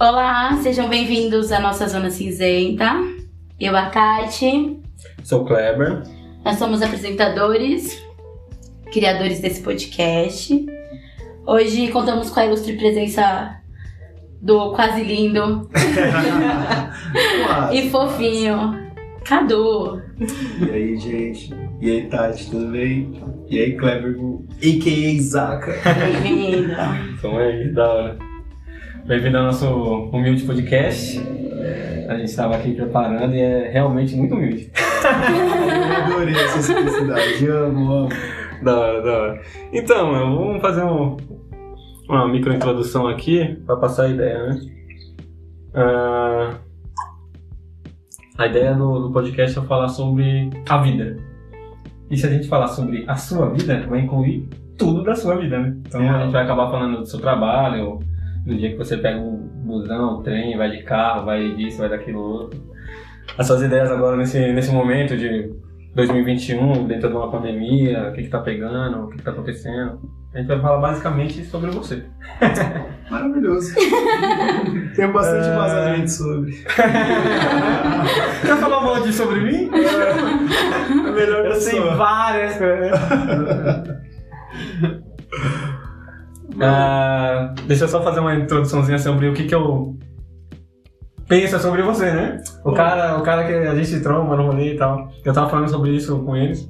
Olá, sejam bem-vindos à nossa Zona Cinzenta. Eu, a Kate, Sou o Kleber. nós somos apresentadores, criadores desse podcast. Hoje contamos com a ilustre presença do quase lindo Quase. e fofinho Cadu. E aí, gente? E aí, Tati, tudo bem? E aí, Kleber, a.k.a. Zaca. Bem-vindo. Então é que da hora. Bem-vindo ao nosso humilde podcast. A gente estava aqui preparando e é realmente muito humilde. Eu adorei essa simplicidade. Amo, amo. Da hora, da hora. Então, eu- vamos fazer um- uma microintrodução aqui para passar a ideia, né? Ah, a ideia do, do podcast é falar sobre a vida. E se a gente falar sobre a sua vida, vai incluir tudo da sua vida, né? Então a gente vai acabar falando do seu trabalho, do dia que você pega o busão, o trem, vai de carro, vai disso, vai daquilo outro. As suas ideias agora nesse, nesse momento de 2021, dentro de uma pandemia, o que, que tá pegando, o que, que tá acontecendo. A gente vai falar basicamente sobre você. Maravilhoso. Tenho bastante É. vazamento sobre. Quer falar mal de sobre mim? É melhor Eu sei várias coisas. Ah, deixa eu só fazer uma introduçãozinha sobre o que que eu penso sobre você, né? O cara, o cara que a gente tromba no rolê e tal. Eu tava falando sobre isso com eles.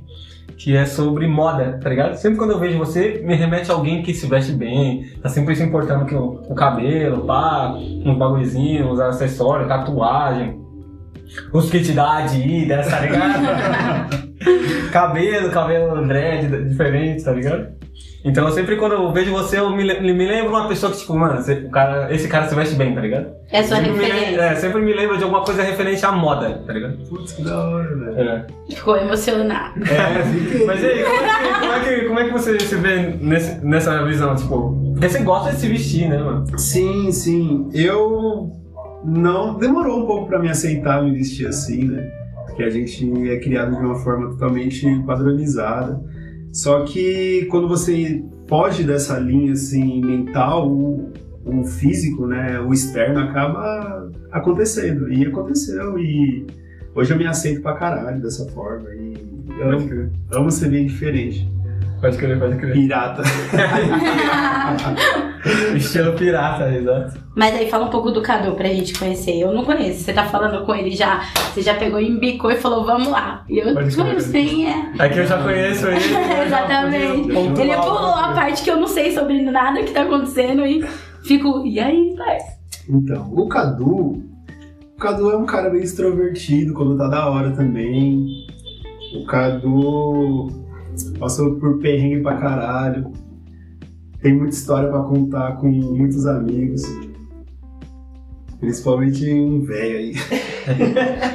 Que é sobre moda, tá ligado? Sempre quando eu vejo você, me remete a alguém que se veste bem, tá sempre se importando com o cabelo, pá, uns bagulhozinhos, os acessórios, tatuagem, os kits da Adidas, tá ligado? cabelo, cabelo dread diferente, tá ligado? Então eu sempre quando eu vejo você, eu me, le- me lembro uma pessoa que, tipo, mano, você- o cara, esse cara se veste bem, tá ligado? É sua sempre, me, lem- referência. é, sempre me lembro de alguma coisa referente à moda, tá ligado? Putz, que da hora, velho. É. Ficou emocionado. É, fiquei. Mas e aí, como é que, como é que, como é que você se vê nesse- nessa visão, tipo? Porque você gosta de se vestir, né, mano? Sim, sim. Eu não demorou um pouco pra me aceitar me vestir assim, né? Porque a gente é criado de uma forma totalmente padronizada. Só que quando você foge dessa linha assim mental, o, o físico, né, o externo acaba acontecendo. E aconteceu e hoje eu me aceito pra caralho dessa forma e Pode amo, crer. amo ser bem diferente. Pode crer, pode crer. Pirata. Estilo pirata, exato. Mas aí fala um pouco do Cadu pra gente conhecer. Eu não conheço. Você tá falando com ele já. Você já pegou, embicou e falou, vamos lá. E eu Pode não escrever. sei quem é. Aqui eu já conheço ele. né, já Exatamente. podia pontuar né? Ele pulou a alguma parte que eu não sei sobre nada que tá acontecendo e fico, e aí, pai? Então, o Cadu. O Cadu é um cara bem extrovertido, quando tá da hora também. O Cadu passou por perrengue pra caralho. Tem muita história pra contar com muitos amigos. Principalmente um velho aí.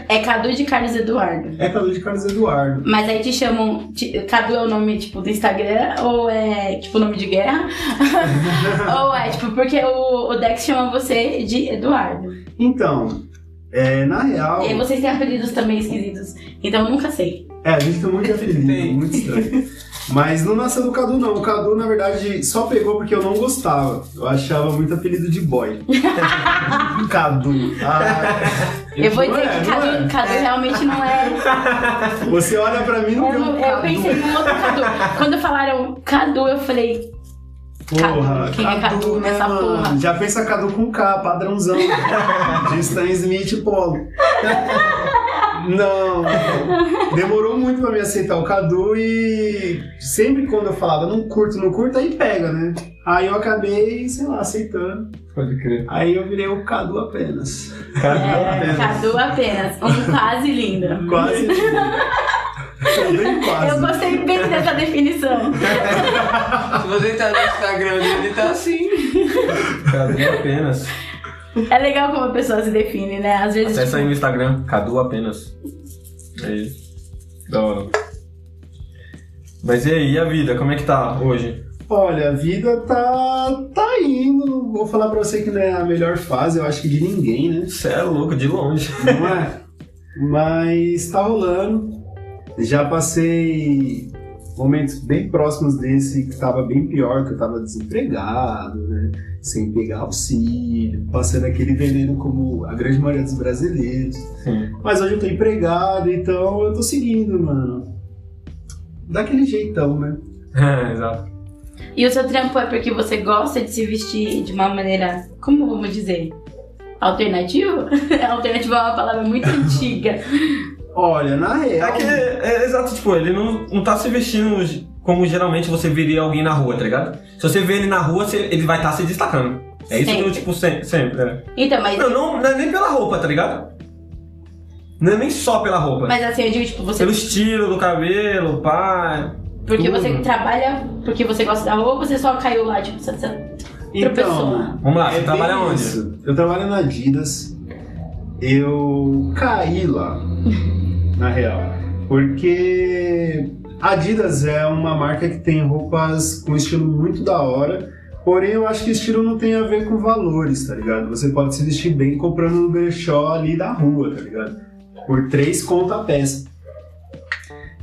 É Cadu de Carlos Eduardo. É Cadu de Carlos Eduardo. Mas aí te chamam. te- Cadu é o nome, tipo, do Instagram, ou é tipo nome de guerra? ou é, tipo, porque o, o Dex chama você de Eduardo. Então, é, na real. E aí vocês têm apelidos também esquisitos. Então eu nunca sei. É, a gente tem muito apelido, Tem. muito estranho. Mas não nasceu do Cadu, não. O Cadu, na verdade, só pegou porque eu não gostava. Eu achava muito apelido de boy. Cadu. Ah, Eu, vou dizer Não é, que não Cadu, é. Cadu realmente não é. Você olha pra mim e não vê Eu, um eu Cadu. pensei num outro Cadu. Quando falaram Cadu, eu falei, Porra, Quem é Cadu né, nessa mano? porra? Já pensa Cadu com K, padrãozão. de Stan Smith Polo. Não, demorou muito pra me aceitar o Cadu e sempre quando eu falava não curto, não curto, aí pega, né? Aí eu acabei, sei lá, aceitando. coisa. Pode crer. Aí eu virei o Cadu apenas. É, apenas. Cadu apenas. Um quase lindo. Quase. Bem Eu quase. gostei bem dessa definição. Se você tá no Instagram dele, tá assim. Cadu apenas. É legal como a pessoa se define, né? Às vezes. Acessa aí tipo, no Instagram, Cadu apenas. É isso. Da hora. Mas e aí, e a vida? Como é que tá hoje? Olha, a vida tá, tá indo. Não Vou falar pra você que não é a melhor fase, eu acho que de ninguém, né? Você é louco, de longe. Não é? Mas tá rolando. Já passei momentos bem próximos desse que tava bem pior, que eu tava desempregado, né? Sem pegar auxílio, passando aquele veneno como a grande maioria dos brasileiros. Sim. Mas hoje eu tô empregado, então eu tô seguindo, mano. Daquele jeitão, né? É, exato. E o seu trampo é porque você gosta de se vestir de uma maneira, como vamos dizer? Alternativa? Alternativa é uma palavra muito antiga. Olha, na real. É que, é, é exato, tipo, ele não, não tá se vestindo ge- como geralmente você veria alguém na rua, tá ligado? Se você vê ele na rua, você- ele vai estar se destacando. É isso que eu, Sempre. tipo, se- sempre, é. Então, mas, Não, não, não é nem pela roupa, tá ligado? Não é nem só pela roupa. mas assim, eu digo, tipo, você. Pelo estilo do cabelo, pá. Porque tudo. você trabalha, porque você gosta da roupa, você só caiu lá, tipo, você, você então, tropeçou. Vamos lá, você É bem trabalha onde? isso. Eu trabalho na Adidas. Eu caí lá, na real. Porque a Adidas é uma marca que tem roupas com estilo muito da hora. Porém, eu acho que estilo não tem a ver com valores, tá ligado? Você pode se vestir bem comprando no brechó ali da rua, tá ligado? Por três conta a peça.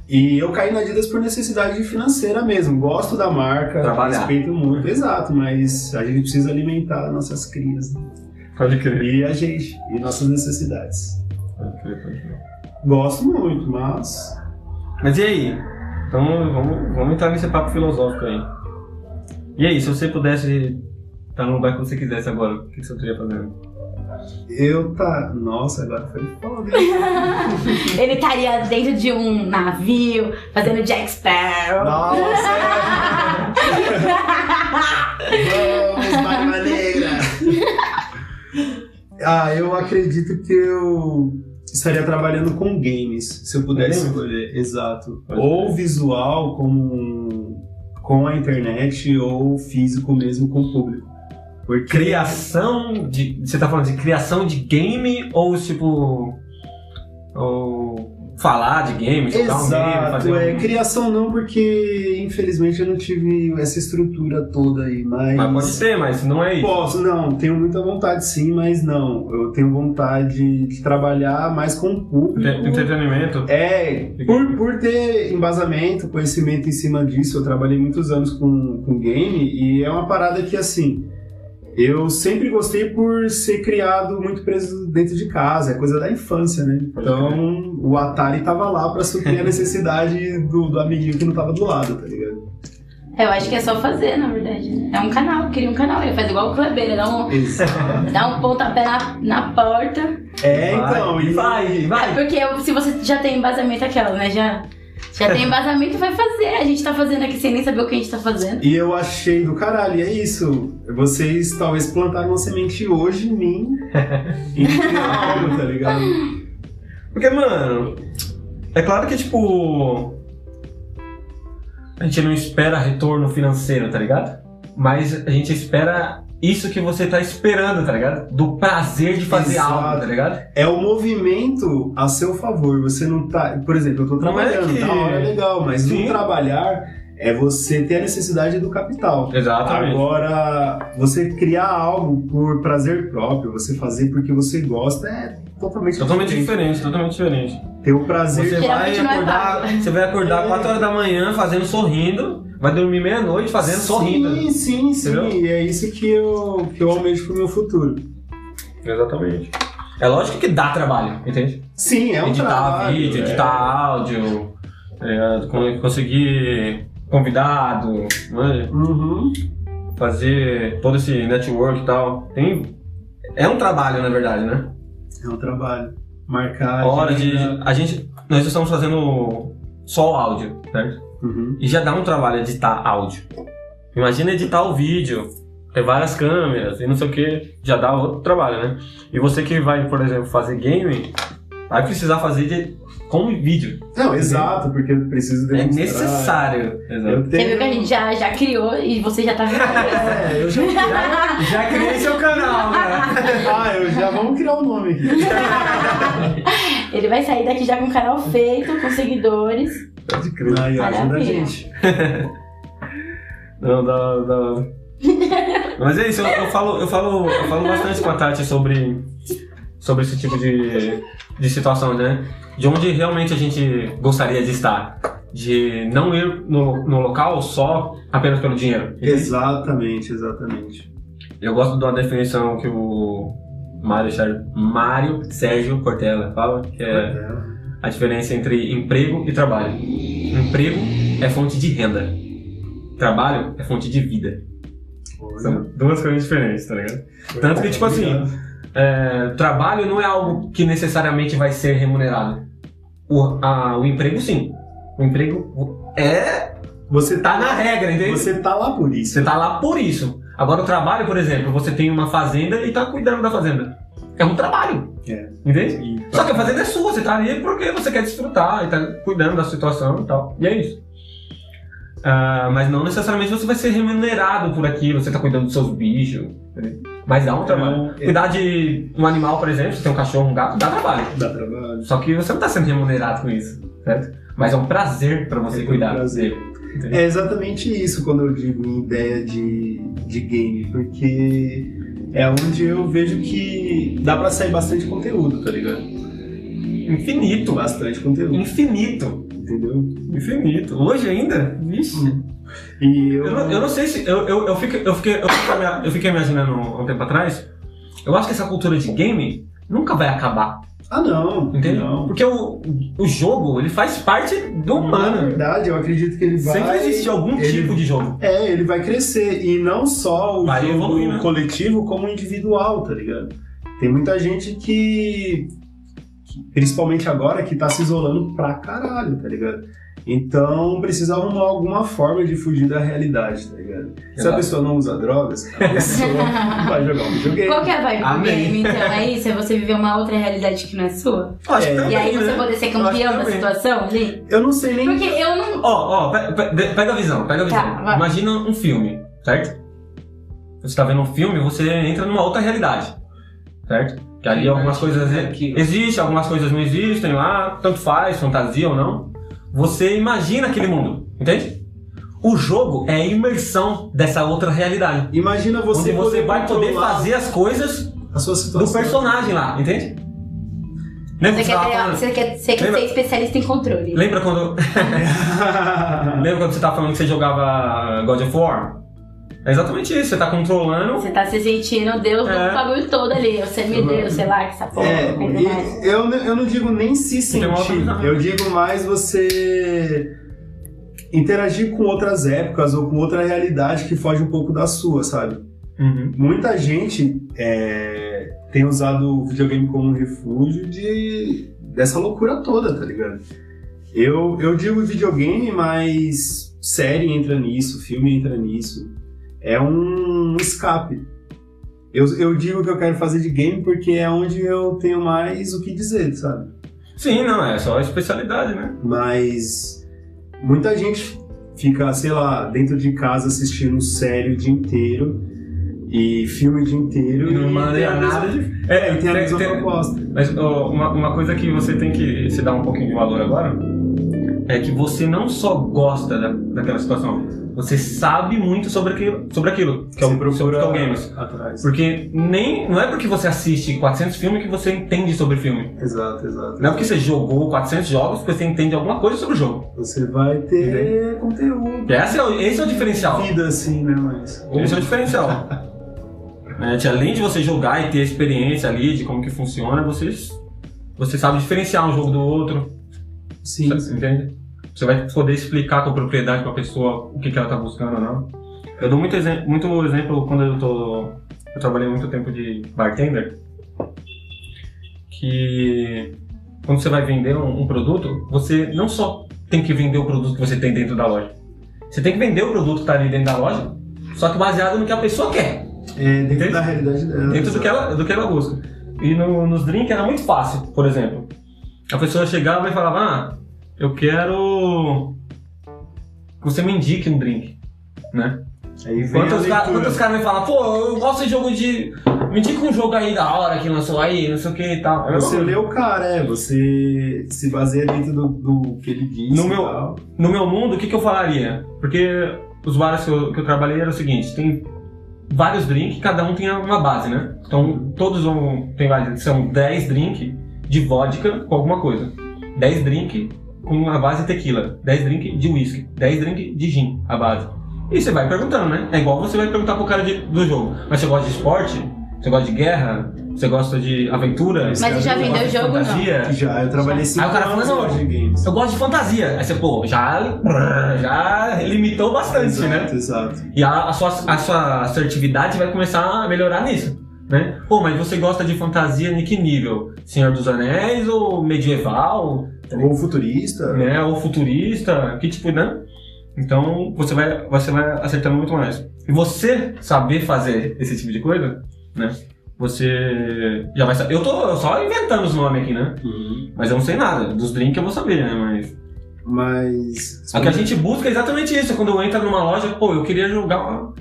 E eu caí na Adidas por necessidade financeira mesmo. Gosto da marca, Trabalhar. respeito muito, exato, mas a gente precisa alimentar nossas crias né? Pode crer. e a gente, e nossas necessidades. Pode crer, pode crer. Gosto muito, mas Mas e aí? Então vamos, vamos entrar nesse papo filosófico aí. E aí, se você pudesse estar no lugar que você quisesse agora, o que que você estaria fazendo? eu tá. Nossa, agora foi foda. Ele estaria dentro de um navio, fazendo Jack Sparrow. Nossa! Vamos, Barbaneira! ah, eu acredito que eu estaria trabalhando com games, se eu pudesse Games? escolher. Exato. Uhum. Pode Ou visual, como um- com a internet, ou físico mesmo com o público. Porque Criação de. Você tá falando de criação de game ou tipo. Ou falar de game, jogar um game, Exato, fazer é. um... Criação não, porque infelizmente eu não tive essa estrutura toda aí, Mas pode ser, mas não é isso. Posso, não, tenho muita vontade sim, mas não. Eu tenho vontade de trabalhar mais com o público. Entre- Entretenimento. É, por, por ter embasamento, conhecimento em cima disso, eu trabalhei muitos anos com, com game e é uma parada que, assim, eu sempre gostei por ser criado muito preso dentro de casa, é coisa da infância, né? Pode Então, o Atari tava lá pra suprir a necessidade do, do amiguinho que não tava do lado, tá ligado? Eu acho que é só fazer, na verdade. né? É um canal, cria um canal. Ele faz igual o Kleber, ele dá um, Exato. dá um pontapé na, na porta. É, então, e e vai, É vai. porque eu- se você já tem embasamento, é aquela, né? Já, já tem embasamento, vai fazer. A gente tá fazendo aqui sem nem saber o que a gente tá fazendo. E eu achei do caralho, e é isso. Vocês talvez plantaram uma semente hoje em mim e me criaram, tá ligado? Porque, mano, é claro que, tipo. A gente não espera retorno financeiro, tá ligado? Mas a gente espera isso que você tá esperando, tá ligado? Do prazer de fazer Exato. algo, tá ligado? É o movimento a seu favor. Você não tá. Por exemplo, eu tô Não é trabalhando, que- da hora é legal, mas Sim. não trabalhar é você ter a necessidade do capital. Exatamente. Agora, você criar algo por prazer próprio, você fazer porque você gosta, é totalmente, Totalmente diferente, totalmente diferente. Ter o prazer. Você vai Geralmente não é acordar, você vai acordar 4 horas da manhã fazendo sorrindo, vai dormir meia-noite fazendo sorrindo. Sim, sim, sim. Entendeu? E é isso que eu, que eu almejo pro meu futuro. Exatamente. É lógico que dá trabalho, entende? Sim, é um editar trabalho. vídeo, é. editar áudio, é, con- conseguir convidado, né, Uhum. fazer todo esse network e tal. Tem, é um trabalho, na verdade, né? É um trabalho. Marcar. A hora de. agenda. A gente. Nós estamos fazendo só o áudio, certo? Uhum. E já dá um trabalho editar áudio. Imagina editar o vídeo. Ter várias câmeras e não sei o que, já dá outro trabalho, né? E você que vai, por exemplo, fazer game, vai precisar fazer de, com vídeo. Não, exato, porque eu preciso Uhum. É demonstrar. necessário. Exato. Eu Você viu tenho. que a gente já, já criou e você já tá vendo. É, eu já. Já criei seu canal, cara. Ah, eu já. Vamos criar um nome aqui. Ele vai sair daqui já com o canal feito, com seguidores. Pode crer. Aí, ó, ajuda a Maravilha. gente. Não, da da hora. Mas é isso, eu, eu falo, eu, falo, eu falo bastante com a Tati sobre, sobre esse tipo de, de situação, né? De onde realmente a gente gostaria de estar. de não ir no, no local só apenas pelo dinheiro. Exatamente, exatamente. Eu gosto da definição que o Mário, Sérgio- Mário Sérgio Cortella fala, que é a diferença entre emprego e trabalho. Emprego é fonte de renda. Trabalho é fonte de vida. São Olha. duas coisas diferentes, tá ligado? Tanto que, tipo assim, É, trabalho não é algo que necessariamente vai ser remunerado. O, a- o emprego, sim. O emprego é Você tá na regra, entende? Você, Você tá lá por isso. tá lá por isso. Agora, o trabalho, por exemplo, você tem uma fazenda e tá cuidando da fazenda. É um trabalho. É. Entende? E- Só que a fazenda é sua, você tá ali porque você quer desfrutar e tá cuidando da situação e tal. E é isso. Ah, mas não necessariamente você vai ser remunerado por aquilo, você tá cuidando dos seus bichos. entendeu? Mas dá um trabalho. Então, Cuidar de um animal, por exemplo, se tem um cachorro, um gato, dá trabalho. é- Dá trabalho. Só que você não tá sendo remunerado com isso, certo? Mas é um prazer pra você É um cuidar. prazer. dele. É exatamente isso quando eu digo em ideia de, de game, porque é onde eu vejo que dá pra sair bastante conteúdo, tá ligado? Infinito. Bastante conteúdo, Infinito. entendeu? Infinito. Hoje ainda? Vixe. E eu, Eu não, eu não sei se. Eu, eu, eu, fico- eu fiquei, eu, fico ima- eu fiquei imaginando um um tempo atrás. Eu acho que essa cultura de game nunca vai acabar. Ah, não. Entende? Não. Porque o, o jogo, ele faz parte do Na humano. verdade, eu acredito que ele vai. Sempre existe algum ele- tipo de jogo. É, ele vai crescer. E não só o Vai jogo evoluir, né? coletivo, como individual, tá ligado? Tem muita gente que, que, principalmente agora, que tá se isolando pra caralho, tá ligado? Então precisa arrumar alguma forma de fugir da realidade, tá ligado? Se a Exato. pessoa não usa drogas, a pessoa vai jogar um videogame. Qual que é a vibe do Amém. game, então? É isso? É você viver uma outra realidade que não é sua? Eu acho que É. também, E aí você né? poder ser Eu acho que campeão da também. situação ali? Eu não sei nem. Porque eu não. Ó, ó, pe- pe- de- pega a visão, pega a visão. Tá, vai. Imagina um filme, certo? Você tá vendo um filme, você entra numa outra realidade, certo? Que ali algumas coisas é aquilo. existem, algumas coisas não existem lá, tanto faz, fantasia ou não. Você imagina aquele mundo, entende? O jogo é a imersão dessa outra realidade. Imagina você. onde você vai poder controlar Tá fazer as coisas a sua do situação. personagem lá, entende? Lembra, Você que você quer, tava ter- falando, você quer- você quer Lembra? ser especialista em controle. lembra quando Lembra quando você tava falando que você jogava God of War? É exatamente isso, você tá controlando. Você tá se sentindo Deus É. do bagulho todo ali. Você me deu, sei lá, que essa porra. É, tudo e mais. eu, n- eu não digo nem se Tem uma outra sentir, visão. eu digo mais você interagir com outras épocas ou com outra realidade que foge um pouco da sua, sabe? Uhum. Muita gente é, tem usado o videogame como um refúgio de, dessa loucura toda, tá ligado? Eu, eu digo videogame, mas série entra nisso, filme entra nisso. É um escape. Eu, eu digo que eu quero fazer de game porque é onde eu tenho mais o que dizer, sabe? Sim, não, é só a especialidade, né? mas muita gente fica, sei lá, dentro de casa assistindo série o dia inteiro e filme o dia inteiro E não maneira tem a nada mesma- É, e tem a mesma proposta. mas ó, uma, uma coisa que você tem que se dar um pouquinho de valor agora é que você não só gosta da, daquela situação, você sabe muito sobre aquilo, sobre aquilo que é Você o sobre procura que é o games. atrás. Porque nem, não é porque você assiste 400 filmes que você entende sobre filme. Exato, exato. Não é porque você jogou 400 jogos que você entende alguma coisa sobre o jogo. Você vai ter conteúdo. Esse é, o- esse é o diferencial. Vida assim, né, mas... Esse é o diferencial. Né, que além de você jogar e ter experiência ali de como que funciona, você, você sabe diferenciar um jogo do outro. Sim, sabe, sim. Entende? Você vai poder explicar com propriedade pra pessoa o que, que ela tá buscando ou não. Eu dou muito, exem muito exemplo quando eu tô. Eu trabalhei muito tempo de bartender. Que quando você vai vender um, um produto, você não só tem que vender o produto que você tem dentro da loja. Você tem que vender o produto que tá ali dentro da loja, só que baseado no que a pessoa quer É, dentro Entende? da realidade dela. dentro do que ela, do que ela busca. E no- nos drinks era muito fácil, por exemplo. A pessoa chegava e falava, ah, eu quero que você me indique um drink, né? Aí vem Quantos, a ca- leitura. quantos caras me falam, pô, eu gosto de jogo de... Me indica um jogo aí da hora que lançou aí, não sei o que e tal. É a mesma Você coisa. lê o cara, é. Você se baseia dentro do, do que ele diz No e meu- tal. no meu mundo, o que, que eu falaria? Porque os bares que eu, que eu trabalhei era o seguinte, tem vários drinks, cada um tem uma base, né? Então todos vão, tem mais, são 10 drinks de vodka com alguma coisa. 10 drinks com a base tequila, 10 drinks de whisky, 10 drinks de gin, a base. E você vai perguntando, né? É igual você vai perguntar pro cara de- do jogo. Mas você gosta de esporte? Você gosta de guerra? Você gosta de aventura? Mas Você você já gosta vendeu de o jogo, não? fantasia? Já, eu trabalhei cinco Aí o cara anos fala, não, de games. Eu gosto de fantasia. Aí você, pô, já, já limitou bastante, né? Exato, exato. E a, a sua, a sua assertividade vai começar a melhorar nisso. Né? Pô, mas você gosta de fantasia de que nível? Senhor dos Anéis ou medieval? Ou futurista. Né? Ou futurista? Que tipo, né? Então você vai, você vai acertando muito mais. E você saber fazer esse tipo de coisa, né? Você já vai saber. Eu tô só inventando os nomes aqui, né? Uhum. Mas eu não sei nada. Dos drinks eu vou saber, né? Mas. Mas. O que a gente busca é exatamente isso. Quando eu entro numa loja, pô, eu queria jogar uma-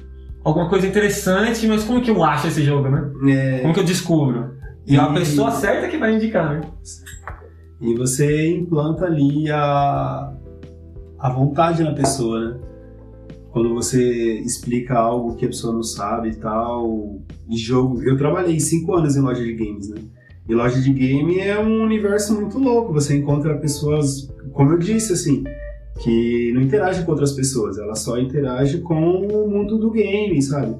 alguma coisa interessante, mas como que eu acho esse jogo, né? É, Como que eu descubro? E a pessoa certa que vai indicar, né? E você implanta ali a, a vontade na pessoa, né? Quando você explica algo que a pessoa não sabe e tal. E jogo. Eu trabalhei cinco anos em loja de games, né? E loja de game é um universo muito louco. Você encontra pessoas, como eu disse, assim, que não interagem com outras pessoas, ela só interage com o mundo do game, sabe?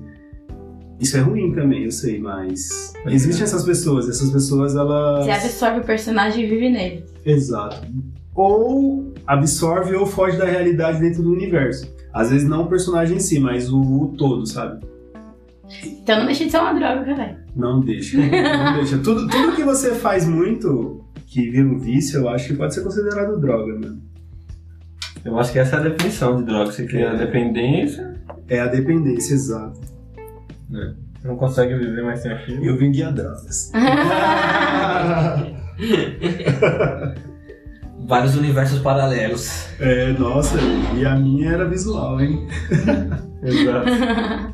Isso é ruim também, eu sei, mas existem essas pessoas. Essas pessoas, elas. Você absorve o personagem e vive nele. Exato. Ou absorve ou foge da realidade dentro do universo. Às vezes não o personagem em si, mas o, o todo, sabe? Então não deixa de ser uma droga, velho. Não deixa. Não deixa. Tudo, tudo que você faz muito, que vira um vício, eu acho que pode ser considerado droga, né? Eu acho que essa é a definição de droga. Você cria dependência, É a dependência, exato. não consegue viver mais sem aquilo. Eu vim guiar drogas. Vários universos paralelos. é, nossa, e a minha era visual, hein? Exato.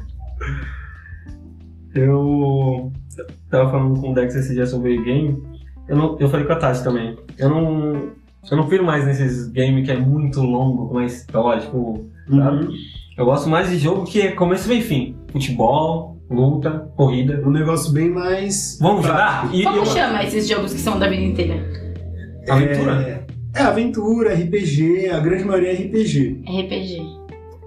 eu tava falando com o Dex esse dia sobre game. Eu, não, eu falei com a Tati também. Eu não. Eu não piro mais nesses games que é muito longo, com uma história, tipo, Uhum. Eu gosto mais de jogo que é começo e fim. Futebol, luta, corrida. Um negócio bem mais. Vamos prático. jogar? E, Como eu- chama esses jogos que são da vida inteira? Aventura? É, é aventura, RPG, a grande maioria é RPG. RPG.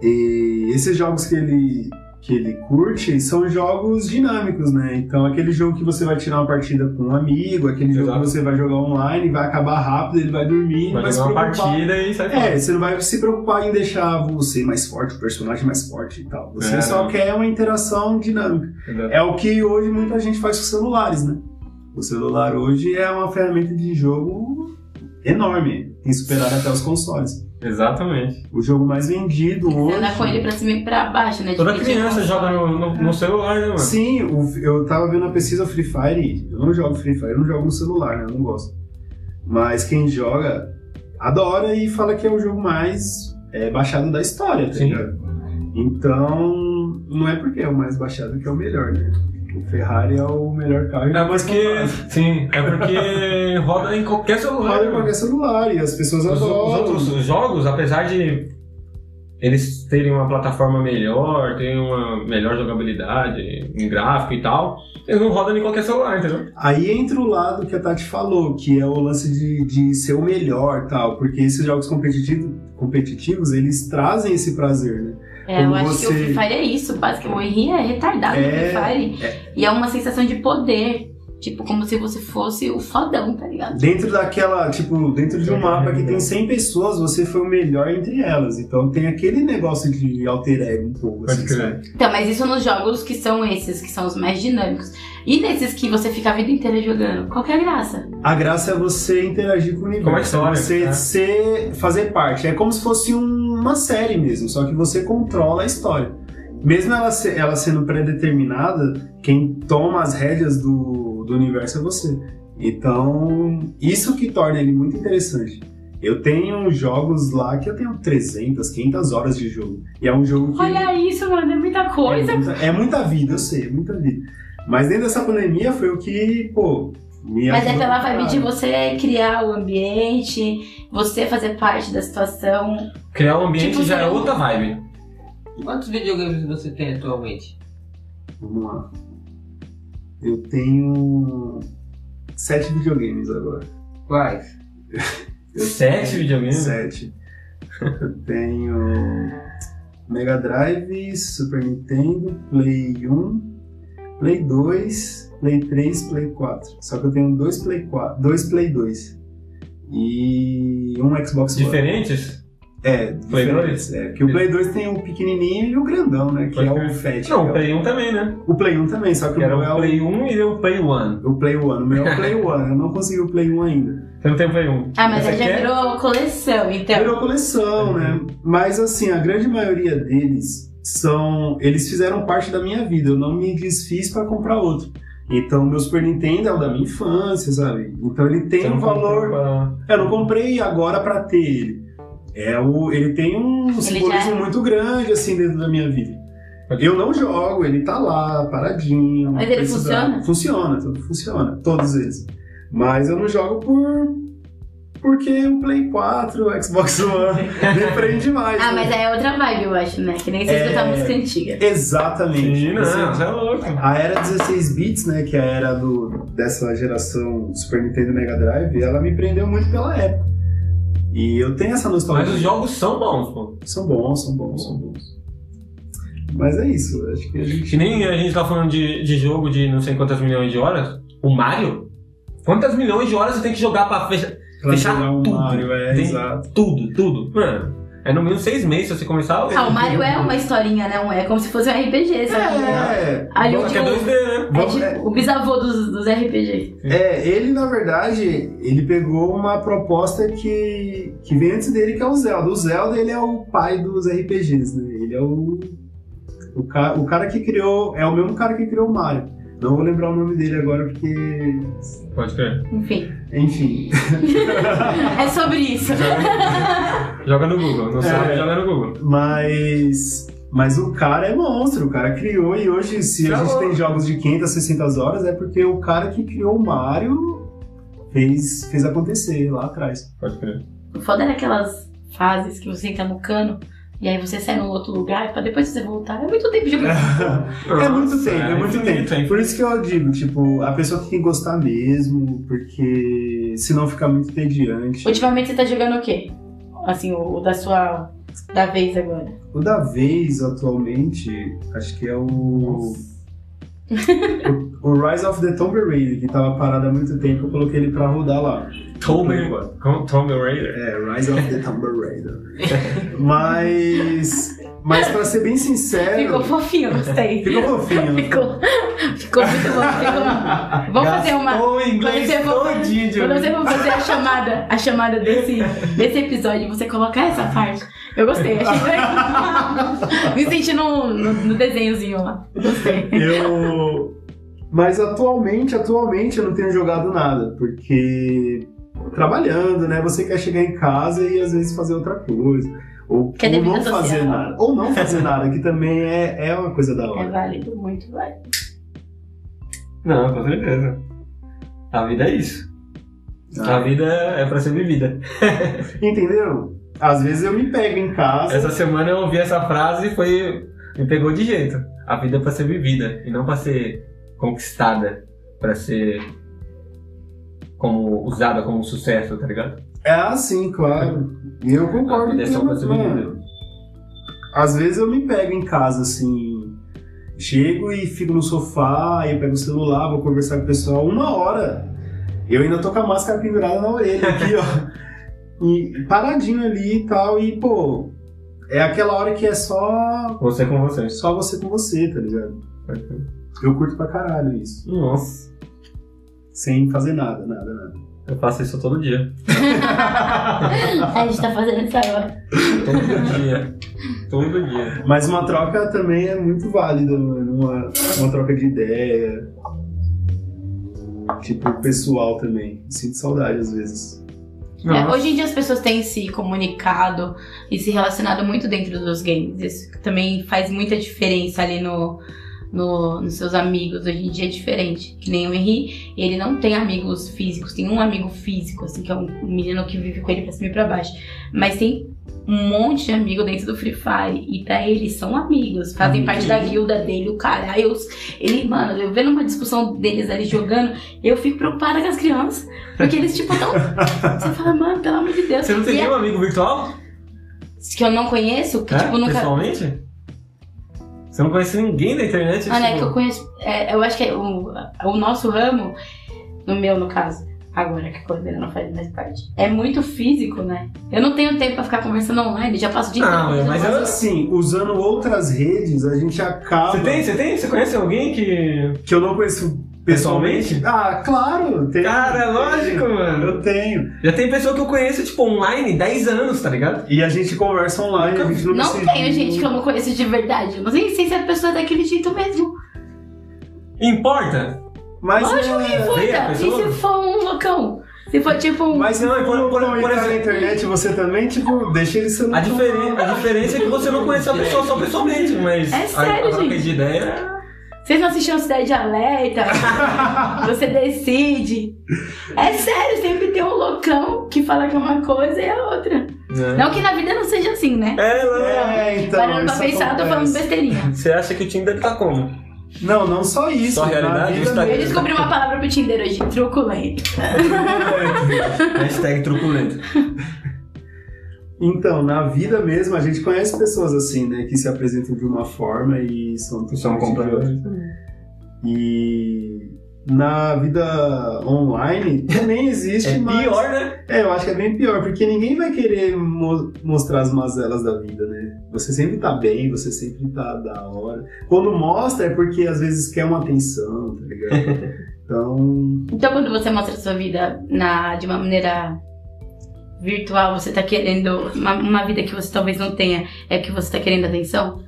E esses jogos que ele, que ele curte são jogos dinâmicos, né? Então, aquele jogo que você vai tirar uma partida com um amigo, aquele jogo Exato. que você vai jogar online, vai acabar rápido, ele vai dormir, vai vai se jogar uma preocupar. partida e sai fora. É, você não vai se preocupar em deixar você mais forte, o personagem mais forte e tal. Você É. só quer uma interação dinâmica. Exato. É o que hoje muita gente faz com celulares, né? O celular hoje é uma ferramenta de jogo enorme, tem superado até os consoles. Exatamente. O jogo mais vendido Você hoje. andar com ele pra cima e pra baixo, né? Toda Dividir criança com- joga no, no- no celular, né, mano? Sim, o- eu tava vendo a pesquisa Free Fire. Eu não jogo Free Fire, eu não jogo no celular, né? Eu não gosto. Mas quem joga adora e fala que é o jogo mais é, baixado da história, tá Sim. ligado? Então, não é porque é o mais baixado que é o melhor, né? O Ferrari é o melhor carro. e É o mais porque. comprado. Sim, é porque roda em qualquer celular. né, Roda em mano. qualquer celular e as pessoas Os, os adoram. outros jogos, apesar de eles terem uma plataforma melhor, terem uma melhor jogabilidade em gráfico e tal, eles não rodam em qualquer celular, entendeu? Aí entra o lado que a Tati falou, que é o lance de, de ser o melhor tal, porque esses jogos competitivos, competitivos eles trazem esse prazer, né? É, eu Como acho que o você- Free Fire é isso, basicamente. O Henry é retardado É, no Free Fire. E é uma sensação de poder. Tipo, como se você fosse o fodão, tá ligado? Dentro daquela, tipo, dentro de um mapa que tem 100 pessoas, você foi o melhor entre elas. Então tem aquele negócio de alter ego um pouco, Pode assim, crer. sabe? Então, mas isso nos jogos que são esses, que são os mais dinâmicos. E nesses que você fica a vida inteira jogando, qual que é a graça? A graça é você interagir com o Com a universo. história, você né? ser- fazer parte. É como se fosse um- uma série mesmo, só que você controla a história. Mesmo ela, se- ela sendo predeterminada, quem toma as rédeas do, do universo é você. Então, isso que torna ele muito interessante. Eu tenho jogos lá que eu tenho 300, 500 horas de jogo. E é um jogo que. Olha isso, mano, é muita coisa. É muita, é muita vida, eu sei, é muita vida. Mas dentro dessa pandemia foi o que, pô, me Mas é ajudou pela pra vibe de caralho. você criar o ambiente, você fazer parte da situação. Criar um ambiente Tipo, já é você- outra vibe. Quantos videogames você tem atualmente? Vamos lá. Eu tenho sete videogames agora. Quais? Sete videogames? Sete. Eu tenho Mega Drive, Super Nintendo, Play 1, Play 2, Play 3, Play 4. Só que eu tenho dois Play 4, dois Play 2 e um Xbox One. Diferentes? É, Play diferentes, É, porque o Play 2 tem o pequenininho e o grandão, né? Que Pode é o crer. Fat. Não, o que é Play 1 também, né? o... o Play 1 também, só que Que o era meu é o o Play 1 e o Play 1. o Play One, o meu é o Play One, eu não consegui o Play One ainda. Você não tem o Play 1. Ah, mas Você aí já quer? virou coleção, então. é Virou coleção, Uhum. né? Mas assim, a grande maioria deles são. Eles fizeram parte da minha vida, eu não me desfiz pra comprar outro. Então, meu Super Nintendo é o da minha infância, sabe? Então, ele tem Você um não valor. compra- É, Eu não comprei agora pra ter ele. É o, ele tem um simbolismo já- muito grande, assim, dentro da minha vida. Eu não jogo, ele tá lá, paradinho. Mas ele funciona? precisar- Funciona, tudo funciona, todos eles. Mas eu não jogo por. Porque o Play 4, o Xbox One, me prende mais. Ah, né? mas aí é outra vibe, eu acho, né? Que nem você É. escutar música antiga. Exatamente. Sim, não, Assim, você é louco. a era 16 bits, né, que é a era do, dessa geração Super Nintendo e Mega Drive, ela me prendeu muito pela época. E eu tenho essa Mas os nostalgia. jogos são bons, pô. São bons, são bons, são bons. Mas é isso, acho que a gente. Que nem a gente tá falando de, de jogo de não sei quantas milhões de horas. O Mario? Quantas milhões de horas você tem que jogar pra fechar Pra Fechar jogar um tudo. Mario, é, Tem- exato. tudo, tudo? Mano, é no mínimo seis meses se você começar. Ah, o Mario é uma historinha, né? Um- É como se fosse um RPG, sabe? É, Aí eu Só que é digo- 2D, né? É vamos- é, tipo o bisavô dos, dos RPG. é, ele na verdade, ele pegou uma proposta que, que vem antes dele, que é o Zelda. O Zelda, ele é o pai dos RPGs, né? Ele é o, o, ca, o cara que criou, é o mesmo cara que criou o Mario. Não vou lembrar o nome dele agora, porque... Pode crer. Enfim. Enfim. É sobre isso. Joga no Google, não sabe, É. joga no Google. Mas... Mas o cara é monstro, o cara criou, e hoje, se a Tá gente bom. tem jogos de 500, 600 horas, é porque o cara que criou o Mario fez, fez acontecer lá atrás. Pode crer. O foda era aquelas fases que você entra no cano e aí você sai num outro lugar pra depois você voltar. É muito tempo de É muito tempo, Nossa, é, muito tempo. infinito, é infinito. Por isso que eu digo, tipo, a pessoa tem que gostar mesmo, porque senão fica muito entediante. Ultimamente você tá jogando o quê? Assim, o, o da sua. da vez agora. O da vez atualmente, acho que é o. o- o Rise of the Tomb Raider, que tava parado há muito tempo, eu coloquei ele pra rodar lá. Tomb, como Tomb Raider. É, Rise of the Tomb Raider. mas. Mas pra ser bem sincero. Ficou fofinho, gostei. Ficou fofinho. Ficou, ficou muito bom. Ficou... Vamos fazer uma. Gastou o inglês Quando você for- todinho de Quando você for fazer a chamada, a chamada desse, desse episódio, você colocar essa parte. Eu gostei, achei legal. Me senti no, no, no desenhozinho lá. Gostei. Eu. Mas atualmente, atualmente eu não tenho jogado nada, porque trabalhando, né? Você quer chegar em casa e às vezes fazer outra coisa. Ou, Quer ter ou não vida social. fazer nada. Ou não fazer nada, que também é, é uma coisa da É hora. válido, muito válido. Não, com certeza. A vida é isso. A Ah, vida é pra ser vivida. Entendeu? Às vezes eu me pego em casa. Essa semana eu ouvi essa frase e foi. me pegou de jeito. A vida é pra ser vivida e não pra ser conquistada. Pra ser. como. usada como sucesso, tá ligado? É assim, claro. E eu A concordo vida é só com pra ser você, mano. vivida. Às vezes eu me pego em casa assim. Chego e fico no sofá, aí eu pego o celular, vou conversar com o pessoal uma hora. Eu ainda tô com a máscara pendurada na orelha aqui, ó. E paradinho ali e tal, e pô, é aquela hora que é só Você com você. só você com você, tá ligado? Eu curto pra caralho isso. Nossa, Sem fazer nada, nada, nada. eu faço isso todo dia. A gente tá fazendo isso agora. Todo dia. todo dia. Mas uma troca também é muito válida, mano. Uma, uma troca de ideia. Tipo, pessoal também. Sinto saudade às vezes. É, Nossa. hoje em dia as pessoas têm se comunicado e se relacionado muito dentro dos games. Isso também faz muita diferença ali no, no- nos seus amigos hoje em dia é diferente. Que nem o Henry, ele não tem amigos físicos, tem um amigo físico, assim, que é um menino que vive com ele pra cima e pra baixo. Mas tem um monte de amigo dentro do Free Fire. E pra ele são amigos, fazem parte da guilda dele, o cara. Eu, ele, mano, eu vendo uma discussão deles ali jogando, eu fico preocupada com as crianças. Porque eles, tipo, tão. Você fala, mano, pelo amor de Deus. Você não tem E é- nenhum amigo virtual? que eu não conheço, que É? tipo, nunca. Pessoalmente? Você não conhece ninguém da internet? Ah, né, que tipo, eu conheço. é, eu acho que é o, o nosso ramo, no meu no caso, agora que a cordeira não faz mais parte, é muito físico, né? Eu não tenho tempo pra ficar conversando online, já passo o dia Não, inteiro mas Mas conversando assim, usando outras redes, a gente acaba. Você tem? Você tem? Você conhece alguém que. Que eu não conheço pessoalmente? Pessoalmente? Ah, claro! Tem, Cara, é lógico, mano. Eu tenho. Já tem pessoa que eu conheço, tipo, online 10 anos, tá ligado? E a gente conversa online, a gente não Não se- tenho gente que eu não conheço de verdade. Eu não sei, sei se a pessoa é daquele jeito mesmo. Importa? Mas, Lógico é, Vê a Puta, e se pessoa? for um loucão? Se for tipo um. Mas Não, não, e por- por- por entrar na exemplo- internet você também, tipo, deixa ele ser A, diferen a diferença é que você não conhece a pessoa só pessoalmente, mas É sério, a, a troca gente. de ideia. é, Vocês não assistiram Cidade Alerta? Você decide. É sério, sempre tem um loucão que fala que é uma coisa e a outra. Né? Não que na vida não seja assim, né? É, não. É, então. Parando pra isso pensar, eu tô falando acontece. besteirinha. Você acha que o Tinder tá como? Não, não só isso. Só a na realidade, vida o Instagram. Eu descobri uma palavra pro Tinder hoje, truculento. Hashtag truculento. Então, na vida mesmo, a gente conhece pessoas assim, né? Que se apresentam de uma forma e são São totalmente de outra. complementos. E na vida online nem existe, É mas... pior, né? É, eu acho que é bem pior, porque ninguém vai querer mo- mostrar as mazelas da vida, né? Você sempre tá bem, você sempre tá da hora. Quando mostra é porque às vezes quer uma atenção, tá ligado? Então, Então quando você mostra a sua vida na, de uma maneira virtual, você tá querendo uma, uma vida que você talvez não tenha, é que você tá querendo atenção?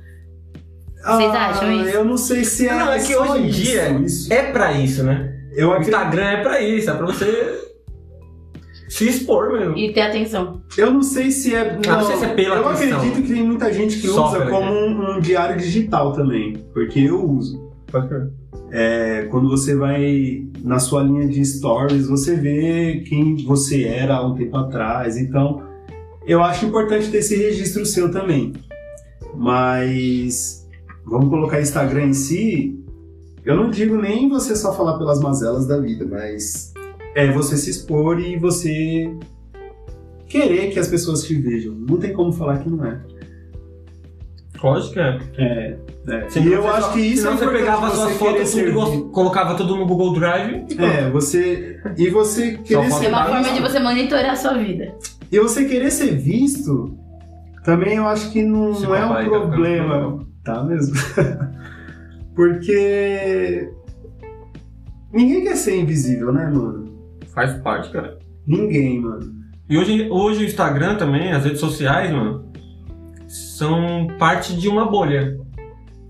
Vocês ah, acham isso? Eu não sei se é. Não, é que só hoje em isso, dia- isso. É pra isso, né? Eu O acredito. Instagram é pra isso, é pra você se expor mesmo. E ter atenção. Eu não sei se é. não sei se é pela eu atenção. acredito que tem muita gente que Só usa pela como um, um diário digital também, porque eu uso. É, quando você vai na sua linha de stories, você vê quem você era há um tempo atrás. Então, eu acho importante ter esse registro seu também. Mas vamos colocar Instagram em si. Eu não digo nem você só falar pelas mazelas da vida, mas é você se expor e você querer que as pessoas te vejam. Não tem como falar que não é. Lógico que é. É. é. Senão e eu você acho só- que isso é senão você importante, pegava você suas querer fotos tudo e servir. gos- colocava tudo no Google Drive. É, você. E você querer falta É ser uma forma visto- de você monitorar a sua vida. E você querer ser visto, também eu acho que não, Esse não é papai um tá ficando problema. Tá mesmo. Porque. Ninguém quer ser invisível, né, mano? Faz parte, cara. Ninguém, mano. E hoje, hoje o Instagram também, as redes sociais, mano, são parte de uma bolha.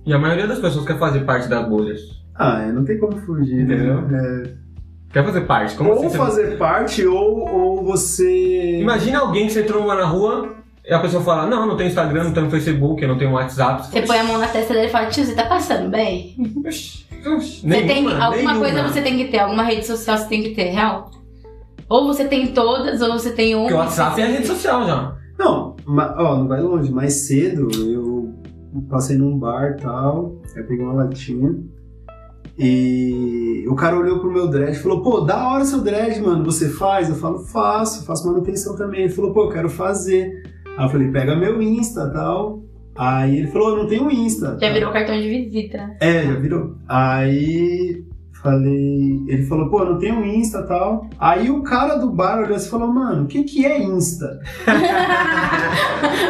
E a maioria das pessoas quer fazer parte das bolhas. Ah, é, não tem como fugir, né? Entendeu? É. Quer fazer parte. Como ou assim? você- fazer parte, ou, ou você. Imagina alguém que você tromba na rua e a pessoa fala, não, não tenho Instagram, não tenho Facebook, eu não tenho WhatsApp. Você põe a mão na testa dele e fala, tio, você tá passando bem? Oxi, oxi, Você tem nenhuma, alguma coisa nenhuma. você tem que ter, alguma rede social você tem que ter, real? Ou você tem todas, ou você tem uma. Porque o WhatsApp é a rede social já. Não, ma- ó, não vai longe. Mais cedo eu passei num bar e tal, eu peguei uma latinha. E o cara olhou pro meu dread e falou: Pô, da hora seu dread, mano. Você faz? Eu falo: Faço, faço manutenção também. Ele falou: Pô, eu quero fazer. Aí eu falei: Pega meu Insta tal. Aí ele falou: Eu não tenho Insta. Já virou cartão de visita. É, já virou. Aí falei. Ele falou, pô, não tem um Insta e tal. Aí o cara do bar olhou assim e falou, mano, o que, que é Insta?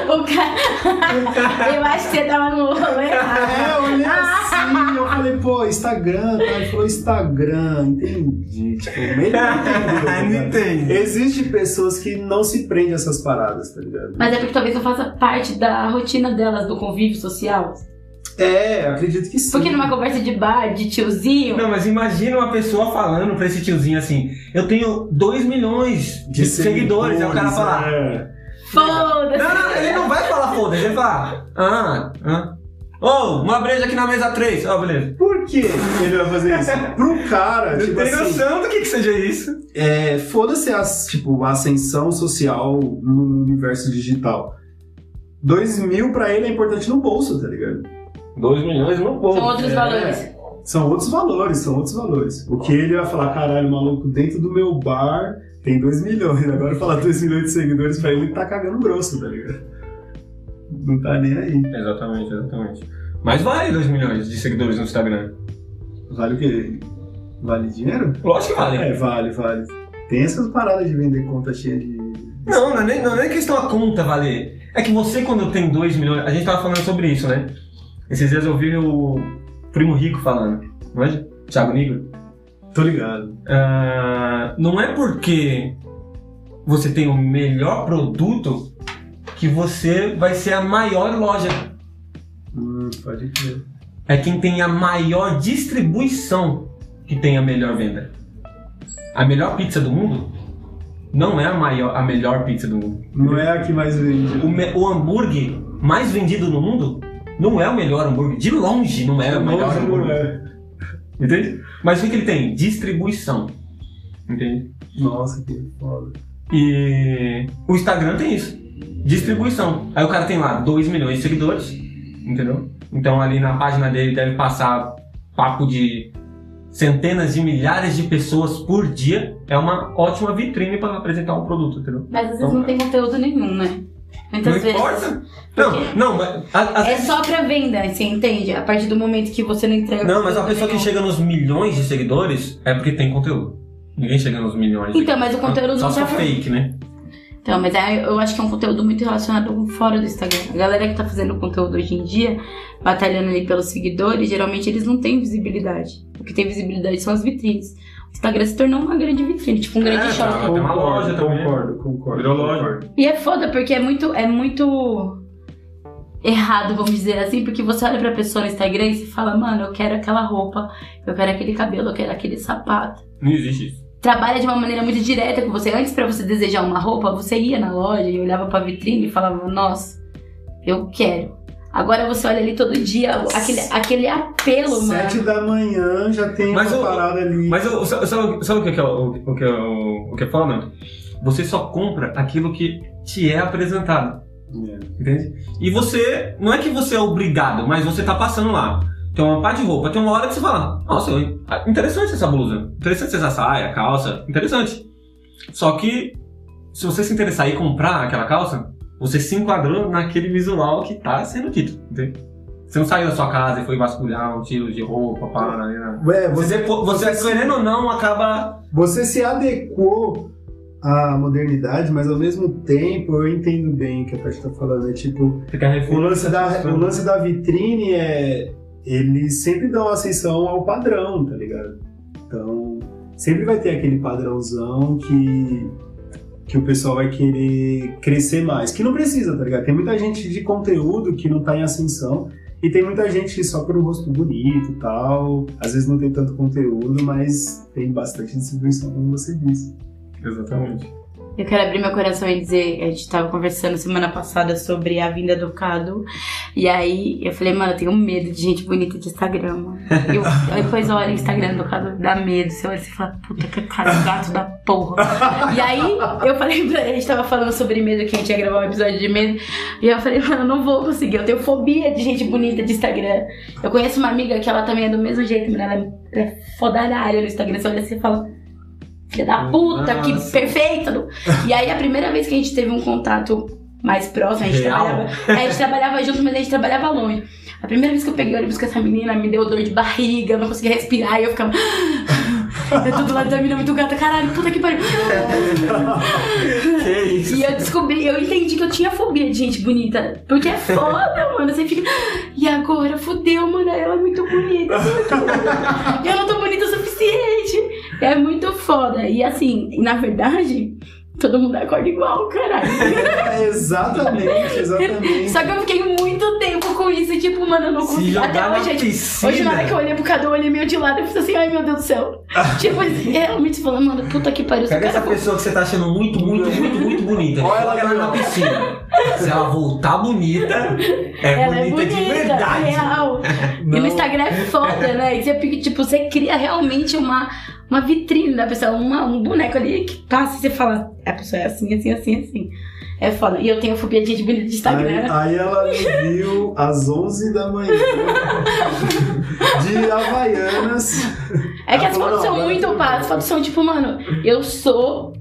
O cara. Eu acho que você tava no rolê errado. É, eu olhei Ah, assim, eu falei, pô, Instagram, tá? Ele falou, Instagram, entendi. Tipo, ele não entendeu. tá ligado? entendo. Existem pessoas que não se prendem a essas paradas, tá ligado? Mas é porque talvez não faça parte da rotina delas, do convívio social. É, eu acredito que sim. Porque numa conversa de bar, de tiozinho, Não, mas imagina uma pessoa falando pra esse tiozinho assim, eu tenho 2 milhões de, seguidores, é. aí o cara fala. é. foda-se. Não, não, ele não vai falar foda, ele vai falar. Ah, ah. Ô, uma breja aqui na mesa 3. Ó, beleza. Por que ele vai fazer isso? Pro cara, tipo assim, do que que seja isso. é, foda-se a, tipo, a ascensão social no universo digital. Dois mil pra ele é importante no bolso, tá ligado? 2 milhões no bolso. São outros É. valores. São outros valores, são outros valores. O que ele vai falar, caralho, maluco, dentro do meu bar tem 2 milhões. Agora falar 2 milhões de seguidores pra ele tá cagando grosso, tá ligado? Não tá nem aí. Exatamente, exatamente. Mas vale 2 milhões de seguidores no Instagram. Vale o quê? Vale dinheiro? Lógico que vale. É, vale, vale. Tem essas paradas de vender conta cheia de. Não, não é, nem, não é nem questão a conta valer. É que você, quando tem 2 milhões. A gente tava falando sobre isso, né? Esses dias eu vi o Primo Rico falando, não é? Thiago Nigro. Tô ligado. Ah, não é porque você tem o melhor produto que você vai ser a maior loja. Hum, pode crer. É quem tem a maior distribuição que tem a melhor venda. A melhor pizza do mundo não é a, maior, a melhor pizza do mundo. Não é a que mais vende. O, me- o hambúrguer mais vendido no mundo não é o melhor hambúrguer. De longe não é o melhor hambúrguer. é. Entende? Mas o que, que ele tem? Distribuição. Entende? Nossa, que foda. E o Instagram tem isso. Distribuição. Aí o cara tem lá 2 milhões de seguidores. Entendeu? Então ali na página dele deve passar papo de centenas de milhares de pessoas por dia. É uma ótima vitrine para apresentar um produto, entendeu? Mas às vezes não tem conteúdo nenhum, né? Muitas não vezes. importa. Não, não, mas a- a- É só pra venda, você entende? A partir do momento que você não entrega. Não, mas a conteúdo pessoa que nenhum. chega nos milhões de seguidores é porque tem conteúdo. Ninguém chega nos milhões. de Então, mas o seguidores. conteúdo Só não se for tá fake, né? Então, mas aí eu acho que é um conteúdo muito relacionado com fora do Instagram. A galera que tá fazendo conteúdo hoje em dia, batalhando ali pelos seguidores, geralmente eles não têm visibilidade. O que tem visibilidade são as vitrines. O Instagram se tornou uma grande vitrine, tipo um grande É, shopping. tá. tem uma loja também. Concordo, concordo. Virou loja. concordo. E é foda porque é muito, é muito errado, vamos dizer assim, porque você olha pra pessoa no Instagram e você fala, mano, eu quero aquela roupa, eu quero aquele cabelo, eu quero aquele sapato Não existe isso. trabalha de uma maneira muito direta com você. Antes, pra você desejar uma roupa, você ia na loja e olhava pra vitrine e falava: Nossa, eu quero. Agora você olha ali todo dia, aquele, aquele apelo, Sete mano. da manhã já tem Mas uma eu- parada ali. Mas eu- sabe, sabe- sabe o que, que é, o, o que é o, o que é foda, mano? Você só compra aquilo que te é apresentado, É. entende? E você, não é que você é obrigado, mas você tá passando lá. Tem uma pá de roupa, tem uma hora que você fala, nossa, interessante essa blusa, interessante essa saia, calça, interessante. Só que, se você se interessar e comprar aquela calça, você se enquadrou naquele visual que tá sendo dito, entende? Você não saiu da sua casa e foi vasculhar um tiro de roupa, pá, né? Ué, É, você, Você, po- você, querendo ou não, acaba. você se adequou à modernidade, mas ao mesmo tempo eu entendo bem o que a Paty tá falando. É tipo, Fica o lance da, o lance da vitrine é. Eles sempre dão ascensão ao padrão, tá ligado? Então, sempre vai ter aquele padrãozão que. Que o pessoal vai querer crescer mais. Que não precisa, tá ligado? Tem muita gente de conteúdo que não tá em ascensão. E tem muita gente só por um rosto bonito e tal. Às vezes não tem tanto conteúdo, mas tem bastante distribuição, como você disse. Exatamente. Eu quero abrir meu coração e dizer: A gente tava conversando semana passada sobre a vinda do Cado. E aí eu falei, mano, eu tenho medo de gente bonita de Instagram. mano." Eu, aí depois olha o Instagram do Cado, dá medo. Você olha e você fala: Puta, que cara de gato da porra. E aí, eu falei pra ele, a gente tava falando sobre medo, que a gente ia gravar um episódio de medo. E eu falei, mano, eu não vou conseguir, eu tenho fobia de gente bonita de Instagram. Eu conheço uma amiga que ela também é do mesmo jeito, mano, ela é- ela é fodalhária no Instagram. Você olha assim e fala, filha da puta, que Nossa. perfeita. não?" E aí, a primeira vez que a gente teve um contato mais próximo, a gente Real? trabalhava. é, A gente trabalhava junto, mas a gente trabalhava longe. A primeira vez que eu peguei ônibus com essa menina, me deu dor de barriga, eu não conseguia respirar, e eu ficava. "Ah, Eu tô do lado da menina muito gata, caralho, puta que pariu. Que isso? E eu descobri, eu entendi que eu tinha fobia de gente bonita. Porque é foda, mano. Você fica. E agora? Fudeu, mano. Ela é muito bonita. E eu não tô bonita o suficiente. É muito foda. E assim, na verdade, todo mundo acorda igual, caralho. É, exatamente, exatamente. Só que eu fiquei muito tempo com isso. Tipo, mano, eu não Se consigo. Até jogar na hoje, gente. piscina. Hoje, na hora que eu olhei pro Cadu, eu olhei meio de lado e fiz assim, ai meu Deus do céu. tipo, assim, realmente falando, mano, puta que pariu, esse Pega essa cara pessoa que você tá achando muito, muito, muito, muito bonita. Olha ela Joga ela na agora. piscina. Se ela voltar bonita, é Ela é bonita bonita, de verdade. real. E Não. no Instagram é foda, né? E você fica, tipo, você cria realmente uma, uma vitrine da pessoa, uma- um boneco ali que passa e você fala, a pessoa é assim, assim, assim, assim. É foda. E eu tenho fobia de gente bonita de Instagram. Aí, aí ela me viu às 11 da manhã de Havaianas. É que Ela as falou, fotos não, são agora muito eu tô pá, as fotos são tipo, mano, eu sou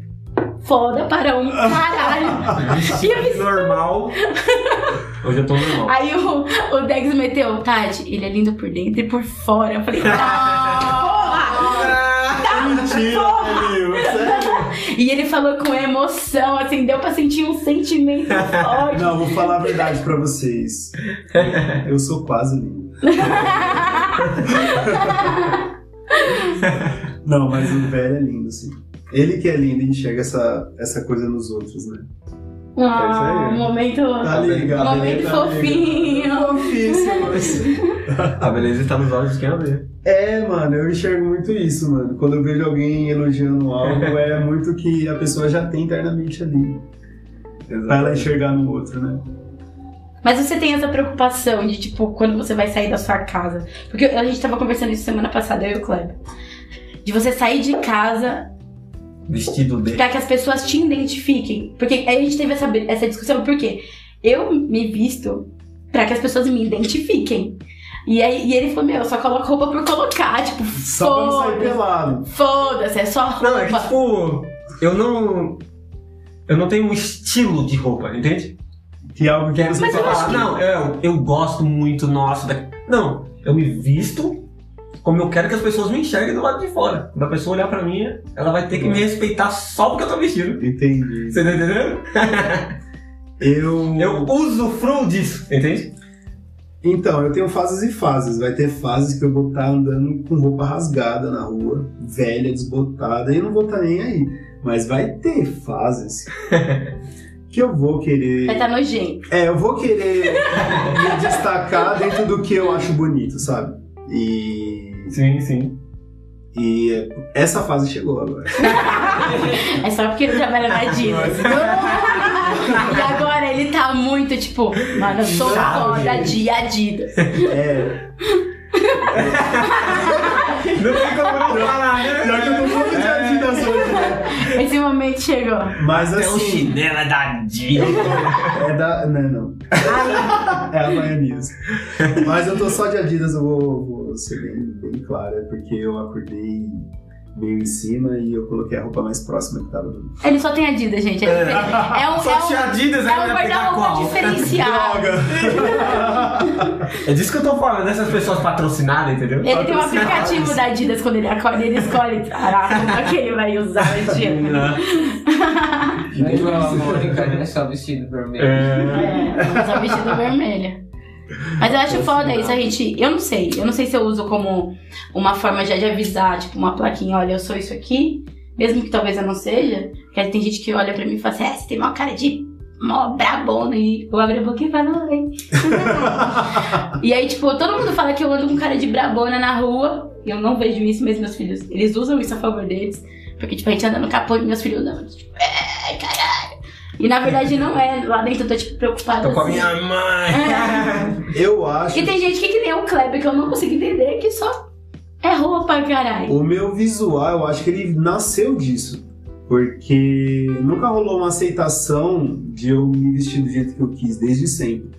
foda para um caralho. E eu me- Tá Normal. Hoje eu tô normal. Aí o, o Dex meteu, Tati, ele é lindo por dentro e por fora. Eu falei, ah, É Mentira, Elio, sério. porra! E ele falou com emoção, assim, deu pra sentir um sentimento forte. Não, vou falar a verdade pra vocês. Eu sou quase lindo. Não, mas o velho é lindo, sim. Ele que é lindo e enxerga essa, essa coisa nos outros, né? Ah, aí. um momento. Tá ligado? Um momento tá fofinho. ligado. Fofíssimo. Ah, A beleza tá está nos olhos de quem a vê. É, mano, eu enxergo muito isso, mano. Quando eu vejo alguém elogiando algo, é muito que a pessoa já tem internamente ali. Pra ela enxergar no outro, né? Mas você tem essa preocupação de, tipo, quando você vai sair da sua casa. Porque a gente tava conversando isso semana passada, eu e o Kleber. De você sair de casa Vestido dele. pra que as pessoas te identifiquem. Porque aí a gente teve essa, essa discussão, porque eu me visto pra que as pessoas me identifiquem. E, aí, e ele falou, meu, eu só coloco roupa por colocar, tipo, Só pra não sair foda-se, pelado. foda-se, é só roupa. Não, é que tipo, eu não. Eu não tenho um estilo de roupa, entende? Que é algo Porque que é aí você Mas eu fala, acho que- não, eu, eu gosto muito, nossa. Da... Não, eu me visto como eu quero que as pessoas me enxerguem do lado de fora. Quando a pessoa olhar pra mim, ela vai ter que me respeitar só porque eu tô vestido. Entendi. Você tá entendendo? Eu... Eu usufruo disso, entende? Então, eu tenho fases e fases. Vai ter fases que eu vou estar andando com roupa rasgada na rua, velha, desbotada, e eu não vou estar nem aí. Mas vai ter fases que eu vou querer. Vai tá estar nojento. É, eu vou querer me destacar dentro do que eu acho bonito, sabe? E. Sim, sim. E essa fase chegou agora. É só porque ele trabalha na Adidas. e agora ele tá muito, tipo, mano, eu sou Sabe. foda de Adidas. É. Não fica por falar, né? Pior que eu não vou de Adidas hoje, né? Esse momento chegou. Mas É um assim. chinelo é da Eu Adidas. tô- É da. Não, não. É a maionese. Mas eu tô só de Adidas, eu vou, vou ser bem, bem clara, porque eu acordei meio em cima e eu coloquei a roupa mais próxima que tava do mim. Ele só tem Adidas, gente. É, diferente. é um, Só tinha é Adidas, um, ela é um vai pegar guarda-roupa qual? diferenciado. É disso que eu tô falando, dessas pessoas patrocinadas, entendeu? Ele tem um aplicativo da Adidas quando ele acorda, ele escolhe a roupa que ele vai usar no dia. Aí o amor é só vestido vermelho. É, vou usar vestido vermelho. Mas eu acho foda isso, a gente. Eu não sei. Eu não sei se eu uso como uma forma já de avisar, tipo, uma plaquinha, olha, eu sou isso aqui. Mesmo que talvez eu não seja. Porque tem gente que olha pra mim e fala assim, é, você tem maior cara de mó brabona. E eu abro a boca e falo, oi. e aí, tipo, todo mundo fala que eu ando com cara de brabona na rua. E eu não vejo isso, mas meus filhos, eles usam isso a favor deles. Porque, tipo, a gente anda no capô e meus filhos andam, tipo, é, caralho. E na verdade não é. Lá dentro eu tô, tipo, preocupada. Tô com a assim. É. minha mãe. Eu acho. E tem gente que, é que nem o Kleber, que eu não consigo entender, que só é roupa, caralho. O meu visual, eu acho que ele nasceu disso. Porque nunca rolou uma aceitação de eu me vestir do jeito que eu quis, desde sempre.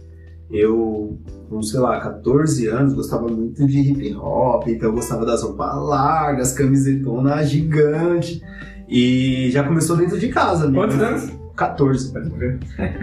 Eu, com, sei lá, 14 anos, gostava muito de hip hop, então eu gostava das roupas largas, camisetona gigante. E já começou dentro de casa, né? Quantos anos? 14.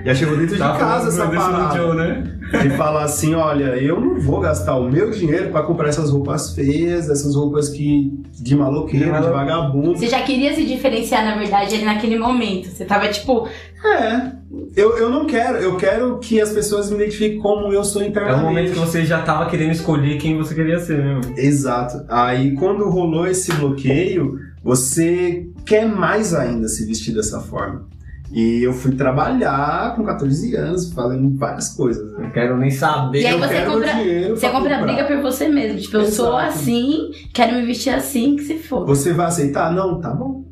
Já chegou dentro de Tá casa essa do parada Joe, né? de falar assim, olha, eu não vou gastar o meu dinheiro pra comprar essas roupas feias, essas roupas que de De maloqueiro, de malo- vagabundo. Você já queria se diferenciar, na verdade, ali naquele momento. Você tava tipo, É. Eu, eu não quero, eu quero que as pessoas me identifiquem como eu sou É o momento internamente. que você já tava querendo escolher quem você queria ser, né? mano? Exato. Aí quando rolou esse bloqueio, você quer mais ainda se vestir dessa forma. E eu fui trabalhar com 14 anos, fazendo várias coisas. né? Não quero nem saber. E aí eu você quero compra- meu dinheiro você pra compra comprar. briga por você mesmo. Tipo, eu sou Exato. assim, quero me vestir assim, que se for. Você vai aceitar? Não, tá bom.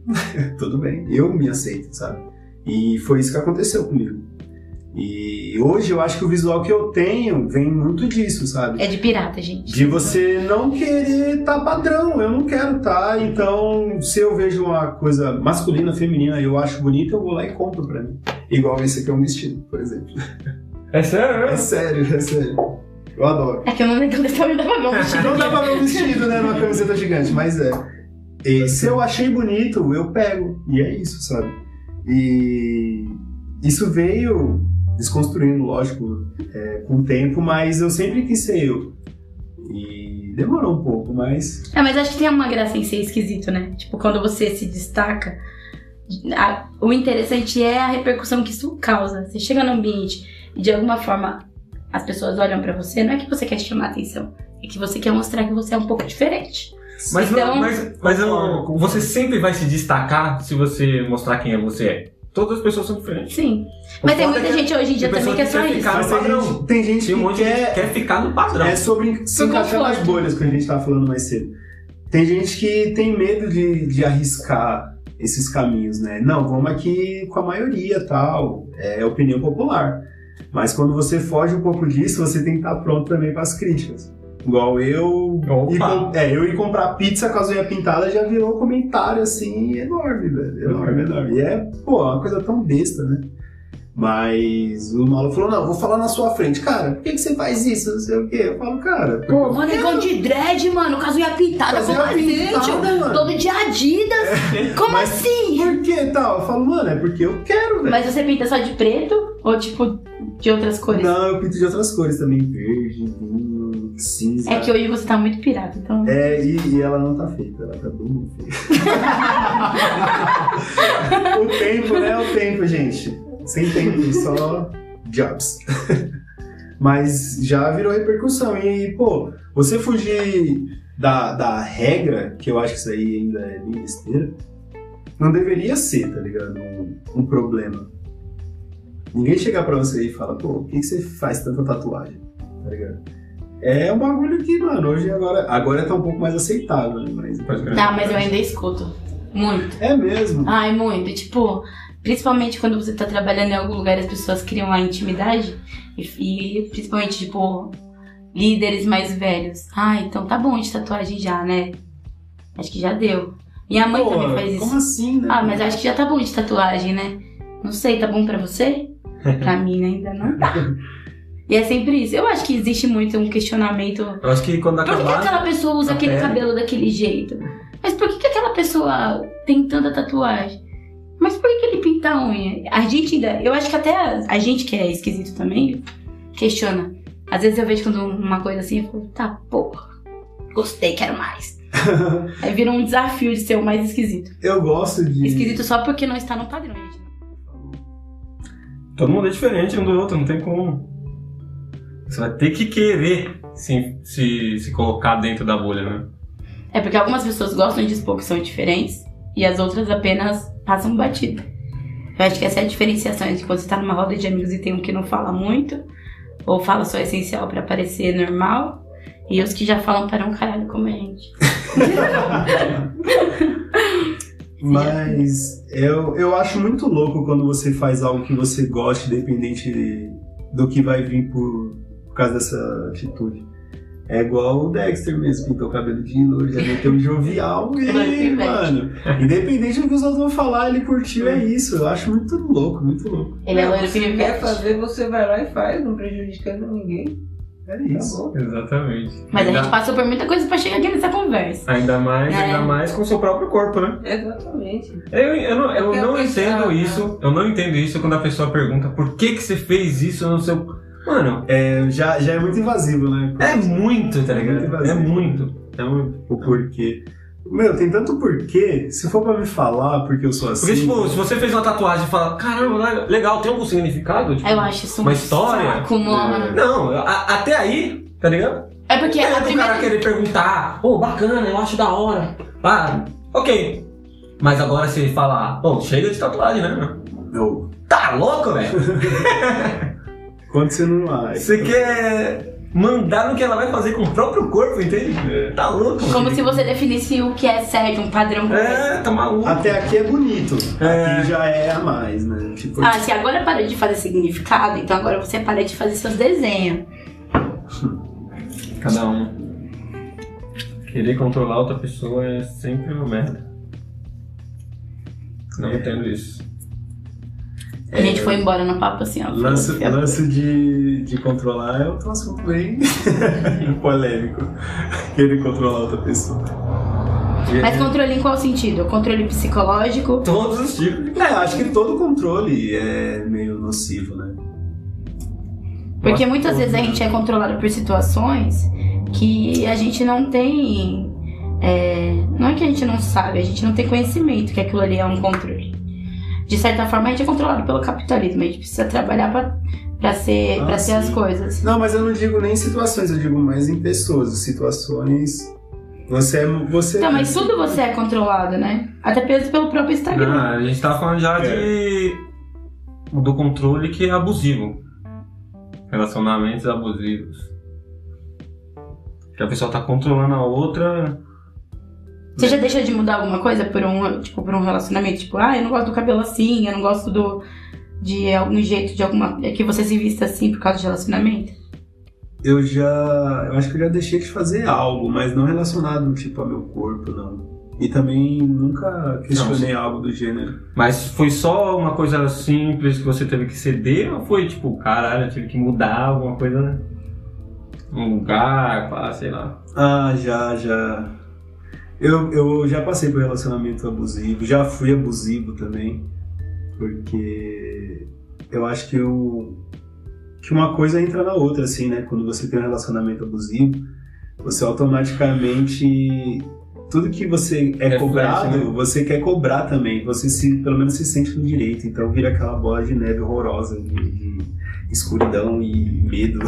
Tudo bem. Eu me aceito, sabe? E foi isso que aconteceu comigo. E hoje eu acho que o visual que eu tenho vem muito disso, sabe? É de pirata, gente. De você não querer tá padrão, eu não quero tá, então se eu vejo uma coisa masculina, feminina e eu acho bonita, eu vou lá e compro pra mim. Igual esse aqui é um vestido, por exemplo. É sério, É né? sério, é sério. Eu adoro. É que eu não lembro desse tamanho da bagão. Então Não tá dá pra ver um vestido, né, numa camiseta gigante, mas é. E se eu achei bonito, eu pego. E é isso, sabe? E isso veio desconstruindo, lógico, é, com o tempo, mas eu sempre quis ser eu. E demorou um pouco, mas. É, mas acho que tem uma graça em ser esquisito, né? Tipo, quando você se destaca, a- o interessante é a repercussão que isso causa. Você chega no ambiente e de alguma forma as pessoas olham pra você, não é que você quer chamar atenção, é que você quer mostrar que você é um pouco diferente. Mas, Então- mas, mas eu- você sempre vai se destacar se você mostrar quem é você é. Todas as pessoas são diferentes. Sim. O Mas tem foda é muita que gente hoje em dia tem também que é só pessoa que quer isso. ficar- Mas tem Tá padrão. gente, tem gente Tem um que monte de gente quer que quer ficar no padrão. É sobre se No encaixar nas conforto. bolhas que a gente tava falando mais cedo. Tem gente que tem medo de, de arriscar esses caminhos, né? Não, vamos aqui com a maioria tal. É opinião popular. Mas quando você foge um pouco disso, você tem que estar pronto também para as críticas. Igual eu. Opa. ir com- é, eu ir comprar pizza com a zoeira pintada já virou um comentário assim enorme, velho. Enorme, enorme. E é, pô, uma coisa tão besta, né? Mas o maluco falou: não, vou falar na sua frente. Cara, por que, que você faz isso? Não sei o quê. Eu falo, cara. Pô, mano, é igual de dread, mano, casuinha pintada com Fazer uma patente, pintada, mano. todo de Adidas. Como É. Mas- assim? Por que tal? Eu falo, mano, é porque eu quero, velho. Mas você pinta só de preto ou tipo de outras cores? Não, eu pinto de outras cores também. Verde, vinho, cinza. É que hoje você tá muito pirata, então. É, e, e ela não tá feita, ela tá bem feita. o tempo, né? O tempo, gente. Sem tempo, só jobs. Mas já virou repercussão. E, pô, você fugir da, da regra, que eu acho que isso aí ainda é bem besteira, não deveria ser, tá ligado? Um, um problema. Ninguém chegar pra você e fala, pô, por que, que você faz tanta tatuagem? Tá ligado? É um bagulho que, mano, hoje agora, agora tá um pouco mais aceitável, né? Mas, Não, Tá, mas eu ainda escuto. Muito. É mesmo. Ai, muito. Tipo, principalmente quando você tá trabalhando em algum lugar e as pessoas criam a intimidade. E, e principalmente, tipo, líderes mais velhos. Ah, então tá bom de tatuagem já, né? Acho que já deu. Minha mãe Pô, também faz isso. Como assim, né? Ah, mas acho que já tá bom de tatuagem, né? Não sei, tá bom pra você? Pra mim né, ainda não tá. E é sempre isso. Eu acho que existe muito um questionamento Eu acho que quando Por que, que acabar. aquela pessoa usa a aquele pele. cabelo daquele jeito? Mas por que, que aquela pessoa tem tanta tatuagem? Mas por que, que ele pinta a unha? A gente ainda. Eu acho que até a, a gente que é esquisito também questiona. Às vezes eu vejo quando uma coisa assim, eu falo, tá, porra, gostei, quero mais. Aí vira um desafio de ser o mais esquisito. Eu gosto Hum. de. Esquisito só porque não está no padrão, gente. Todo mundo é diferente um do outro, não tem como. Você vai ter que querer se, se, se colocar dentro da bolha, né? É porque algumas pessoas gostam de expor que são diferentes e as outras apenas passam batida. Eu acho que essa é a diferenciação entre quando você tá numa roda de amigos e tem um que não fala muito, ou fala só o essencial pra parecer normal, e os que já falam para um caralho como a gente. Mas eu, eu acho muito louco quando você faz algo que você gosta, independente de- do que vai vir por, por causa dessa atitude. É igual o Dexter mesmo, pintou o cabelo de loiro, já meteu um jovial Mano, e, pivete. mano, independente do que os outros vão falar, ele curtiu, é isso. Eu acho muito louco, muito louco. Ele é loiro Se quer pivete. fazer, você vai lá e faz, não prejudicando ninguém. É Tá isso. bom. Exatamente. Mas a ainda, gente passou por muita coisa pra chegar aqui nessa conversa. ainda mais, É. ainda mais com o seu próprio corpo, né? Exatamente. Eu, eu não, É eu Porque a não pessoa- entendo isso. Eu não entendo isso quando a pessoa pergunta por que, que você fez isso no seu. Mano, É, já, já é muito invasivo, né? é muito, tá ligado? Muito é vazio. muito. É muito. O porquê. Meu, tem tanto porquê. Se for pra me falar porque eu sou assim. Porque, tipo, se você fez uma tatuagem e fala, caramba, né, legal, tem algum significado? Tipo, Eu acho isso um Uma história? saco, mano. Não, a- até aí, tá ligado? É porque é a do cara primeira. querer perguntar, pô, bacana, eu acho da hora. Ah, ok. Mas agora você fala, pô, chega de tatuagem, né? Não. Tá louco, velho? Quando você não vai. Você quer. mandar no que ela vai fazer com o próprio corpo, entende? Tá louco. Como gente. se você definisse o que é sério, um padrão. É, tá maluco. Até aqui é bonito. É. Aqui já é a mais, né? Tipo, Ah, se agora parou de fazer significado, então agora você para de fazer seus desenhos. Cada um. Querer controlar outra pessoa é sempre uma merda. Não entendo isso. A É. gente foi embora no papo assim, ó. lance, É. lance de, de controlar é um assunto bem polêmico. Querer controlar outra pessoa. Mas controle em qual sentido? Controle psicológico? Todos os tipos. É, eu acho que todo controle é meio nocivo, né? Porque muitas vezes a gente é controlado por situações que a gente não tem. é, não é que a gente não sabe, a gente não tem conhecimento que aquilo ali é um controle. De certa forma, a gente é controlado pelo capitalismo, a gente precisa trabalhar pra, pra ser, Ah, pra ser as sim. coisas. Não, mas eu não digo nem situações, eu digo mais em pessoas. Situações. Você é. Você Então, mas tudo você é controlado, né? Até mesmo pelo próprio Instagram. Ah, a gente tava falando já de. do controle que é abusivo. Relacionamentos abusivos. Que a pessoa tá controlando a outra. Você já deixou de mudar alguma coisa por um, tipo, por um relacionamento? Tipo, ah, eu não gosto do cabelo assim, eu não gosto do. De algum jeito, de alguma. é Que você se vista assim por causa de relacionamento? Eu já. Eu acho que eu já deixei de fazer algo, mas não relacionado, tipo, ao meu corpo, não. E também nunca questionei algo do gênero. Mas foi só uma coisa simples que você teve que ceder ou foi tipo, caralho, eu tive que mudar alguma coisa, né? Um lugar, pá, sei lá. Ah, já, já. Eu, eu já passei por relacionamento abusivo, já fui abusivo também, porque eu acho que o que uma coisa entra na outra, assim, né? Quando você tem um relacionamento abusivo, você automaticamente. Tudo que você é Reflete, cobrado, né? você quer cobrar também. Você se, pelo menos se sente no direito. Então vira aquela bola de neve horrorosa de, de escuridão e medo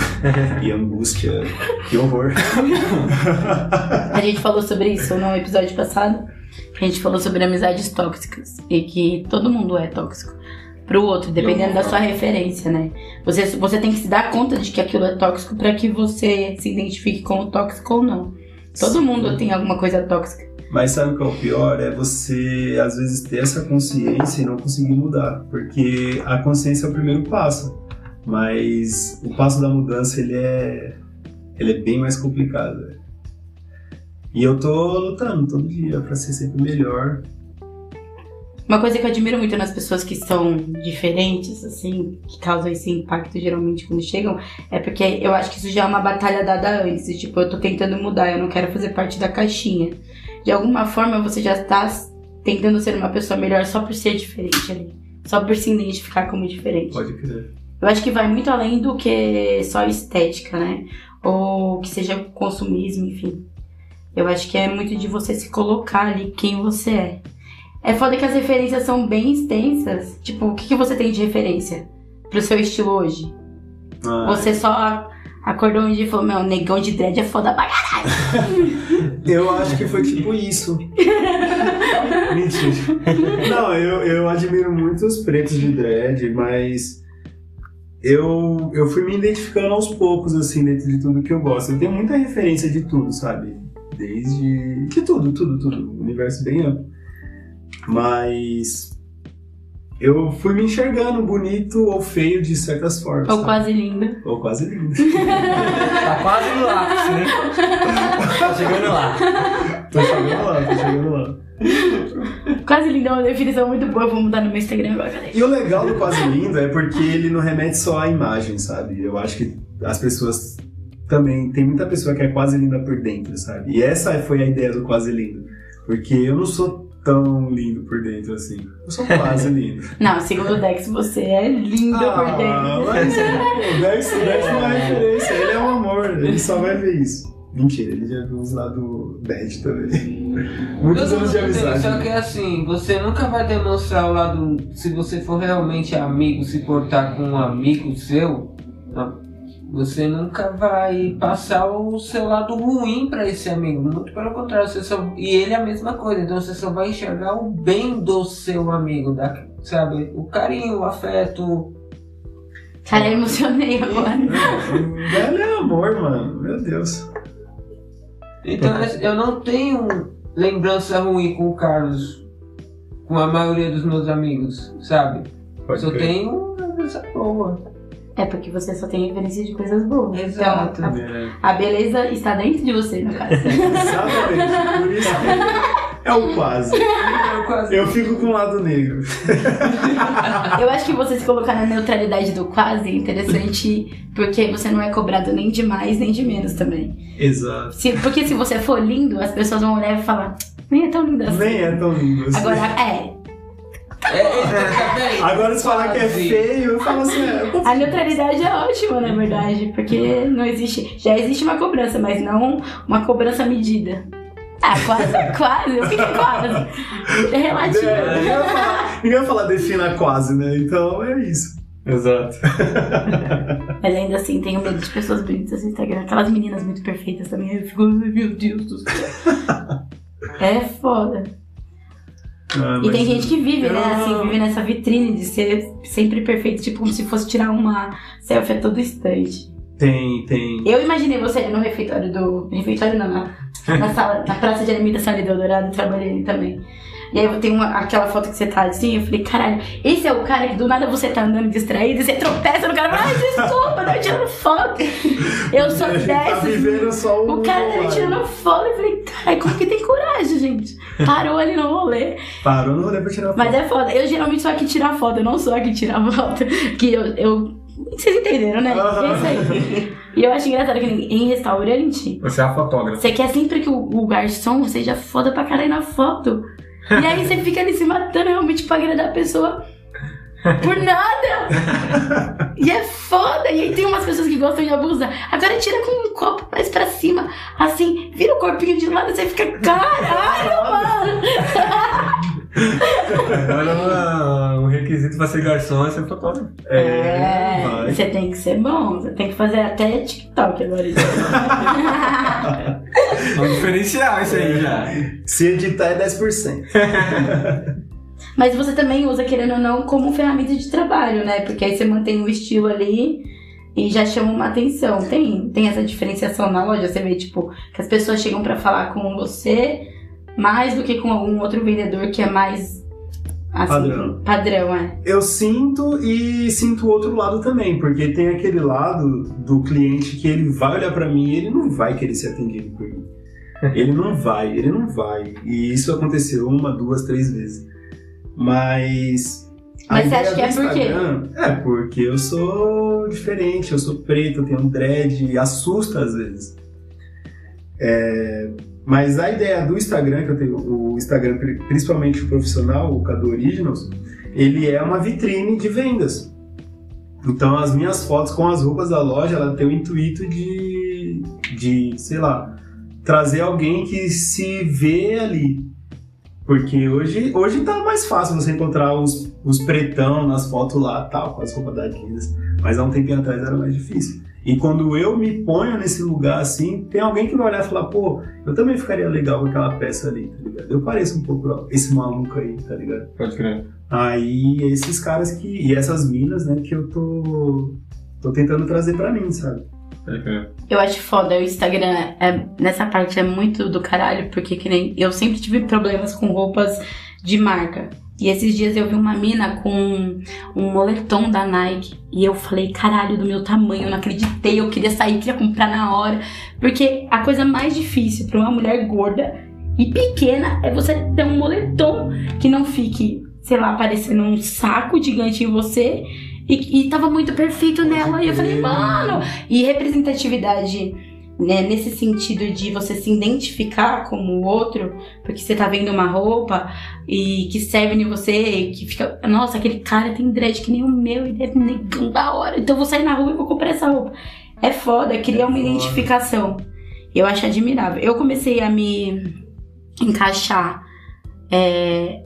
e angústia. Que horror. A gente falou sobre isso no episódio passado. A gente falou sobre amizades tóxicas e que todo mundo é tóxico pro outro, dependendo da sua referência, né? Você, você tem que se dar conta de que aquilo é tóxico pra que você se identifique como tóxico ou não. Todo mundo tem alguma coisa tóxica. Mas sabe o que é o pior? É você, às vezes, ter essa consciência e não conseguir mudar. Porque a consciência é o primeiro passo. Mas o passo da mudança, ele é, ele é bem mais complicado. né? E eu tô lutando todo dia pra ser sempre melhor. Uma coisa que eu admiro muito nas pessoas que são diferentes, assim, que causam esse impacto geralmente quando chegam, é porque eu acho que isso já é uma batalha dada antes. de, Tipo, eu tô tentando mudar, eu não quero fazer parte da caixinha. De alguma forma você já tá tentando ser uma pessoa melhor só por ser diferente ali. Só por se identificar como diferente. Pode crer. Eu acho que vai muito além do que só estética, né? Ou que seja consumismo, enfim. Eu acho que é muito de você se colocar ali quem você é. É foda que as referências são bem extensas. Tipo, o que, que você tem de referência pro seu estilo hoje? Ah, Você só acordou um dia e falou, meu, negão de dread é foda pra caralho." eu acho que foi tipo isso. Mentira. Não, eu, eu admiro muito os pretos de dread, mas eu, eu fui me identificando aos poucos, assim, dentro de tudo que eu gosto. Eu tenho muita referência de tudo, sabe? Desde. De tudo, tudo, tudo. Um universo bem amplo. Mas. Eu fui me enxergando bonito ou feio de certas formas. Ou sabe? quase linda. Ou quase lindo. Tá quase no lápis, né? Tá chegando lá. tô chegando lá, tô chegando lá. Quase linda é uma definição muito boa, eu vou mudar no meu Instagram agora, galera. E o legal do Quase Lindo é porque ele não remete só à imagem, sabe? Eu acho que as pessoas também. Tem muita pessoa que é quase linda por dentro, sabe? E essa foi a ideia do Quase Lindo. Porque eu não sou tão lindo por dentro assim. Eu sou quase lindo. Não, segundo o Dex, você é linda Ah. por dentro. mas é, o Dex, o Dex não é referência. Ele é um amor, ele só vai ver isso. Mentira, ele já viu uns lá do Bad também. Muitos Todo anos mundo de tem, Só amizade. que é assim, você nunca vai demonstrar o lado. Se você for realmente amigo, se portar com um amigo seu, tá? você nunca vai passar o seu lado ruim pra esse amigo. Muito pelo contrário, você só, e ele é a mesma coisa. Então você só vai enxergar o bem do seu amigo, da, sabe? O carinho, o afeto. Cara, eu Tá emocionei agora. Velho é amor, mano. Meu Deus. Então eu não tenho lembrança ruim com o Carlos, com a maioria dos meus amigos, sabe? Pode Só crer. tenho lembrança boa. É porque você só tem referência de coisas boas. Exato. Então, É, a, a beleza está dentro de você, no caso. exatamente. Por isso que é o quase. Eu quase. Eu fico com o lado negro. Eu acho que você se colocar na neutralidade do quase é interessante, porque você não é cobrado nem de mais nem de menos também. Exato. Se- porque se você for lindo, as pessoas vão olhar e falar, nem é tão lindo assim. Nem é tão lindo assim. Agora, é. É, é, tá bem. Agora se falar que é Quase. feio, eu falo assim, é, eu tô A neutralidade é ótima, na verdade, porque não existe. Já existe uma cobrança, mas não uma cobrança medida. Ah, quase, quase. O que que é quase? É É, relativo. ninguém, vai falar, ninguém vai falar defina quase, né? Então é isso. Exato. Mas ainda assim, tenho medo de pessoas bonitas no Instagram. Aquelas meninas muito perfeitas também. Eu fico, "Ai, meu Deus do céu. É foda. Ah, E mas- tem gente que vive, né? Eu- Assim, vive nessa vitrine de ser sempre perfeito, tipo como se fosse tirar uma selfie a todo instante. Tem, tem. Eu imaginei você ali no refeitório do. No refeitório não, na, na sala, na praça de alimentação ali do Eldorado, trabalhei ali também. E aí tem uma, aquela foto que você tá assim, eu falei, caralho, esse é o cara que do nada você tá andando distraído e você tropeça no cara, ai, desculpa, tá tirando foto. Eu sou Tá dessas. vivendo só um. O cara tava lado. tirando foto, eu falei, caralho, como que tem coragem, gente? Parou ali no rolê. Parou no rolê pra tirar foto. Mas é foda. Eu geralmente sou a que tira foto, eu não sou a que tira foto. Que eu. eu... Vocês entenderam, né? É isso aí. E eu acho engraçado que em restaurante, Você é a fotógrafa. você quer sempre que o, o garçom seja foda pra caralho na foto. E aí você fica ali se matando realmente pra agradar a pessoa. Por nada! E é foda! E aí tem umas pessoas que gostam de abusar. Agora tira com um copo mais pra cima, assim, vira o corpinho de lado e você fica, caralho, mano! Era uma- um requisito pra ser garçom é ser fotógrafo. É, vai. você tem que ser bom, você tem que fazer até TikTok agora. então. É um diferencial isso aí já. Se editar é 10%. Mas você também usa, querendo ou não, como ferramenta de trabalho, né? Porque aí você mantém o estilo ali e já chama uma atenção. Tem, tem essa diferenciação na loja, você vê, tipo, que as pessoas chegam pra falar com você mais do que com algum outro vendedor que é mais assim, Padrão. Padrão, é. Eu sinto e sinto o outro lado também, porque tem aquele lado do cliente que ele vai olhar pra mim e ele não vai querer ser atendido por mim. Ele não vai, ele não vai. E isso aconteceu uma, duas, três vezes. Mas. a Mas você ideia acha que do é por quê? Instagram- É, porque eu sou diferente, eu sou preto, eu tenho um dread, assusta às vezes. É, mas a ideia do Instagram, que eu tenho, o Instagram, pri- principalmente o profissional, o Cadu Originals, ele é uma vitrine de vendas. Então as minhas fotos com as roupas da loja, ela tem o intuito de, de sei lá, trazer alguém que se vê ali. Porque hoje, hoje tá mais fácil você encontrar os, os pretão nas fotos lá, tal, com as roupas da Adidas. Mas há um tempinho atrás era mais difícil. E quando eu me ponho nesse lugar assim, tem alguém que vai olhar e falar, pô, eu também ficaria legal com aquela peça ali, tá ligado? Eu pareço um pouco ó, esse maluco aí, tá ligado? Pode crer. Aí esses caras que. E essas minas, né, que eu tô. tô tentando trazer pra mim, sabe? Pode crer. Eu acho foda, o Instagram é, nessa parte é muito do caralho, porque que nem eu sempre tive problemas com roupas de marca. E esses dias eu vi uma mina com um moletom da Nike e eu falei, caralho, do meu tamanho, eu não acreditei, eu queria sair, queria comprar na hora. Porque a coisa mais difícil pra uma mulher gorda e pequena é você ter um moletom que não fique, sei lá, parecendo um saco gigante em você. E, e tava muito perfeito nela. E eu falei, crer. mano, e representatividade né, nesse sentido de você se identificar como o outro, porque você tá vendo uma roupa e que serve em você, e que fica, nossa, aquele cara tem dread que nem o meu, ele é negão da hora, então eu vou sair na rua e vou comprar essa roupa. É foda, cria uma foda. identificação. Eu acho admirável. Eu comecei a me encaixar, é,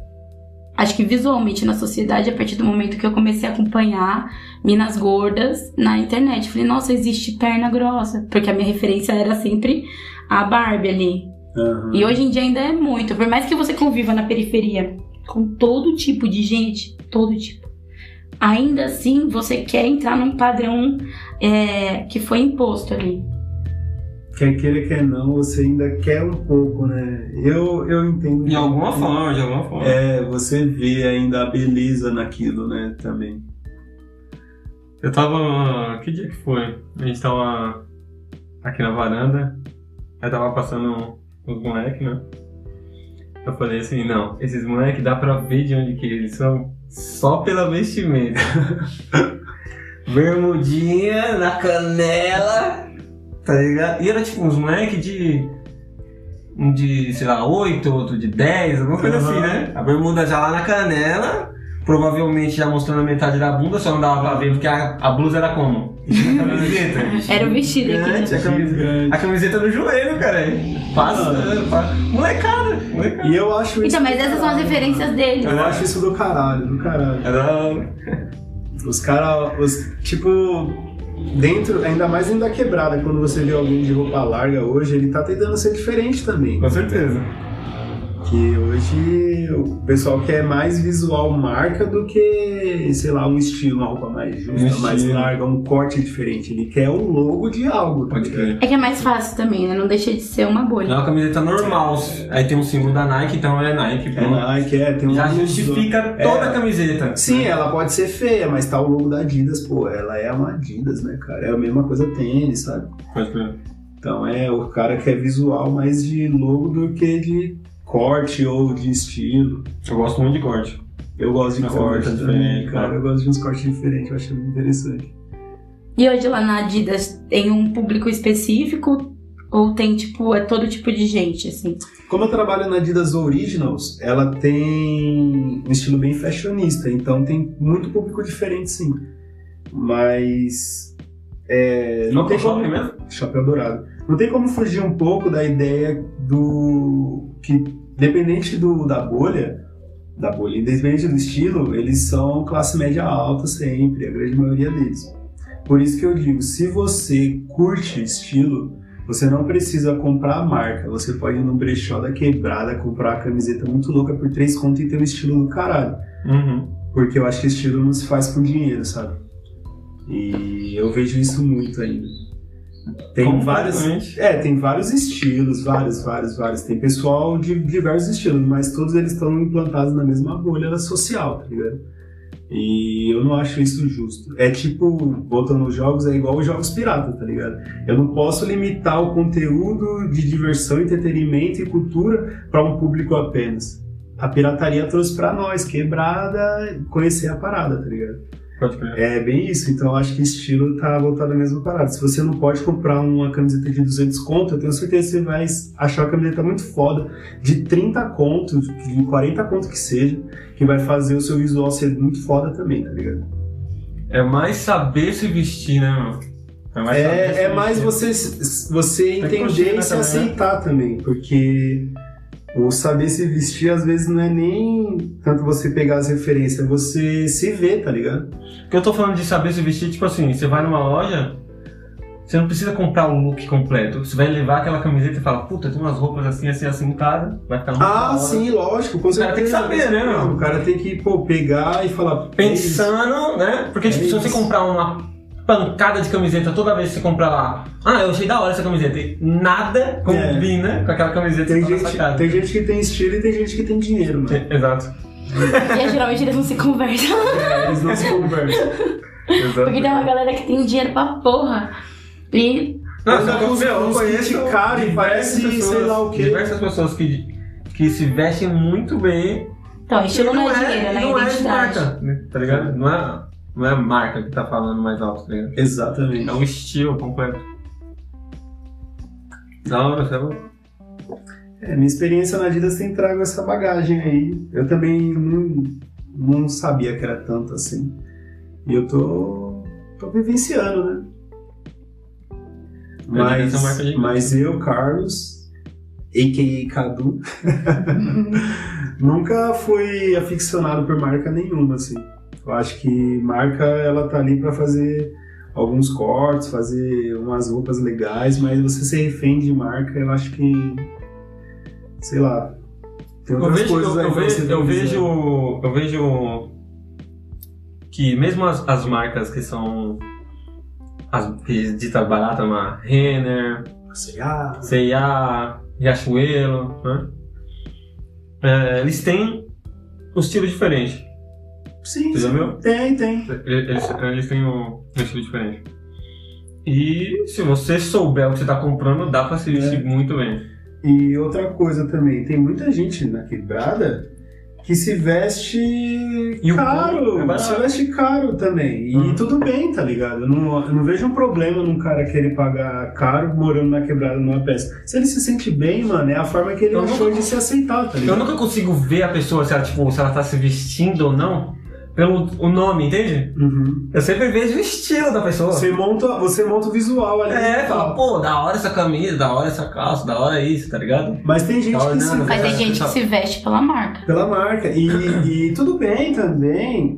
acho que visualmente na sociedade, a partir do momento que eu comecei a acompanhar minas gordas na internet. Falei, nossa, existe perna grossa. Porque a minha referência era sempre a Barbie ali. E hoje em dia ainda é muito. Por mais que você conviva na periferia com todo tipo de gente, todo tipo. ainda assim você quer entrar num padrão é, que foi imposto ali. Quer queira, quer não, você ainda quer um pouco, né? Eu, eu entendo. De alguma forma, de alguma forma. É, você vê ainda a beleza naquilo, né? Também. Eu tava. Que dia que foi? A gente tava aqui na varanda, aí tava passando os moleques, né? Eu falei assim, não, esses moleques dá pra ver de onde que eles são só pela vestimenta. Bermudinha na canela, tá ligado? E era tipo uns moleque de. Um de, sei lá, 8, outro de 10, alguma coisa Aham. assim, né? A bermuda já lá na canela, provavelmente já mostrando a metade da bunda, só não dava pra ver, porque a, a blusa era como? Camiseta. Era o vestido aqui. né? Gigante, a camiseta. Gigante. Ah. A camiseta no joelho, cara. Passando, passa. Molecada, molecada. E eu acho isso. Então, mas essas são as referências dele. Eu acho isso do caralho, do caralho. Era- Os caras, os, tipo, dentro, ainda mais dentro da quebrada, quando você vê alguém de roupa larga hoje, ele tá tentando ser diferente também. Com certeza. Que hoje o pessoal quer mais visual marca do que, sei lá, um estilo, uma roupa mais justa, Um mais estilo. larga, um corte diferente. Ele quer um logo de algo, tá Pode ligado? crer. É que é mais fácil também, né? Não deixa de ser uma É bolha. uma camiseta normal. Aí tem um símbolo da Nike, então é Nike. É pronto. Nike, é, tem um Já logo justifica É. toda a camiseta. Sim, ela pode ser feia, mas tá o logo da Adidas, pô, ela é uma Adidas, né, cara? É a mesma coisa tênis, sabe? Pode crer. Então é o cara que é visual mais de logo do que de corte ou de estilo. Então, Eu gosto muito de corte. Eu gosto de é Nossa, corte muito também, diferente, né? cara. cara. Eu gosto de uns cortes diferentes, eu acho muito interessante. E hoje lá na Adidas tem um público específico ou tem, tipo, é todo tipo de gente, assim? Como eu trabalho na Adidas Originals, ela tem um estilo bem fashionista, então tem muito público diferente sim. Mas. é, não tem como. mesmo? Chapéu Dourado. Não tem como fugir um pouco da ideia do que, dependente do, da bolha, da bolha, independente do estilo, eles são classe média alta sempre, a grande maioria deles. Por isso que eu digo, se você curte estilo, você não precisa comprar a marca, você pode ir no brechó da quebrada, comprar uma camiseta muito louca por três conto e ter um estilo do caralho. Uhum. Porque eu acho que estilo não se faz com dinheiro, sabe? E eu vejo isso muito ainda. Tem vários, Completamente. é, tem vários estilos, vários, vários, vários. Tem pessoal de diversos estilos, mas todos eles estão implantados na mesma bolha social, tá ligado? E eu não acho isso justo. É tipo, voltando aos jogos, é igual os jogos pirata, tá ligado? Eu não posso limitar o conteúdo de diversão, entretenimento e cultura para um público apenas. A pirataria trouxe para nós, quebrada, conhecer a parada, tá ligado? Pode crer. É bem isso, então eu acho que estilo tá voltado à mesma parada. Se você não pode comprar uma camiseta de 200 conto, eu tenho certeza que você vai achar a camiseta muito foda, de 30 conto, de 40 conto que seja, que vai fazer o seu visual ser muito foda também, tá ligado? É mais saber se vestir, né, mano? mais saber se É, é vestir. mais você, s- você que entender curtir, né, e se também, né? aceitar também, porque o saber se vestir às vezes não é nem tanto você pegar as referências, é você se ver, tá ligado? Porque eu tô falando de saber se vestir, tipo assim, você vai numa loja, você não precisa comprar o look completo. Você vai levar aquela camiseta e fala, puta, tem umas roupas assim, assim, assim, cara, vai ficar muito da Ah, hora. sim, lógico, com certeza. cara tem que saber, né, meu? O cara tem que, pô, pegar e falar. Pensando, né? Porque, É tipo, se você isso. comprar uma pancada de camiseta toda vez que você comprar lá, ah, eu achei da hora essa camiseta. E nada combina com aquela "Isso". camiseta É. que Tem tá na gente, sua casa. tem gente que tem estilo e tem gente que tem dinheiro, mano. Exato. E aí, geralmente eles não se conversam. É, Eles não se conversam. Porque tem uma galera que tem dinheiro pra porra. E Nossa, Mas eu, uns- meu, eu uns conheço kit caro e diversas parece sei lá o quê. Diversas pessoas que, que se vestem muito bem. Então, estilo E não, é é- dinheiro, e né? não é de identidade. marca, né? tá ligado? Não é, não é a marca que tá falando mais alto, tá ligado? Exatamente. É um estilo completo. Da hora, sabe? É, minha experiência na Adidas tem trago essa bagagem aí. Eu também não, não sabia que era tanto assim. E eu tô, tô vivenciando, né? Eu devia ser uma marca Mas, de- mas eu, Carlos, a.k.a. Cadu, Uhum. nunca fui aficionado por marca nenhuma, assim. Eu acho que marca, ela tá ali pra fazer alguns cortes, fazer umas roupas legais, mas você ser refém de marca, eu acho que sei lá. Tem Eu outras vejo, coisas eu, aí eu pra você vejo, eu valorizar. vejo, eu vejo que mesmo as, as marcas que são as que dita barata, uma Renner, Sei lá. C&A, Riachuelo, né? É, eles têm um estilo diferente, Sim, sim. entendeu? Tem, tem. Eles, eles têm um, um estilo diferente. E se você souber o que você está comprando, dá pra se vestir muito bem. E outra coisa também, tem muita gente na quebrada que se veste o caro, povo é barato. se veste caro também. E Uhum. tudo bem, tá ligado? Eu não, eu não vejo um problema num cara querer pagar caro morando na quebrada numa peça. Se ele se sente bem, mano, é a forma que ele Eu achou nunca- de se aceitar, tá Eu ligado? nunca consigo ver a pessoa se ela, tipo, se ela tá se vestindo ou não pelo o nome, entende? Uhum. Eu sempre vejo o estilo da pessoa. Você, monta, você monta o visual ali. É, fala, pô, da hora essa camisa, da hora essa calça, da hora isso, tá ligado? Mas tem gente Tá que se olhando, Mas tem Cara, gente que tá- se veste pela marca. pela marca. E, e tudo bem também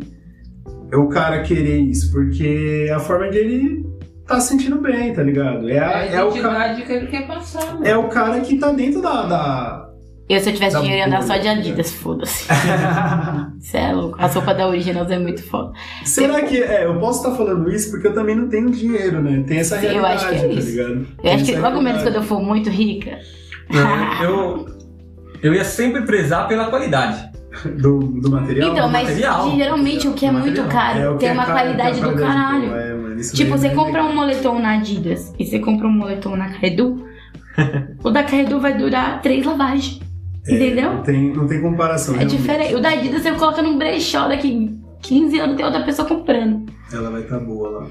é o cara querer isso, porque é a forma de ele tá se sentindo bem, tá ligado? É, É a- a é o, ca- identidade que ele quer passar, mano. é o cara que tá dentro da. da- Eu, se eu tivesse Dá dinheiro, ia muito andar só de orgulho, Adidas, foda-se. Cê é louco. A sopa da Originals é muito foda. Será que. É, eu posso estar falando isso porque eu também não tenho dinheiro, né? Tem essa Sim, eu realidade, acho que é tá isso. ligado? Eu acho que Tem essa logo menos quando realidade. eu for muito rica. Não, eu, eu ia sempre prezar pela qualidade. Do, do material. né? Então, mas material. geralmente o que é Material. muito É, caro o que tem é uma caro, o que é qualidade do qualidade caralho. boa, é, mano, isso Tipo, daí você não é compra legal. um moletom na Adidas e você compra um moletom na Carredu, o da Carredu vai durar três lavagens. Não Entendeu? tem, não tem comparação. É É, realmente. diferente. O da Adidas você coloca num brechó daqui 15 anos tem outra pessoa comprando. Ela vai estar boa lá.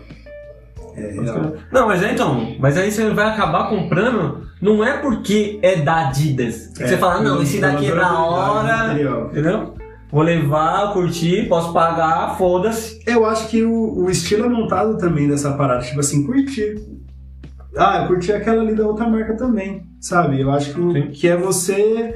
É, real. Não, mas é então, mas aí você vai acabar comprando, não é porque é da Adidas. É, você fala, não, esse daqui é da hora, material. entendeu? Vou levar, curtir, posso pagar, foda-se. Eu acho que o, o estilo é montado também dessa parada, tipo assim, curtir. Ah, eu curti aquela ali da outra marca também, sabe? Eu acho que, o- Sim. que é você.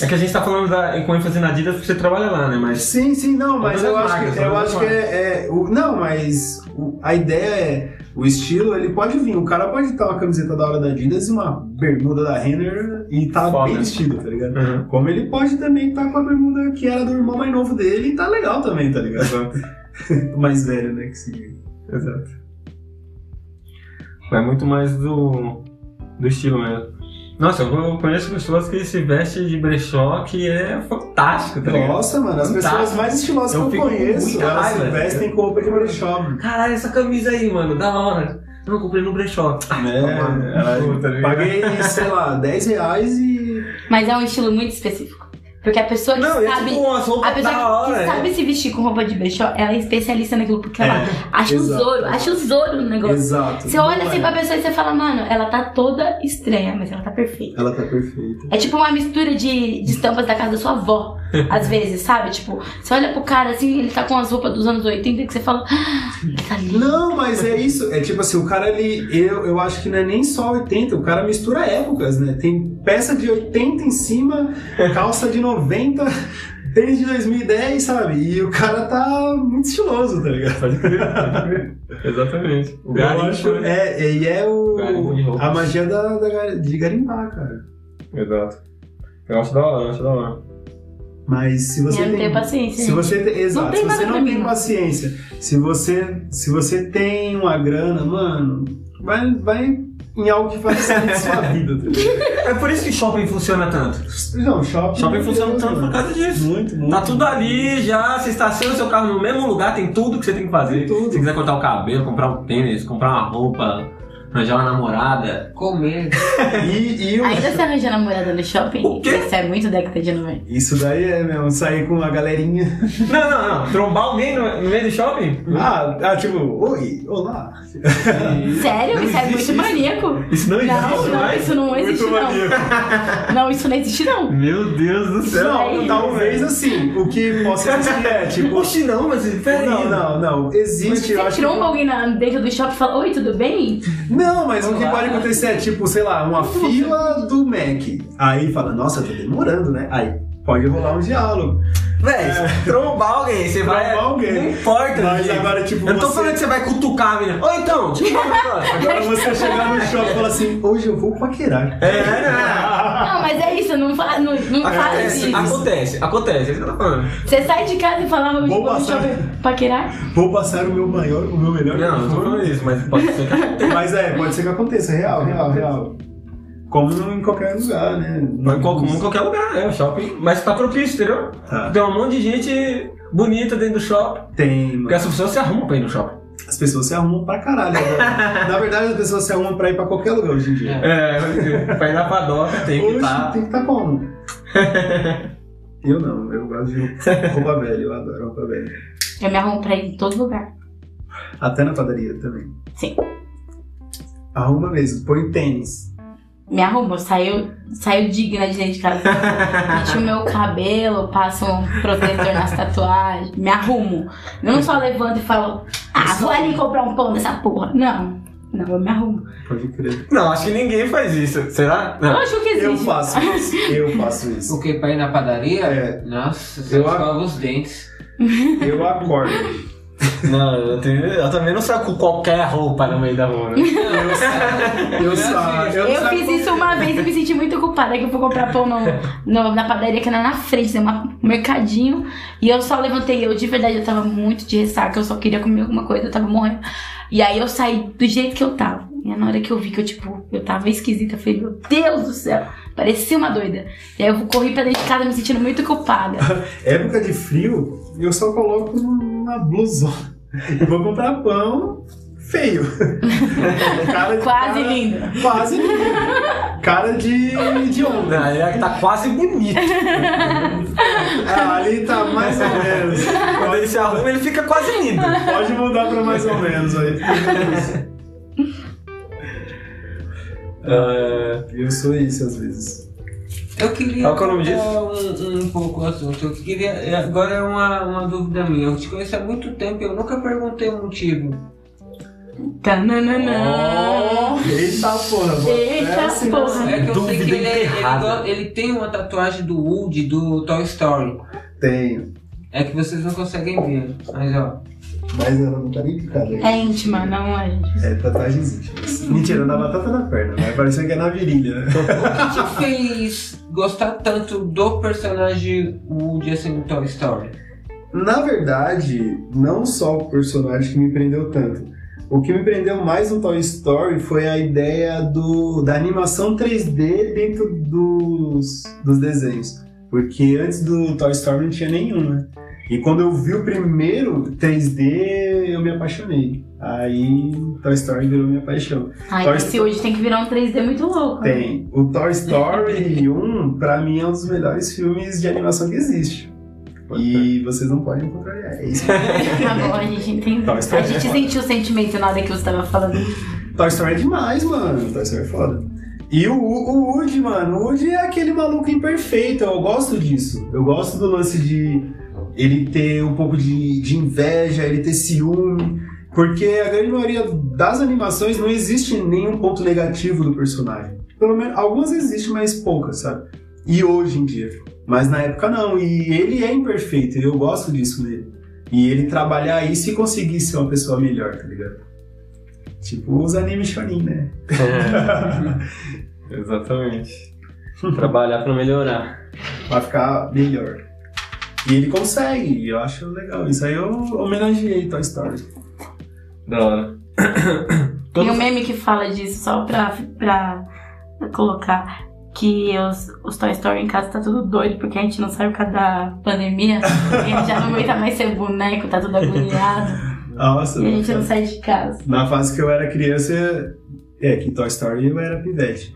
É que a gente tá falando da, com ênfase na Adidas porque você trabalha lá, né? Mas Sim, sim, não, mas Todas eu as acho marcas, que, eu todas as acho que é. é o- não, mas o- a ideia é. O estilo, ele pode vir. O cara pode estar uma camiseta da hora da Adidas e uma bermuda da Renner e tá Foda. bem vestido, tá ligado? uhum. Como ele pode também estar com a bermuda que era do irmão mais novo dele e tá legal também, tá ligado? O mais velho, né? Que se diga. Exato. É muito mais do, do estilo mesmo. Nossa, eu eu conheço pessoas que se vestem de brechó que é fantástico, tá ligado? Nossa, mano, as Fantástico. pessoas mais estilosas Eu que eu fico com conheço, muita elas se raiva, né? vestem cara. com roupa de brechó, mano. Caralho, essa camisa aí, mano, da hora. Eu não comprei no brechó. Ah, tomar no cu, tá É, ligado? paguei, sei lá, 10 reais e. Mas é um estilo muito específico. Porque a pessoa que Não, e é sabe. tipo umas A roupas pessoa que- da hora. É, que sabe se vestir com roupa de brechó, ela é especialista naquilo, porque ela acha o exato. zoro, acha o zoro no negócio. Exato. Você olha Não assim é. pra pessoa e você fala, mano, ela tá toda estranha, mas ela tá perfeita. Ela tá perfeita. É tipo uma mistura de, de estampas da casa da sua avó, às vezes, sabe? Tipo, você olha pro cara assim, ele tá com as roupas dos anos 80 que você fala, ah, ele tá lindo. Não, mas é isso. É tipo assim, o cara ele. Eu, eu acho que não é nem só 80, o cara mistura épocas, né? Tem peça de 80 em cima, calça de 90 desde 2010, sabe? E o cara tá muito estiloso, tá ligado? Pode crer, pode crer. Exatamente. O Eu garimpo, acho, né? é, é- e é o, Garimpo de roupas. a magia da, da gar- de garimpar, cara. Exato. Eu acho da hora, eu acho da hora. Mas se Eu você não tem, tenho paciência. se gente. você tem, exato, tem se você nada não pra tem mim, não. paciência, se você se você tem uma grana, mano, vai vai em algo que faz sentido na sua vida. Tá ligado? É por isso que shopping funciona tanto. Não, shopping. Shopping funciona meu Deus, tanto por mano. causa disso. Muito, muito. Tá tudo ali já, você estaciona o seu carro no mesmo lugar, tem tudo que você tem que fazer. Tem tudo. Se você quiser cortar o cabelo, comprar um tênis, comprar uma roupa, arranjar uma namorada. Comer. E, e o- Ainda se arranja namorada no shopping? um O quê? Isso é muito década de 90. Isso daí é mesmo, sair com a galerinha. Não, não, não. Trombar alguém no, no meio do shopping? Ah, ah, tipo, oi, olá. Sério? Não Isso é muito existe isso. maníaco. Isso não existe, Não, não, mais. isso não existe não. Não, isso não existe não. Meu Deus do céu. Não, Não, talvez assim, o que possa existir é tipo. Oxi, não, mas peraí. Não, não, não. Existe, eu Você acho. que- tromba alguém na- dentro do shopping e fala, oi, tudo bem? Não, mas o que Olá. pode acontecer é tipo, sei lá, uma fila do Mac. Aí fala, nossa, tá demorando, né? Aí pode rolar um diálogo. Véi, se É. trombar alguém, você vai. Trombar alguém. Não importa, Mas gente. agora, tipo, Eu não tô você- falando que você vai cutucar a menina. Ô, então, deixa eu falar agora. Agora você chegar no shopping e falar assim, hoje eu vou paquerar. É, né? Não, mas é isso, não fala, não, não É, fala Acontece, disso. acontece, acontece, é isso que eu tô falando. Você sai de casa e fala, Vou vamos passar. shopping paquerar? Vou passar o meu maior, o meu melhor. Não, não tô falando isso, mas pode ser que aconteça. Mas é, pode ser que aconteça, real, real, real. Como em qualquer lugar, né? Mas em qual- como em qualquer lugar, né? O shopping. Mas tá propício, entendeu? Tá. Tem um monte de gente bonita dentro do shopping. Tem, Porque mano. essa pessoa se arruma pra ir no shopping. As pessoas se arrumam pra caralho agora. Na verdade, as pessoas se arrumam pra ir pra qualquer lugar hoje em dia. É, pra ir na padoca tem que tá. Hoje tá- estar. tem que estar como? eu não, eu gosto de roupa velha, eu adoro roupa velha. Eu me arrumo pra ir em todo lugar. Até na padaria também. Sim. Arruma mesmo, põe tênis. Me arrumo, saiu, saiu digna de dentro de casa. Pinto o meu cabelo, passo um protetor nas tatuagens, me arrumo. Eu não só levanto e falo, ah, vou ali comprar um pão dessa porra. Não, não, eu me arrumo. Pode crer. Não, acho que ninguém faz isso. Será? Eu Não. acho que existe. Eu faço isso, eu faço isso. Porque pra ir na padaria, É. nossa, você Eu escova os dentes. Eu acordo. Não, eu, tenho- eu também não saio com qualquer roupa no meio da rua. né? Não, Eu saio. Eu, saio fiz com- isso uma vez e me senti muito culpada que eu fui comprar pão no, no- na padaria que era na frente, tem uma- um mercadinho. E eu só levantei, eu de verdade, eu tava muito de ressaca, eu só queria comer alguma coisa, eu tava morrendo. E aí eu saí do jeito que eu tava. E na hora que eu vi que eu, tipo, eu tava esquisita, eu falei, meu Deus do céu, parecia uma doida. E aí eu corri pra dentro de casa me sentindo muito culpada. Época de frio, eu só coloco uma blusona. E vou comprar pão feio. Cara de Quase cara- linda. Quase lindo. Cara de, de onda. Não, ele é que tá quase bonito. Ah, ali tá mais ou menos. Quando ele se arruma, ele fica quase lindo. Pode mudar pra mais ou menos aí. É, Eu sou isso às vezes. Eu queria Qual que é o nome disso? mudar Um, um pouco o assunto. Eu queria. Agora é uma, uma dúvida minha. Eu te conheço há muito tempo e eu nunca perguntei o motivo. Oh. Tananã. Eita porra, mano. Eita É assim, porra. assim. É que eu sei Dúvida que ele, é- ele, enterrada. go- ele tem uma tatuagem do Woody do Toy Story. Tenho. É que vocês não conseguem ver. Mas ó. Mas ela não tá nem picada. aí. É íntima, não é, gente. É, tatuagem existe. Mentira, na batata na perna. Vai parecer que é na virilha, né? O que te fez gostar tanto do personagem Woody assim do Toy Story? Na verdade, não só o personagem que me prendeu tanto. O que me prendeu mais no Toy Story foi a ideia do, da animação 3D dentro dos, dos desenhos. Porque antes do Toy Story não tinha nenhum, né? E quando eu vi o primeiro 3D, eu me apaixonei. Aí Toy Story virou minha paixão. Ai, esse hoje tem que virar um 3D muito louco. né? Tem o Toy Story 1, pra mim é um dos melhores filmes de animação que existe. E vocês não podem contrariar. É isso que Tá bom, a gente entendeu. Toy Story A gente é foda. sentiu o sentimento na hora que você tava falando. Toy Story é demais, mano. Toy Story é foda. E o, o Woody, mano, o Woody é aquele maluco imperfeito. Eu gosto disso. Eu gosto do lance de ele ter um pouco de, de inveja, ele ter ciúme. Porque a grande maioria das animações não existe nenhum ponto negativo do personagem. Pelo menos algumas existem, mas poucas, sabe? E hoje em dia. Mas na época não. E ele é imperfeito. e Eu gosto disso nele. E ele trabalhar isso e conseguir ser uma pessoa melhor, tá ligado? Tipo os animes shonen, né? É. Exatamente. Trabalhar pra melhorar. Pra ficar melhor. E ele consegue, e eu acho legal. Isso aí eu homenageei Toy Story. Da hora. Tem um meme que fala disso, só pra, pra colocar que os, os Toy Story em casa tá tudo doido, porque a gente não sabe por causa da pandemia. E a gente já não aguenta mais ser boneco, tá tudo agoniado. Nossa, E a gente não sai de casa. na fase que eu era criança, é que Toy Story eu era pivete.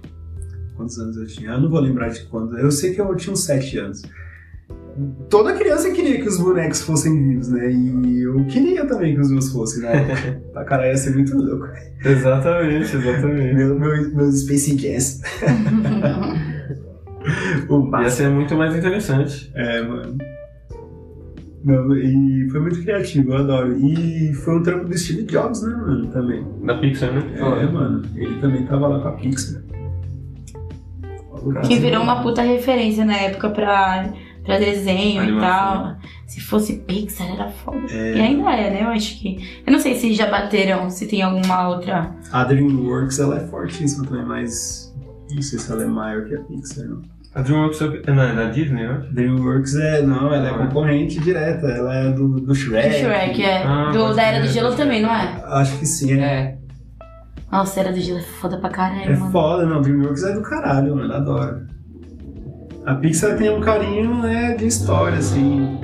Quantos anos eu tinha? Eu não vou lembrar de quando. Eu sei que eu tinha uns 7 anos. Toda criança queria que os bonecos fossem vivos, né? E eu queria também que os meus fossem, né? pra cara ia ser muito louco. Exatamente, exatamente. Meu, meu, meus Space Jazz. o máximo. Ia ser muito mais interessante. É, mano. Não, e foi muito criativo, eu adoro. E foi um trampo do Steve Jobs, né, mano? Também. Da Pixar, né? É, Foi. mano. Ele também tava lá com a né. Pixar. Que virou uma puta referência na época pra trazer desenho e Animação. tal. Se fosse Pixar, era foda. E ainda é, né? Eu acho que. Eu não sei se já bateram, se tem alguma outra. A DreamWorks ela é fortíssima também, mas não sei se ela é maior que a Pixar. Não. A DreamWorks é na, na Disney, né? DreamWorks é, não, ela é concorrente direta, ela é do, do Shrek. Do Shrek, é. Ah, do, pode da Era do crer, Gelo pode crer. também, não é? Acho que sim, é, É. Nossa, Era do Gelo é foda pra caralho, é mano. foda, não, DreamWorks é do caralho, mano, adoro. A Pixar tem um carinho, né, de história, assim,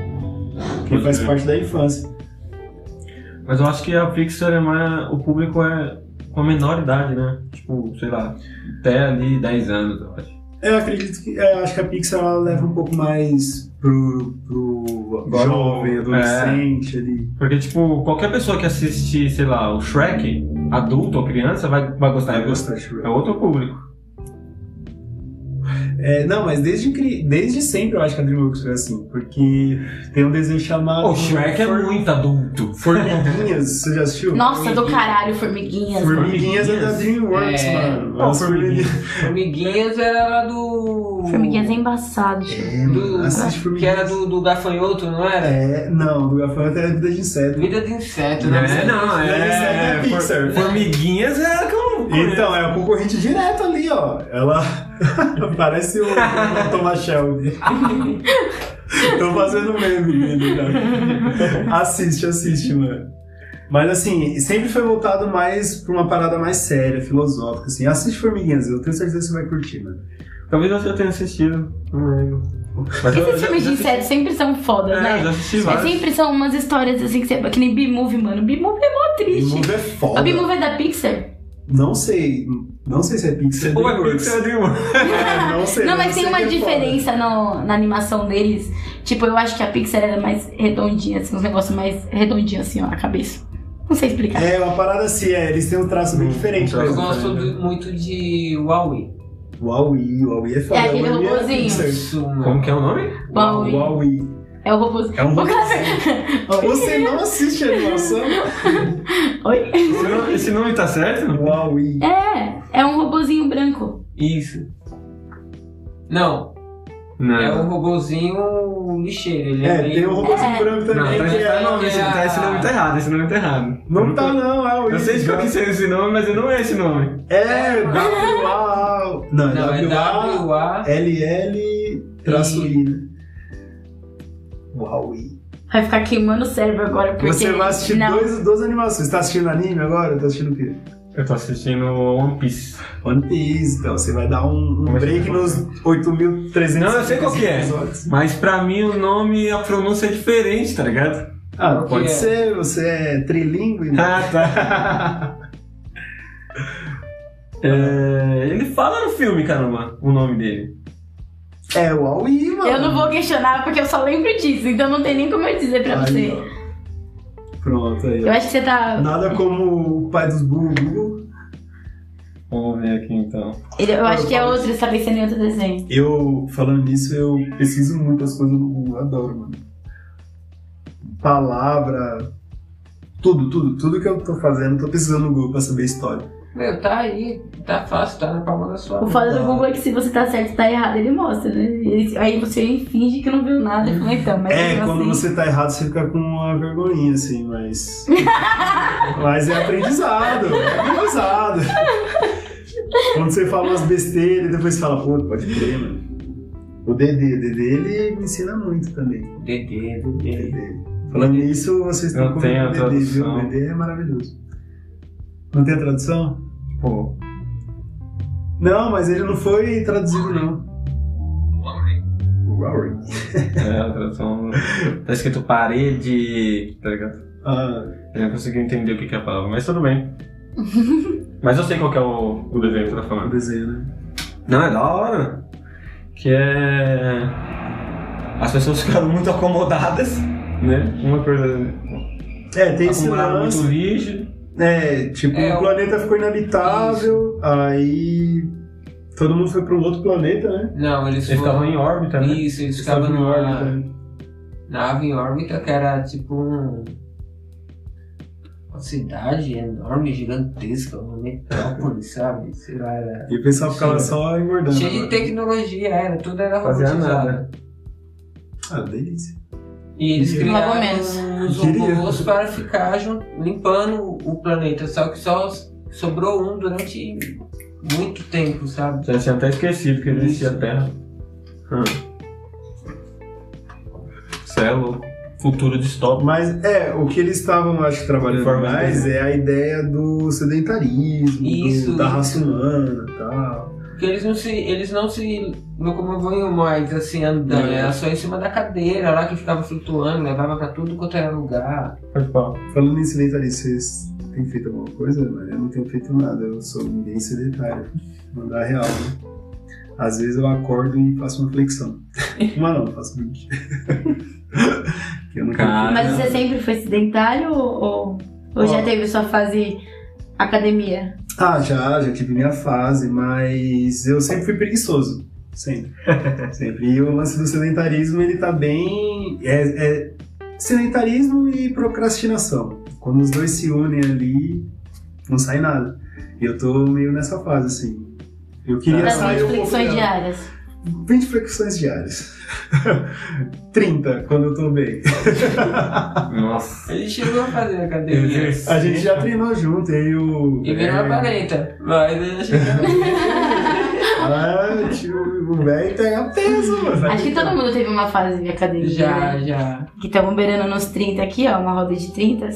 que Pode faz crer. parte da infância. Mas eu acho que a Pixar é mais. O público é com a menor idade, né? Tipo, sei lá, até ali 10 anos, eu acho. Eu acredito que, é, acho que a Pixar ela leva um pouco mais pro, pro Jovem, jovem, adolescente ali. Porque, tipo, qualquer pessoa que assiste, sei lá, o Shrek, adulto ou criança, vai, vai gostar. Vai É, gostar de Shrek. outro público. É, não, mas desde, cri- desde sempre eu acho que a DreamWorks foi assim, porque tem um desenho chamado... O Shrek é For- muito adulto. Formiguinhas, você já assistiu? Nossa, do caralho, formiguinhas. Formiguinhas é da DreamWorks, É. mano. Qual As formiguinhas? Formiguinhas era lá do. Formiguinhas é embaçado. É, mano, assiste Que formiguinhas. era do, do gafanhoto, não era? É, não, do Gafanhoto é vida de inseto. Vida de inseto, É, né? não, é. é Pixar. Formiguinhas é que eu não conheço. Então, é o concorrente direto ali, ó. Ela parece o o Thomas Shelby. Tô fazendo meme, menino. Assiste, assiste, mano. Mas assim, sempre foi voltado mais pra uma parada mais séria, filosófica, assim. Assiste Formiguinhas, eu tenho certeza que você vai curtir, mano. Talvez eu já tenha assistido, não lembro. Mas eu- Esses já- filmes de já assisti- insetos sempre são fodas, É, né? já assisti Mas vários. sempre são umas histórias assim que você. Que nem B-Movie, mano. B-Movie é mó triste. Bimove é A foda. B-Movie é da Pixar? Não sei, não sei se é Pixar Ou é Pixar ou é DreamWorks. É, não sei. Não, mas sei tem uma que é foda. diferença no- na animação deles. Tipo, eu acho que a Pixar era mais redondinha, assim, uns negócios mais redondinhos assim, ó, a cabeça. Não sei explicar. É, uma parada assim, é, eles têm um traço bem Hum, diferente um Eu mesmo. traço. gosto de- muito de Huawei. Huawei, Huawei é foda. É aquele Huawei robôzinho. Pixar. Isso, mano. Como que é o nome? Huawei. Huawei. É o robô. É um Ô, robôzinho. Oi. Você não assiste animação? Oi? Esse nome, esse nome tá certo? Huawei. É, é um robôzinho branco. Isso. Não, é Não. um robozinho lixeiro. Ele é, É, meio... tem um robôzinho É. branco Não, também tá que esse é... nome, esse- tá- esse nome tá errado, esse nome tá errado. Não tá não, é o Eu sei de qual que seja esse nome, mas eu não é esse nome. É, W-A... Não, Não, é W-A... W-A. L-L... Traço E- I, né? Huawei. Vai ficar queimando o cérebro agora, porque. Você vai assistir não. dois, duas animações. Você tá assistindo anime agora? Tá assistindo o quê? Eu tô assistindo One Piece. One Piece, então você vai dar um, um Mas- break nos 8.300 é Não, eu sei qual que é. episódios. Mas pra mim o nome, a pronúncia é diferente, tá ligado? Ah, Qual pode que é? ser, você é trilingue. né? Ah, tá. É, ele fala no filme, caramba, o nome dele. É o Aui, mano. Eu não vou questionar porque eu só lembro disso, então não tem nem como eu dizer pra Aí, você. ó. Pronto, aí. Eu ó. acho que você tá. Nada como o pai dos burros, Google. Vamos ver aqui então. Ele- Eu acho que é falo outro, está pensando em outro desenho. Eu, falando nisso, eu pesquiso muito as coisas no Google, adoro, mano. Palavra, tudo, tudo, tudo que eu tô fazendo, tô pesquisando no Google pra saber a história. Meu, tá aí. Tá fácil, tá na palma da sua O mão. foda do Google é que se você tá certo e tá errado, ele mostra, né? Ele- aí você finge que não viu nada e fala, então, mas é, mesmo quando assim, você tá errado, você fica com uma vergonhinha, assim, mas. mas é aprendizado, é aprendizado. quando você fala umas besteiras, depois você fala, pô, pode crer, mano. O Dedê, o Dedê, ele me ensina muito também. Dedê, Dedê. Dedê. Falando nisso, vocês estão Não tem a comendo Dedê, viu? tradução. Dedê é maravilhoso. Não tem a tradução? Pô, Não, mas ele não foi traduzido, não. Rory. é a tradução. Tá escrito parede. Tá ligado? Ah, Eu não consegui entender o que que é a palavra, mas tudo bem. mas eu sei qual que é o, o desenho que você tá o falando. desenho, né? Não, é da hora. Que é. As pessoas ficaram muito acomodadas, né? Uma coisa. É, tem esse Acumularam lance. muito lixo. É, tipo, É, o o- planeta ficou inabitável, aí todo mundo foi pra um outro planeta, né? Não, eles, Eles foram... estavam em órbita, né? Isso, eles Estava ficavam em né? numa órbita. nave em órbita que era tipo um... Uma cidade enorme, gigantesca, uma metrópole, sabe? Sei lá, era... E o pessoal ficava Sim. só engordando. Cheio de agora. tecnologia, era, tudo era Fazia robotizado. nada. Ah, delícia. E eles Diria. Mais ou criaram menos. os Diria. robôs para ficar jun- limpando o planeta, só que só sobrou um durante muito tempo, sabe? Já tinha Então, até esquecido que existia Isso. Terra. Hum. Isso é louco. Futuro distópico. Mas é, o que eles estavam, acho que, trabalhando Formas mais é a ideia do sedentarismo, Isso, do- da isso. raça humana e tal. Porque eles não se. Eles não se locomoviam mais assim andando, Não. era só em cima da cadeira lá que ficava flutuando, levava pra tudo quanto era lugar. Pode falar. Falando em sedentarismo, vocês têm feito alguma coisa? Mano? Eu não tenho feito nada, eu sou bem sedentário. Mandar real, né? Às vezes eu acordo e faço uma flexão. Uma não, faço 20. Que eu não tenho Cara. Mas você sempre foi sedentário ou, ou- ou já né? Ó. teve sua fase academia? Ah, já, já tive minha fase, mas eu sempre fui preguiçoso. Sempre. sempre. E o lance do sedentarismo, ele tá bem. É, é sedentarismo e procrastinação. Quando os dois se unem ali, não sai nada. E eu tô meio nessa fase, assim. Eu queria Ah, Das sair. um pouco flexões dela. diárias. 20 flexões diárias. 30, quando eu tô bem. Nossa. Ele chegou a fazer academia. A gente já treinou junto, eu é, e o. E virou uma parenta. Mas ele chegou. Ah, tio, o velho pega peso, mano. Acho que todo mundo teve uma fase de academia. Já, né? já. Que estamos beirando nos 30 aqui, ó, uma roda de 30.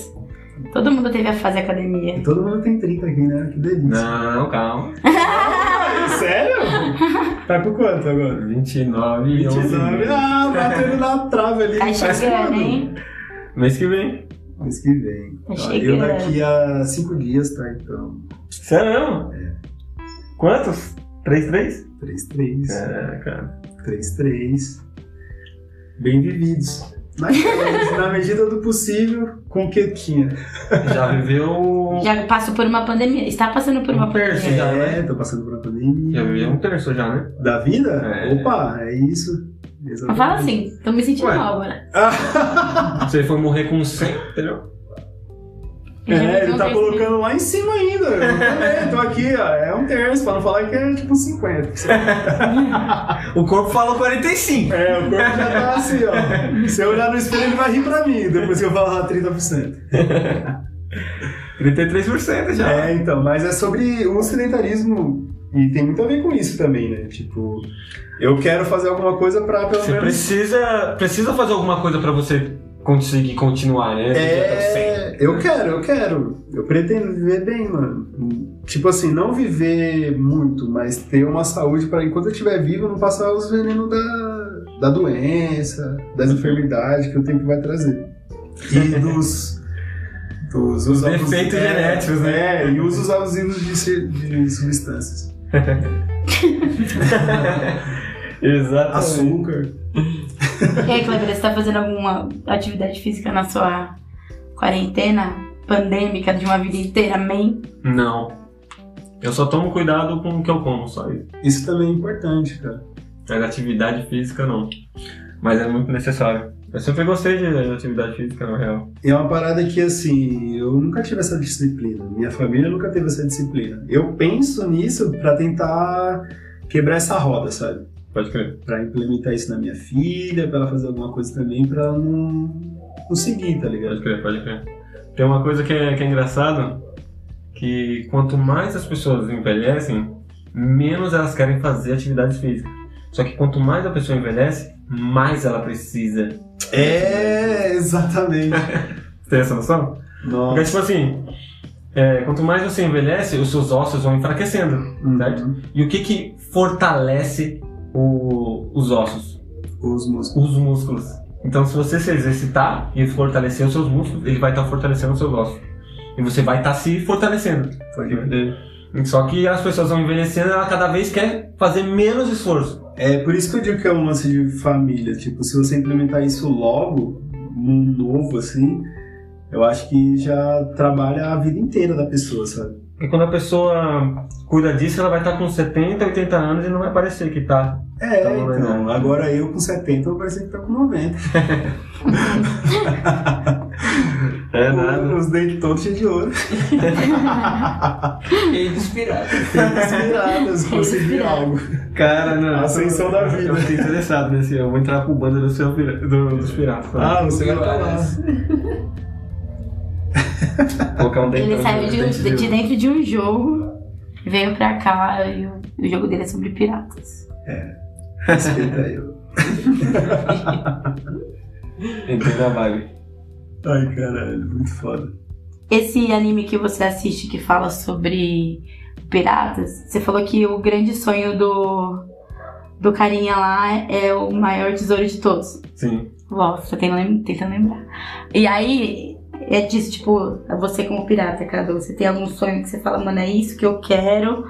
Todo mundo teve a fase academia. Todo mundo tem 30 aqui, né? Que delícia. Não, calma. Sério? Tá com quanto agora? 29 e 11 29. meses. Ah, batendo na trave ali. Tá Faz chegando, tudo. hein? Mês que vem. Mês que vem. Tá Ó, Eu chegando. daqui a 5 dias, tá? Então, Sério mesmo? É. Quantos? 3, 3? 3, 3. É, cara. 3, 3. Bem vividos. Mas, na medida do possível, com o que tinha. Já viveu. Já passou por uma pandemia. Está passando por uma Um terço pandemia. já. É, tô passando por uma pandemia. Já viveu um terço já, né? Da vida? É. Opa, é isso. Exatamente. Fala assim, tô me sentindo Ué. mal agora. Você foi morrer com 100, entendeu? Eu já É, vivi ele um tá terço. colocando lá em cima ainda. Eu também, tô aqui, ó. É um terço, pra não falar que é tipo 50. O corpo falou 45. É, o corpo já tá assim, ó. Se eu olhar no espelho, ele vai rir pra mim, depois que eu falar 30%. 33% já. É, então, mas é sobre o sedentarismo. E tem muito a ver com isso também, né? Tipo, eu quero fazer alguma coisa pra pelo Você menos. precisa, precisa fazer alguma coisa pra você conseguir continuar, né? É, eu quero, eu quero. Eu pretendo viver bem, mano. Tipo assim, não viver muito, mas ter uma saúde para enquanto eu estiver vivo, não passar os venenos da, da doença, Uhum. das enfermidades que o tempo vai trazer. E dos. Dos usos abusivos- defeitos é, genéticos, né? É, e usos abusivos de, se- de substâncias. É. Exatamente. Açúcar. E aí, Cleber, você tá fazendo alguma atividade física na sua quarentena pandêmica de uma vida inteira, man? Não. Eu só tomo cuidado com o que eu como, só isso. Isso também é importante, cara. Mas atividade física não. Mas é muito necessário. Eu sempre gostei de de atividade física, na real. E é uma parada que, assim, eu nunca tive essa disciplina. Minha família nunca teve essa disciplina. Eu penso nisso pra tentar quebrar essa roda, sabe? Pode crer. Pra implementar isso na minha filha, pra ela fazer alguma coisa também, pra ela não, não seguir, tá Pode ligado? crer, pode crer. Tem uma coisa que é, que é engraçada, que quanto mais as pessoas envelhecem, menos elas querem fazer atividades físicas. Só que quanto mais a pessoa envelhece, mais ela precisa. É, exatamente. Tem essa noção? Porque, Nossa. tipo assim, é, quanto mais você envelhece, os seus ossos vão enfraquecendo. Uhum. E o que que fortalece o- os ossos? Os músculos. Os músculos. Então, se você se exercitar e fortalecer os seus músculos, ele vai estar fortalecendo os seus ossos. E você vai estar se fortalecendo. Pode crer. Só que as pessoas vão envelhecendo, ela cada vez quer fazer menos esforço. É por isso que eu digo que é um lance de família. Tipo, se você implementar isso logo, num novo, assim, eu acho que já trabalha a vida inteira da pessoa, sabe? E quando a pessoa cuida disso, ela vai estar com 70, 80 anos e não vai parecer que tá. É, Tá bom, então, né? agora eu com 70, eu pareço que tá com 90. É nada. Os dentes todos cheios de ouro. Fiquei inspirado. Inspiradas, conseguir algo. Cara, não. A ascensão da vida. Eu fiquei interessado nesse. Eu vou entrar pro bando do seu pira- do- dos piratas. tá? Ah, você vai pra lá. né? Colocar um dente. Ele saiu de, dente de dentro de um jogo, veio pra cá e o, o jogo dele é sobre piratas. Respeita eu. Entendeu a vibe. Ai, caralho, muito foda. Esse anime que você assiste que fala sobre piratas, você falou que o grande sonho do, do carinha lá é o maior tesouro de todos. Sim. Vó, só tem lem- tentando lembrar. E aí, é disso, tipo, você como pirata, Cadu, você tem algum sonho que você fala, mano, é isso que eu quero?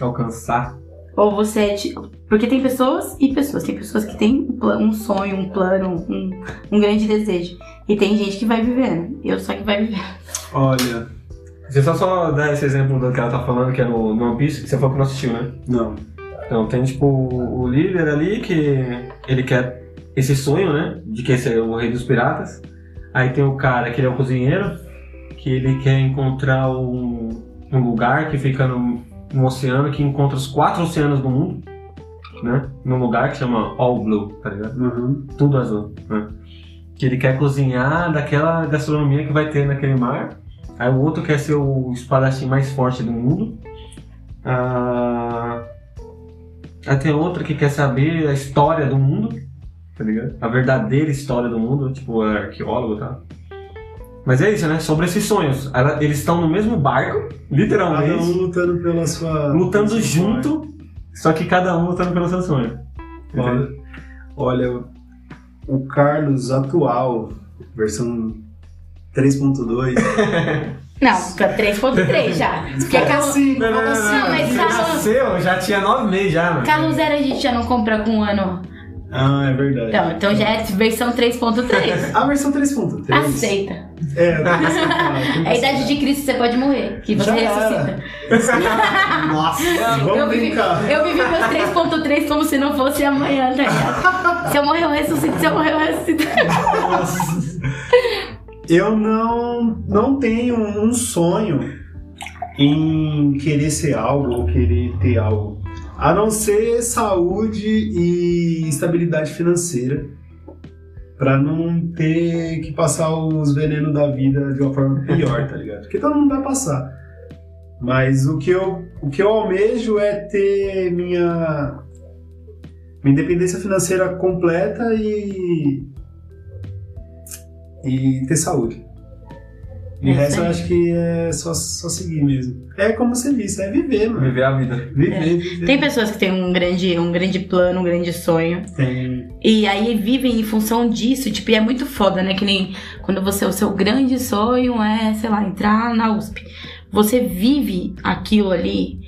Alcançar. Ou você é tipo. Porque tem pessoas e pessoas. Tem pessoas que têm um pla- um sonho, um plano, um, um grande desejo. E tem gente que vai vivendo. Eu só que vai vivendo. Olha, Deixa eu só, só dar esse exemplo do que ela tá falando, que é no, no One Piece, que você falou que não assistiu, né? não. Então tem tipo o líder ali que ele quer esse sonho, né? De que ser o rei dos piratas. Aí tem o cara que ele é um cozinheiro, que ele quer encontrar um, um lugar que fica num, num oceano que encontra os quatro oceanos do mundo, né? Num lugar que chama All Blue, tá ligado? Uhum. Tudo azul, né? Que ele quer cozinhar daquela gastronomia que vai ter naquele mar. Aí o outro quer ser o espadachim mais forte do mundo. Ah, Aí tem outra que quer saber a história do mundo, tá ligado? A verdadeira história do mundo, tipo, é arqueólogo, tá? Mas é isso, né? Sobre esses sonhos. Ela- Eles estão no mesmo barco, Cada um literalmente, lutando pela sua. Ah, lutando pelo seu sonho. junto, só que cada um lutando pelo seu sonho. Olha, Entendeu? olha, o Carlos atual, versão 3.2. Não, fica 3.3 já. Porque Carlos. Não, não, não, Não, mas Você Carlos- nasceu, já tinha nove meses já, mano. Carlos Zero a gente já não compra com um ano. Ah, é verdade. Então, então já é versão 3.3. A versão 3.3. Aceita. É, tem que aceitar, tem que Ah, É a idade aceitar. de Cristo você pode morrer, que você Já era. ressuscita. Nossa, eu vamos vivi- brincar. Eu vivi meus 3.3 como se não fosse amanhã, tá ligado? Se eu morrer, eu ressuscito. Se eu morrer, eu ressuscito. Eu não, não tenho um sonho em querer ser algo ou querer ter algo. A não ser saúde e estabilidade financeira. Pra não ter que passar os venenos da vida de uma forma pior, tá ligado? Porque todo mundo vai passar. Mas o que eu, o que eu almejo é ter minha, minha independência financeira completa e, e ter saúde. E É o resto isso eu aí. acho que é só, só seguir mesmo. É como você disse, é viver, mano. Viver a vida. Viver, É. viver. Tem pessoas que têm um grande, um grande plano, um grande sonho. Tem. E aí vivem em função disso. Tipo, e é muito foda, né? Que nem quando você. O seu grande sonho é, sei lá, entrar na USP. Você vive aquilo ali.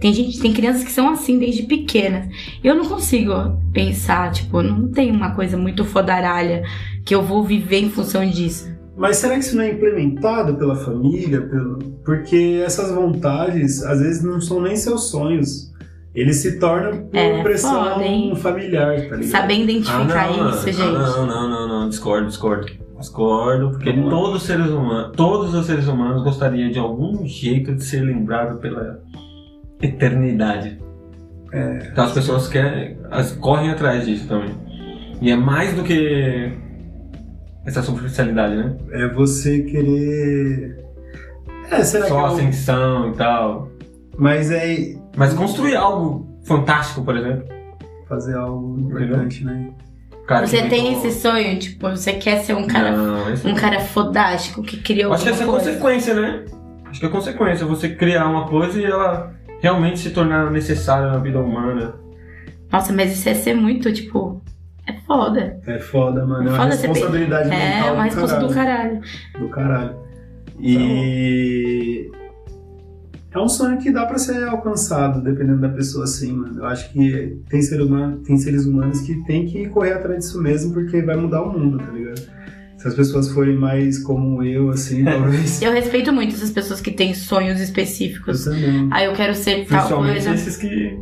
Tem gente, tem crianças que são assim desde pequenas. Eu não consigo pensar, tipo, eu não tem uma coisa muito fodaralha que eu vou viver em função disso. Mas será que isso não é implementado pela família? Pelo... Porque essas vontades, às vezes, não são nem seus sonhos. Eles se tornam por É, pressão foda, hein? familiar, tá ligado? Saber identificar Ah, mano. isso, gente. Ah, não, não, não, não. Discordo, discordo. Discordo, porque Vamos lá. todos os seres humanos, todos os seres humanos gostariam de algum jeito de ser lembrado pela eternidade. Então as pessoas querem, as, correm atrás disso também. E é mais do que essa superficialidade, né? É você querer. É, será Só assim. que. é um- ascensão e tal. Mas é Mas construir algo fantástico, por exemplo. fazer algo importante, né? Cara, Você que tem inventou- esse sonho, tipo, você quer ser um cara, Não, isso um cara fodástico que criou Acho que essa é alguma coisa. consequência, né? Acho que é consequência você criar uma coisa e ela realmente se tornar necessária na vida humana. Nossa, mas isso é ser muito, tipo, é foda. É foda, mano. É uma Foda você responsabilidade mental. É uma do resposta do caralho. do caralho. E é um sonho que dá pra ser alcançado, dependendo da pessoa, assim, mano. Eu acho que tem, ser humano, tem seres humanos que tem que correr atrás disso mesmo, porque vai mudar o mundo, tá ligado? Se as pessoas forem mais como eu, assim, talvez. Eu respeito muito essas pessoas que têm sonhos eu específicos. também. Ah, eu quero ser tal Principalmente coisa. esses que.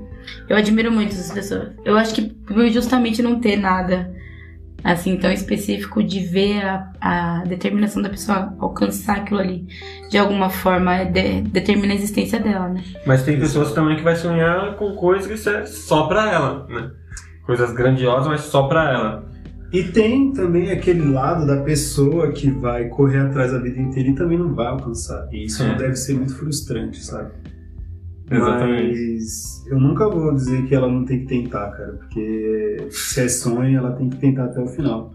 Eu admiro muito essas pessoas. Eu acho que por justamente não ter nada assim, tão específico de ver a, a determinação da pessoa alcançar aquilo ali. De alguma forma, é de- determina a existência dela, né? Mas tem Isso. pessoas também que vai sonhar com coisas que servem só pra ela, né? Coisas grandiosas, mas só pra ela. E tem também aquele lado da pessoa que vai correr atrás a vida inteira e também não vai alcançar. E isso É. deve ser muito frustrante, sabe? Exatamente. Mas eu nunca vou dizer que ela não tem que tentar, cara, porque se é sonho, ela tem que tentar até o final.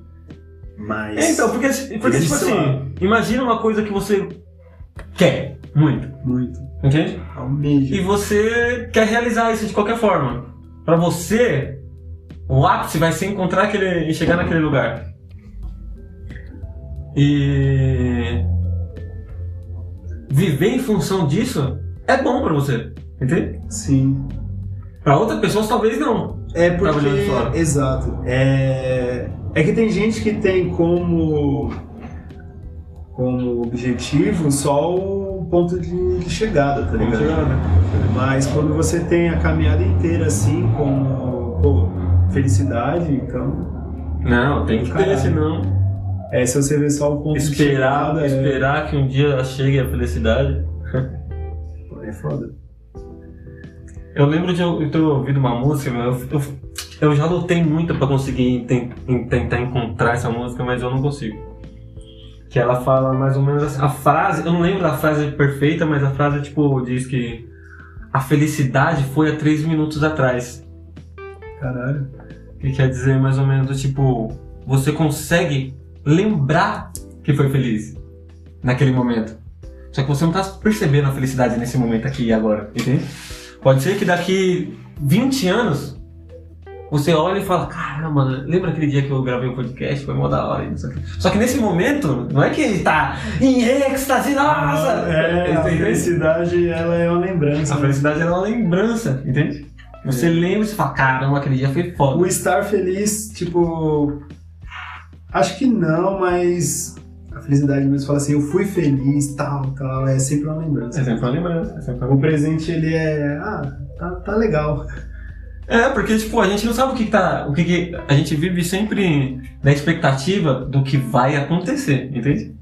Mas. É, então, porque, porque tipo Existe lá. assim, imagina uma coisa que você quer muito, Muito. entende? E Almeja. você quer realizar isso de qualquer forma. Pra você, o ápice vai ser encontrar aquele e chegar naquele lugar. E viver em função disso é bom pra você, entende? Sim. Pra outra pessoa talvez não. É porque. Trabalhando Tá fora. Exato. É... é que tem gente que tem como. como objetivo só o ponto de de chegada, tá ligado? né? Mas quando você tem a caminhada inteira assim, como pô, felicidade, então. Não, tem que ter, Caralho. senão É, se você vê só o ponto esperar, de chegada, esperar que um dia chegue a felicidade. é, é foda. Eu lembro de eu eu ter ouvido uma música, meu, eu, eu, eu já lutei muito pra conseguir ten- em- tentar encontrar essa música, mas eu não consigo. Que ela fala mais ou menos assim, a frase, eu não lembro da frase perfeita, mas a frase tipo diz que a felicidade foi há três minutos atrás. Caralho. Que quer dizer mais ou menos do tipo, você consegue lembrar que foi feliz naquele momento. Só que você não tá percebendo a felicidade nesse momento aqui e agora, entende? Pode ser que daqui 20 anos você olha e fala, caramba, né? lembra aquele dia que eu gravei o podcast? Foi mó da hora. e não sei o quê." Só que nesse momento, não é que ele tá em êxtase, nossa! É, a Entende? felicidade ela é uma lembrança. A né? felicidade era uma lembrança, entende? Você lembra e você fala, caramba, aquele dia foi foda. O estar feliz, tipo. Acho que não, mas. A felicidade mesmo fala assim, eu fui feliz, tal, tal, é sempre uma lembrança. É sempre uma lembrança, é sempre uma O presente ele é. Ah, tá, tá legal. É, porque, tipo, a gente não sabe o que que tá. O que, que- a gente vive sempre na expectativa do que vai acontecer, entende?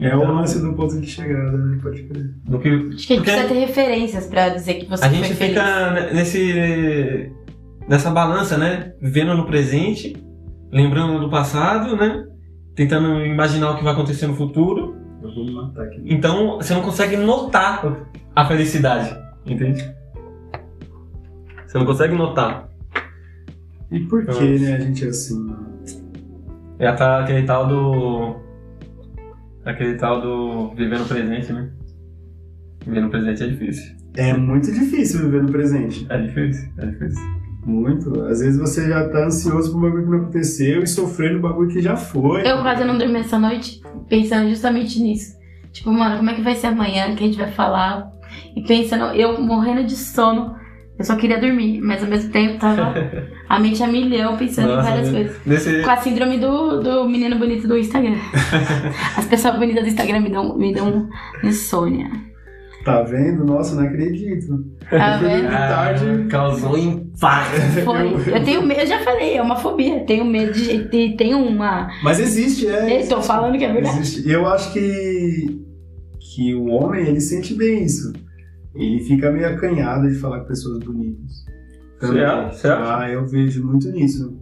É, é o Então, lance do ponto de chegada, né? Pode crer. Do que. Acho que a gente Porque- precisa ter referências pra dizer que você A foi gente feliz. fica ne- nesse. nessa balança, né? Vivendo no presente, lembrando do passado, né? Tentando imaginar o que vai acontecer no futuro. Eu vou me matar aqui. Então você não consegue notar a felicidade, entende? Você não consegue notar. E por Então que, né, a gente é assim? É tá aquele tal do. Aquele tal do. Viver no presente, né? Viver no presente é difícil. É muito difícil viver no presente. né? É difícil, é difícil. Muito. Às vezes você já tá ansioso por um bagulho que não aconteceu e sofrendo um bagulho que já foi. Eu quase não dormi essa noite pensando justamente nisso. Tipo, mano, como é que vai ser amanhã? O que a gente vai falar? E pensando, eu morrendo de sono. Eu só queria dormir, mas ao mesmo tempo tava a mente a milhão pensando Nossa, em várias né? coisas. Nesse. Com a síndrome do, do menino bonito do Instagram. As pessoas bonitas do Instagram me dão, me dão insônia. Tá vendo? Nossa, não acredito. Tá vendo? tarde. Ah, causou um impacto. Foi. Eu tenho medo, eu já falei, é uma fobia. Tenho medo de jeito. de- Tenho uma. Mas existe, é. Eu tô falando que é verdade. Existe. E eu acho que que o homem ele sente bem isso. Ele fica meio acanhado de falar com pessoas bonitas. Será? Será? Ah, eu vejo muito nisso.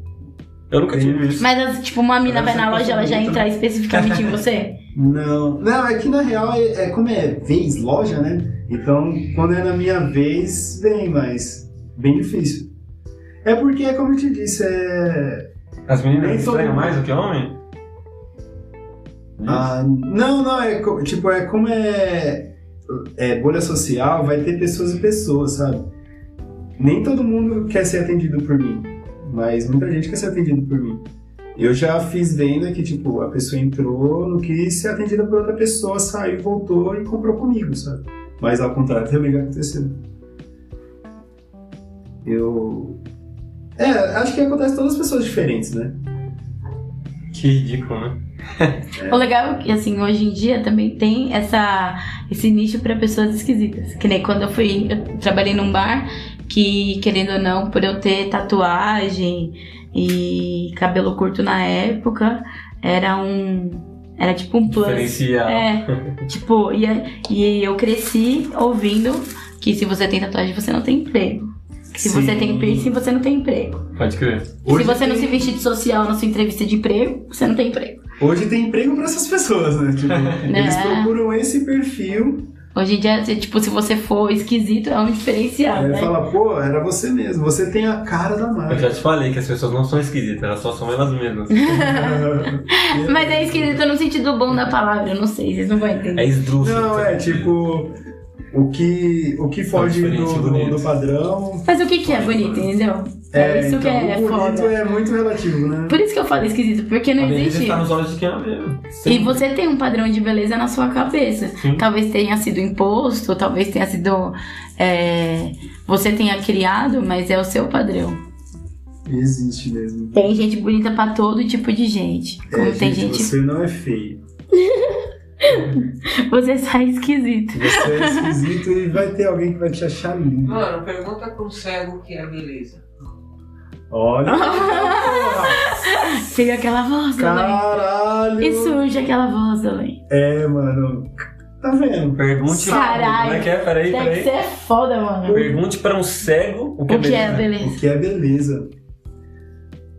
Eu é? nunca tive isso. Mas, tipo, uma mina vai Mas é na você loja, ela já também. entra especificamente em você? Não, não, é que na real é, é como é vez, loja, né? Então, quando é na minha vez, vem, mas bem difícil. É porque, é como eu te disse, é. As Nem meninas todo estranham mundo. mais do que homem? ah, não, não, é co- tipo, é como é, é bolha social, vai ter pessoas e pessoas, sabe? Nem todo mundo quer ser atendido por mim, mas muita gente quer ser atendido por mim. Eu já fiz venda que, tipo, a pessoa entrou no que ser atendida por outra pessoa, saiu, voltou e comprou comigo, sabe? Mas ao contrário também já aconteceu. Eu. É, acho que acontece com todas as pessoas diferentes, né? Que ridículo, né? O legal é que, assim, hoje em dia também tem essa, esse nicho pra pessoas esquisitas. Que nem quando eu fui, eu trabalhei num bar que, querendo ou não, por eu ter tatuagem, E cabelo curto na época era um. Era tipo um plus. Diferencial. É, tipo, e, e eu cresci ouvindo que se você tem tatuagem, você não tem emprego. Que se você Sim. tem piercing, você não tem emprego. Pode crer. Que se você não se vestir de social na sua entrevista de emprego, você não tem emprego. Hoje tem emprego pra essas pessoas, né? Tipo, eles É. procuram esse perfil Hoje em dia, se, tipo, se você for esquisito, é um diferencial, e né? fala, pô, era você mesmo, você tem a cara da Eu já marca. te falei que as pessoas não são esquisitas, elas só são elas mesmas. Mas é esquisito no sentido bom da palavra, eu não sei, vocês não vão entender. É esdrúxulo. Não, é tipo, o que, o que foge do, Tá diferente, do- bonito. do padrão. Mas o que, que é bonito, entendeu? É, isso que então, é o bonito foda. é muito relativo, né? Por isso que eu falo esquisito, porque não a beleza existe. está nos olhos de quem é mesmo. E Sempre. você tem um padrão de beleza na sua cabeça. Sim. Talvez tenha sido imposto, talvez tenha sido. é, você tenha criado, mas é o seu padrão. Existe mesmo. Tem gente bonita pra todo tipo de gente. Como É, tem gente. Você não é feio. Você sai esquisito. Você é esquisito e vai ter alguém que vai te achar lindo. Mano, pergunta com cego o que é beleza. Olha. Chega aquela voz, Elaine. Caralho! E surge aquela voz, Elaine. É, mano. Tá vendo? Pergunte. Caralho. Como é que é? Peraí, Deve peraí. ser foda, mano. Pergunte para um cego o que é O que é beleza. beleza? O que é beleza.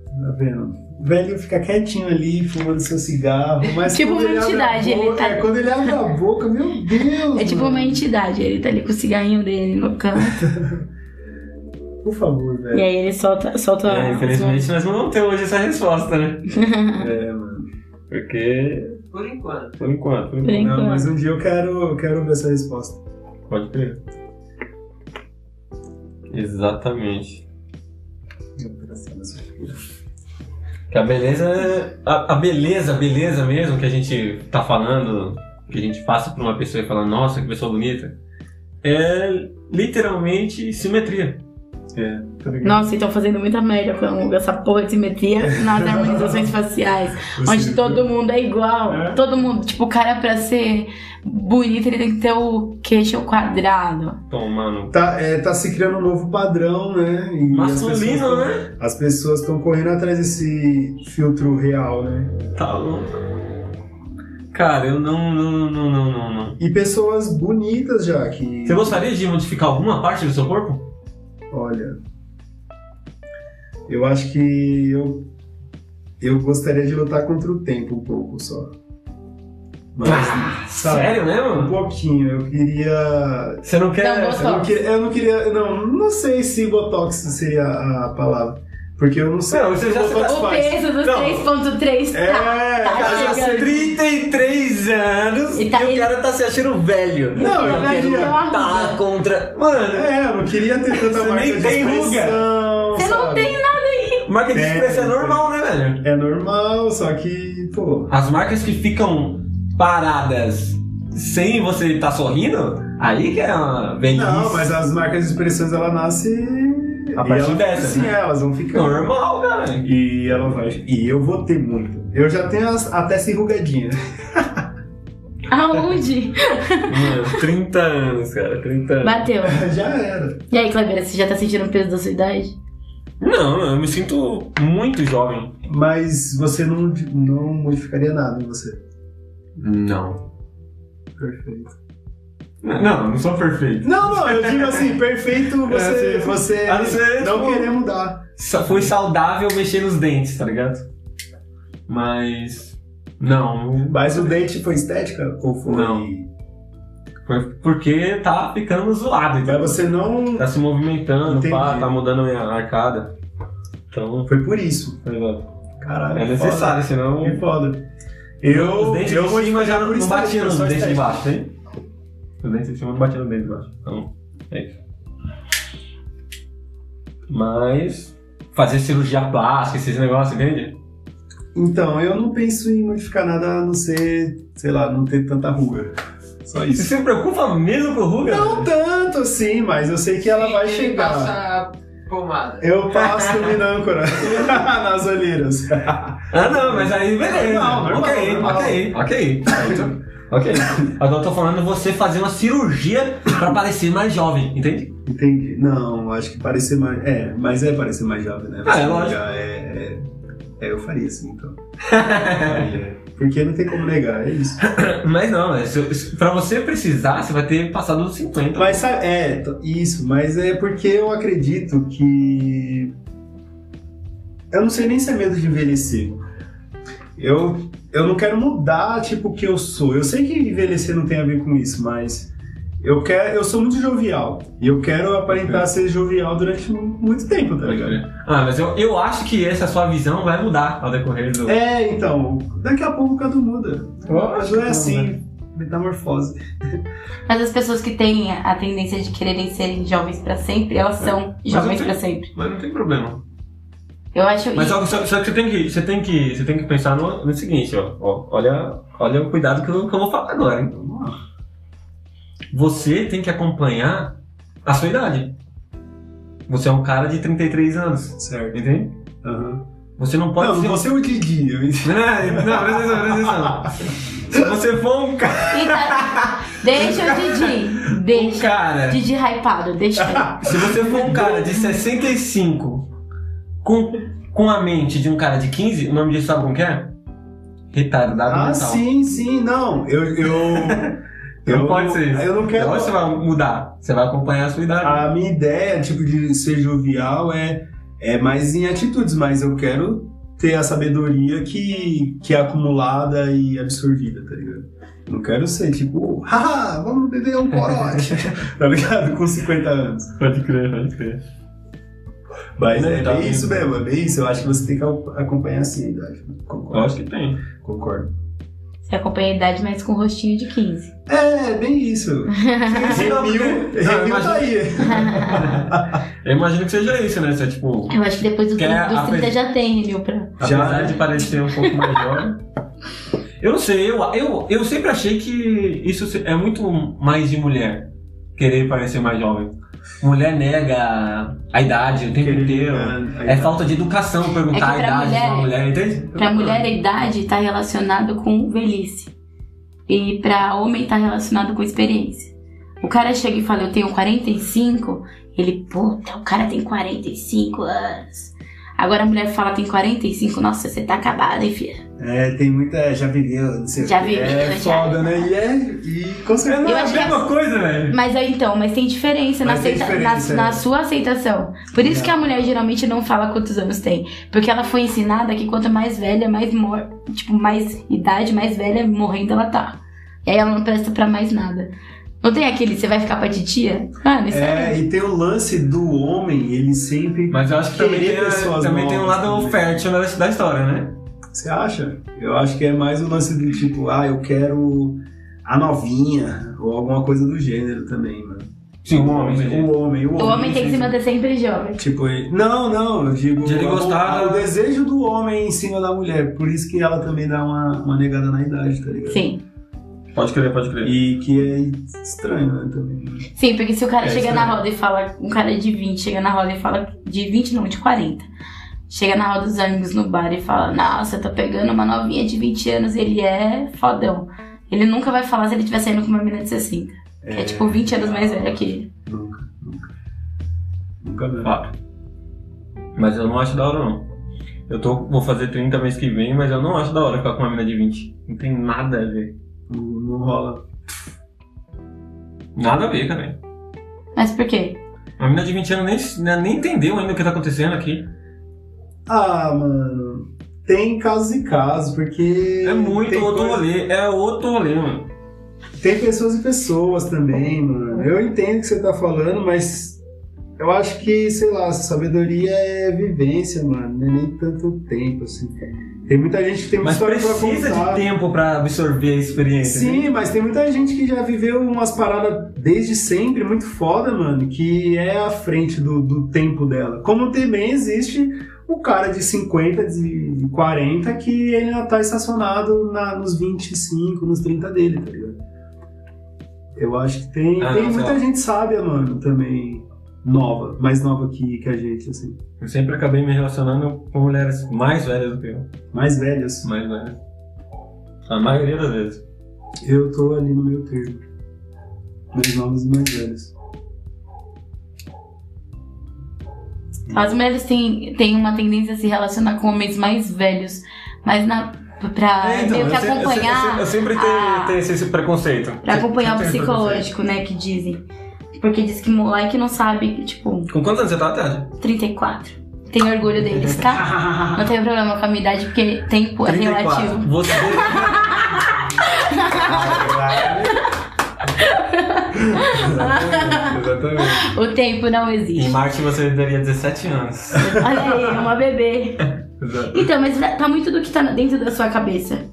Tá vendo? Velho fica quietinho ali, fumando seu cigarro, mas. Tipo quando uma ele abre a entidade, ele boca- tá- É, quando ele abre a boca, meu Deus! É tipo mano. uma entidade, ele tá ali com o cigarrinho dele no canto. Por favor, E velho. aí ele solta. solta É, infelizmente nós não vamos ter hoje essa resposta, né? É, mano. Porque, Por enquanto. por enquanto, por Por enquanto. Não, enquanto. mas um dia eu quero, eu quero ver essa resposta. Pode crer. Exatamente. Que a beleza é. A, a beleza, a beleza mesmo que a gente tá falando, que a gente passa por uma pessoa e fala, nossa, que pessoa bonita, é literalmente simetria. É. Tá ligado? Nossa, então fazendo muita merda com essa porra de simetria nas harmonizações faciais. Onde Você- todo mundo é igual. É. Todo mundo, tipo, o cara pra ser bonito, ele tem que ter o queixo quadrado. Então, mano. Tá, é, tá se criando um novo padrão, né? E as pessoas Masculino, tão- né? As pessoas estão correndo atrás desse filtro real, né? Tá louco. Cara, eu não, não, não, não, não, não. E pessoas bonitas já que. Você gostaria de modificar alguma parte do seu corpo? Olha. Eu acho que eu. Eu gostaria de lutar contra o tempo um pouco só. Mas. sabe, Ah, Sério Um mesmo? pouquinho. Eu queria. Você não quer. Não, Eu não Botox. queria. Eu não queria. Não, não sei se Botox seria a a palavra. Porque eu não sei. Não, você já- o que Botox O faz. peso dos Não. 3.3 É, tá. cara, chegando. você- 33 anos E tá ele- cara tá se achando velho. Não, Eu eu quero queria. tá. né? lutar contra. Mano, É, eu não queria ter tanta Você marca nem de tem ruga. expressão, Você não sabe? tem nada. marca de É. expressão é normal, né, velho? É normal, só que, pô. As marcas que ficam paradas sem você estar sorrindo, aí que é uma velhice. Não, mas as marcas de expressões ela nasce. A e partir ela- dessa, Sim, né? elas vão ficando. Normal, cara. E ela vai. E eu vou ter muito. Eu já tenho as, a testa enrugadinha. Aonde? Mano, 30 anos, cara, 30 É. anos. Bateu. já era. E aí, Cleber, você já tá sentindo o peso da sua idade? Não, eu me sinto muito jovem. Mas você não, não modificaria nada em você. Não. Perfeito. Não, eu não sou perfeito. Não, não, eu digo assim, perfeito você. É, sim. você A não ser, não tipo, querer mudar. Só foi saudável mexer nos dentes, tá ligado? Mas. Não, Mas o dente foi estética ou foi. Não. foi porque tá ficando zoado. Mas entendeu? você não. Tá se movimentando, pá, Entendi. tá mudando a minha arcada. Então, Foi por isso. tá ligado? Caralho. é foda. necessário, Que senão. foda. Eu, os dentes eu de vou cima já ficar não, por não batiam estética, nos só dentes de estética. baixo, hein? Os dentes de cima não batiam nos dentes de baixo. Então, é isso. Mas. Fazer cirurgia plástica, esses negócios, entende? Então, eu não penso em modificar nada a não ser, sei lá, não ter tanta ruga. Só Você isso. se preocupa mesmo com ruga? Não tanto assim, mas eu sei que ela vai Ele chegar. Passa pomada. Eu passo minâncora nas olheiras. Ah, não, mas aí beleza. Normal, normal, ok, normal. ok, ok. Ok. Agora eu tô falando você fazer uma cirurgia pra parecer mais jovem, entende? Entendi. Não, acho que parecer mais. É, mas é parecer mais jovem, né? Ah, é Você lógico. negar É, é, é, eu faria assim, então. Faria. Porque não tem como negar, é isso. Mas não, é, se- se- pra você precisar, você vai ter passado dos 50. Mas sabe, é, t- isso, mas é porque eu acredito que. Eu não sei nem se é medo de envelhecer. Eu, eu não quero mudar, tipo, o que eu sou. Eu sei que envelhecer não tem a ver com isso, mas. Eu, quero, eu sou muito jovial. E eu quero aparentar ser jovial durante mu- muito tempo, tá ligado? Ah, mas eu, eu acho que essa sua visão vai mudar ao decorrer do. É, então, daqui a pouco o canto muda. Lógico Mas que é não, né? assim, metamorfose. Mas as pessoas que têm a tendência de quererem serem jovens pra sempre, elas são eu jovens tenho- pra sempre. É. Mas não tem problema. Eu acho Mas isso. só, só- só que você tem que, você tem que, você tem que pensar no, no seguinte, ó, ó, Olha, olha o cuidado que eu, que eu vou falar agora, hein? Você tem que acompanhar a sua idade. Você é um cara de 33 anos, Certo. entende? Aham. Você não pode Não, ser. não um- vou ser o Didi. eu- Não, não, presta atenção, presta atenção. Se você for um cara. E tá- Deixa o Didi. Um Deixa. cara Didi hypado, deixa ele. Se você for um cara de 65 com, com a mente de um cara de 15, o nome disso sabe como que é? Retardado Ah, mental. sim, sim, não. Eu. Eu, Não pode ser isso. Eu não Então quero. você vai mudar, você vai acompanhar a sua idade. A minha ideia, tipo, de ser jovial é, é mais em atitudes, mas eu quero ter a sabedoria que, que é acumulada e absorvida, tá ligado? Não quero ser tipo, haha, vamos beber um corote, tá ligado? Com 50 anos. Pode crer, pode crer. Mas é Tá bem bem. isso mesmo, é bem isso. Eu acho que você tem que acompanhar assim a idade. Eu Concordo. acho que tem. Concordo. Você acompanha a idade, mas com rostinho de 15. É, bem isso. Remil, Remil tá aí. Eu imagino que seja isso, né? Você, tipo, Eu acho que depois do- dos Que é a 30 pres- já tem, viu? Pra... Já- apesar de parecer um pouco mais jovem. Eu não sei, eu, eu, eu sempre achei que isso se- é muito mais de mulher, querer parecer mais jovem. Mulher nega a idade o tempo inteiro. É falta de educação perguntar É a que pra idade de uma mulher- mulher, entende? pra mulher, a idade tá relacionada com velhice. E pra homem, tá relacionado com experiência. O cara chega e fala, eu tenho 45. Ele, puta, o cara tem 45 anos. Agora a mulher fala, tem 45. Nossa, você tá acabada, hein, filha? É, tem muita. Já viveu, não sei o Já quê. viveu, É já. foda, né? E é. E com certeza. é Eu acho que é- mesma coisa, velho. Mas aí então, mas tem diferença, Mas na, tem aceita- diferença, na- é. na sua aceitação. Por É. isso que a mulher geralmente não fala quantos anos tem. Porque ela foi ensinada que quanto mais velha, mais mor tipo, mais idade, mais velha, morrendo ela tá. E aí ela não presta pra mais nada. Não tem aquele, você vai ficar pra titia? Ah, não É, é. e tem o lance do homem, ele sempre. Mas eu acho que também Querer tem, a- pessoas também tem um novas lado também. fértil da, da história, né? Você acha? Eu acho que é mais o lance do tipo, ah, eu quero a novinha, ou alguma coisa do gênero também, mano. Sim, um homem. O homem, o O homem tem que se sim. manter sempre jovem. Tipo, ele- não, não, eu digo De ele a- gostar a- o da- desejo do homem em cima da mulher, por isso que ela também dá uma, uma negada na idade, tá ligado? Sim. Pode crer, pode crer. E que é estranho, né, também. Sim, porque se o cara É, chega isso na é. roda e fala, um cara de 20 chega na roda e fala, de 20 não, de 40. Chega na roda dos amigos no bar e fala, nossa, eu tô pegando uma novinha de 20 anos, ele é fodão. Ele nunca vai falar se ele estiver saindo com uma menina de 60. que É, tipo 20 anos mais velha que ele. Nunca, nunca. Nunca mesmo. Fato. Ah. Mas eu não acho da hora, não. Eu tô, vou fazer 30 mês que vem, mas eu não acho da hora ficar com uma mina de 20. Não tem nada a ver. Não, não rola. Nada a ver, cara. Mas por quê? Uma mina de 20 anos nem, né, nem entendeu ainda o que tá acontecendo aqui. Ah, mano. Tem casos e casos, porque. É muito tem outro coisa- rolê. É outro rolê, mano. Tem pessoas e pessoas também, mano. Eu entendo o que você tá falando, mas eu acho que, sei lá, sabedoria é vivência, mano. Não é nem tanto tempo, assim. Tem muita gente que tem uma Mas história pra precisa contar. de tempo pra absorver a experiência. né? Sim, mas tem muita gente que já viveu umas paradas desde sempre muito foda, mano, que é à frente do, do tempo dela. Como também existe o cara de 50, de 40, que ele ainda tá estacionado na, nos 25, nos 30 dele, tá ligado? Eu acho que tem, Ah, não, tem sei muita lá. gente sábia, mano, também. Nova, mais nova que, que a gente, assim. Eu sempre acabei me relacionando com mulheres mais velhas do que eu. Mais velhas. Mais velhas. A maioria das vezes. Eu tô ali no meio termo. Mais novos e mais velhos. Hum. As mulheres têm, têm uma tendência a se relacionar com homens mais velhos, mas na, pra É, então, Ah, meio que eu se- eu se- eu se- acompanhar. Eu sempre a- tenho, tenho esse, esse preconceito. Pra acompanhar o Sempre tenho psicológico, né, que dizem. Porque diz que moleque não sabe, que, tipo, preconceito. Com quantos anos você tá, Tati? 34. Tenho orgulho deles, tá? Não tenho problema com a minha idade, porque tempo é relativo. Você. Exatamente, exatamente. O tempo não Em existe. Marte você teria 17 anos. Olha aí, é uma bebê. Exato. Então, mas tá muito do que tá dentro da sua cabeça.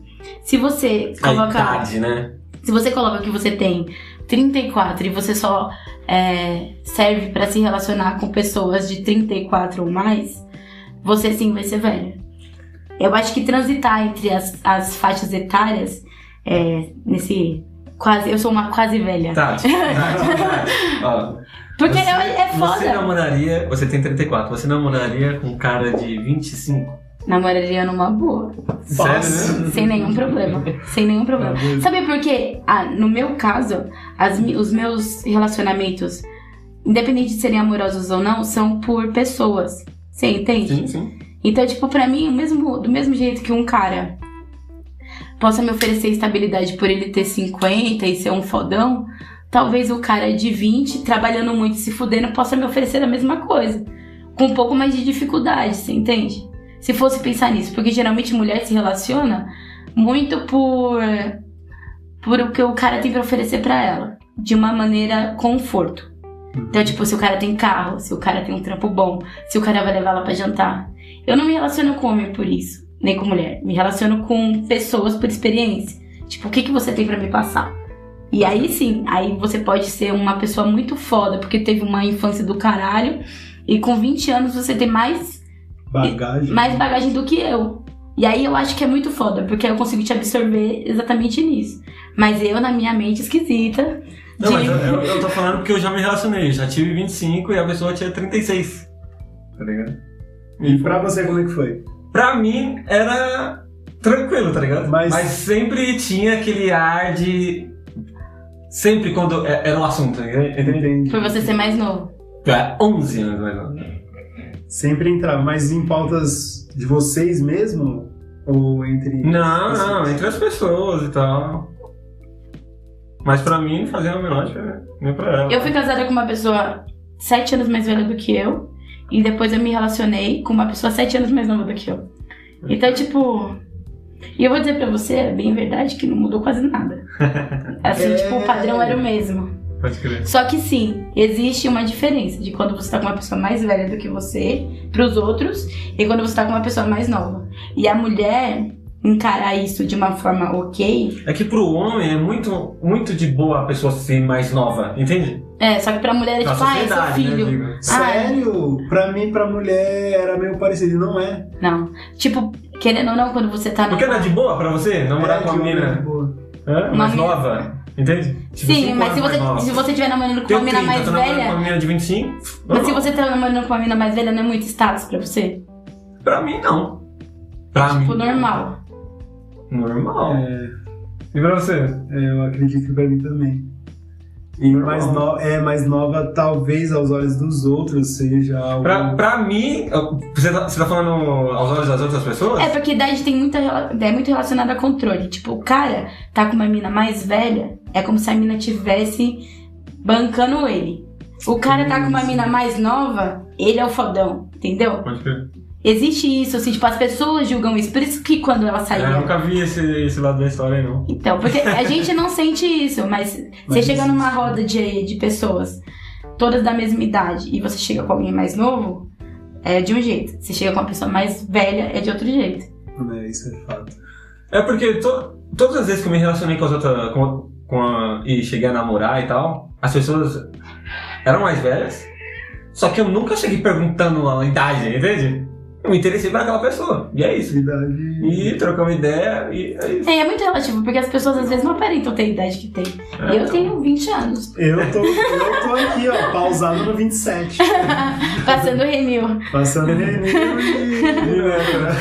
Se você A colocar. idade, né? Se você coloca que você tem 34 e você só é, serve pra se relacionar com pessoas de 34 ou mais, você sim vai ser velho. Eu acho que transitar entre as, as faixas etárias é, nesse quase. Eu sou uma quase velha. Tati. Tati, Tati. Ó, Porque Tá. Você- é, é Você foda. namoraria, você tem 34, você namoraria com um cara de 25? Namoraria numa boa. Sério, né? Sem nenhum problema. Sem nenhum problema. Uhum. Sabe por quê? Ah, no meu caso, as mi- os meus relacionamentos, independente de serem amorosos ou não, são por pessoas. Você entende? Sim, sim. Então, tipo, pra mim, o mesmo, do mesmo jeito que um cara possa me oferecer estabilidade por ele ter 50 e ser um fodão, talvez o cara de 20, trabalhando muito e se fudendo, possa me oferecer a mesma coisa. Com um pouco mais de dificuldade, você entende? Se fosse pensar nisso, porque geralmente mulher se relaciona muito por, por o que o cara tem pra oferecer pra ela, de uma maneira conforto. Então, tipo, se o cara tem carro, se o cara tem um trampo bom, se o cara vai levar ela pra jantar, eu não me relaciono com homem por isso, nem com mulher. Me relaciono com pessoas por experiência. Tipo, o que, que você tem pra me passar? E aí sim, aí você pode ser uma pessoa muito foda, porque teve uma infância do caralho, e com 20 anos você tem mais, Bagagem. mais bagagem do que eu. E aí eu acho que é muito foda, porque eu consigo te absorver exatamente nisso. Mas eu, na minha mente esquisita, de... Não, mas eu, eu, eu tô falando porque eu já me relacionei, já tive 25 e a pessoa tinha 36. Tá ligado? E pra você, como é que foi? Pra mim era tranquilo, tá ligado? Mas- sempre tinha aquele ar de. Sempre quando é- era um assunto, entendeu? Entendi. por você ser mais novo. É 11 anos mais ou menos. Sempre entrava, mas em pautas de vocês mesmo? Ou entre. Não, Assim. não, entre as pessoas e tal. Mas pra mim, fazia a menor diferença. Nem pra ela. Eu fui casada com uma pessoa sete anos mais velha do que eu. E depois eu me relacionei com uma pessoa sete anos mais nova do que eu. Então, tipo. E eu vou dizer pra você, é bem verdade, que não mudou quase nada. Assim, É. tipo, o padrão era o mesmo. Pode crer. Só que sim, existe uma diferença de quando você tá com uma pessoa mais velha do que você, pros outros, e quando você tá com uma pessoa mais nova. E a mulher encarar isso de uma forma ok, É que pro homem é muito, muito de boa a pessoa ser mais nova, entende? é, só que pra mulher é tipo, ah, é seu filho. Né, digo. Sério? Pra mim, pra mulher, era meio parecido. Não é. Não. Tipo, querendo ou não, quando você tá Porque não é de boa pra você namorar É, com uma de homem, menina boa. hã, Uma mais mina- nova, entende? Tipo, Sim, cinco mas anos se mais você, nova. se você tiver namorando com Tenho uma mina 30, mais tô tá namorando com velha. uma menina de 25, Mas se normal. você tá namorando com uma mina mais velha, não é muito status pra você? pra mim não. Pra Tipo, mim. normal. Normal. É, E pra você? é, eu acredito que pra mim também. E mais, no, é, mais nova, talvez aos olhos dos outros, seja algo. Pra, pra mim, eu- você tá, você tá falando aos olhos das outras pessoas? É porque a idade tem muita, rela- é muito relacionada a controle. Tipo, o cara tá com uma mina mais velha, é como se a mina tivesse bancando ele. O cara tá com uma mina mais nova, ele é o fodão, entendeu? Pode crer. Existe isso, assim, tipo, as pessoas julgam isso. Por isso que quando ela É, eu saía nunca vi esse, esse lado da história aí, não. Então, porque a gente não sente isso, mas você Mas chega existe. numa roda de, de pessoas, todas da mesma idade, e você chega com alguém mais novo, é de um jeito. Você chega com uma pessoa mais velha, é de outro jeito. É, isso é fato. É porque to- todas as vezes que eu me relacionei com as outras. Com, com a- e cheguei a namorar e tal, as pessoas eram mais velhas. Só que eu nunca cheguei perguntando a idade, entende? Eu me interessei por aquela pessoa. E é isso. Idade. E trocamos ideia e é isso. É, é muito relativo, porque as pessoas às vezes não aparentam ter a idade que tem. eu tenho 20 anos, Eu tô, eu tô aqui, ó, pausado no 27. passando renil. Passando renil e. e lembra.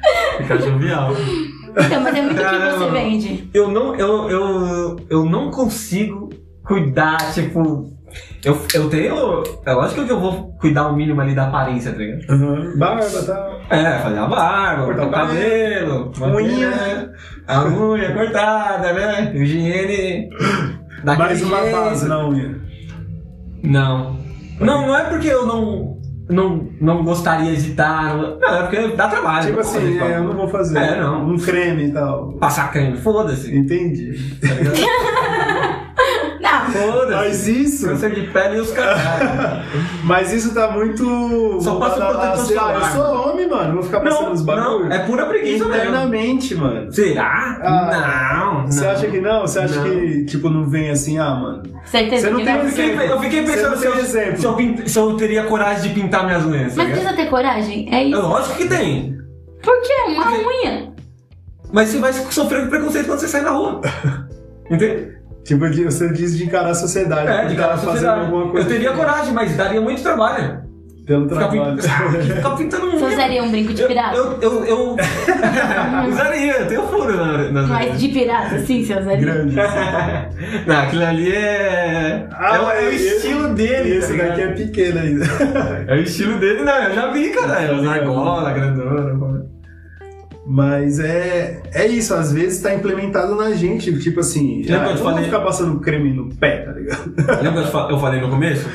É. Ficar jovial. Então, mas é muito o que Caramba. você vende. Eu não, eu, eu, eu não consigo cuidar, tipo. Eu, eu tenho. É lógico que eu vou cuidar o mínimo ali da aparência, tá ligado? Aham. Uhum. Barba e tal. É, fazer a barba, cortar Cortar o o cabelo, manter, Unha. né? A unha cortada, né? Higiene. daquele Mais uma Tá jeito. base né? na unha. Não. Não, não é porque eu não. Não, não gostaria de estar. Não, é porque dá trabalho. Tipo não vou fazer assim, isso, é, eu não vou fazer. É, não. Um creme e tal. Passar creme, foda-se. Entendi. tá ligado? Não, Foda-se. Mas isso. Câncer de pele e os caras. Mas isso tá muito. Só passa voltado a, protetor sei lá, solar. Eu sou homem, mano. Vou ficar passando Não, os não, bagulhos. é pura preguiça mesmo. Internamente, mano. Será? Ah, não. Você não. acha que não? Você acha Não. que, tipo, não vem assim, ah, mano. certeza Você não que tem não. Eu fiquei, eu fiquei pensando se Você não tem assim, eu, exemplo. se eu pin- se eu teria coragem de pintar minhas unhas. tá Mas ligado? precisa ter coragem, é É isso. lógico que tem. Por quê? Uma unha. Mas você vai sofrer preconceito quando você sai na rua. Entende? Tipo, de- você diz de encarar a sociedade. É, de porque cara à tá fazendo sociedade. alguma Eu coisa teria coragem, mas daria muito trabalho. pelo Ficar, trabalho. pin- Ficar pintando Você unha. usaria um brinco de Eu, pirata? eu, eu, eu usaria, eu tenho furo na, nas Mas unhas. de pirata, sim, você usaria. Grande. Não, aquilo ali é. Ah, é, o- é o esse- estilo dele. tá Esse ligado? daqui é pequeno ainda. É o estilo dele, não, eu já vi, cara. Tá ligado? Argola, grandona. Mas é, é isso, às vezes tá implementado na gente. Tipo assim, Lembra ah, que eu te eu não vou falei? ficar passando creme no pé, tá ligado? Lembra que eu fa- eu falei no começo?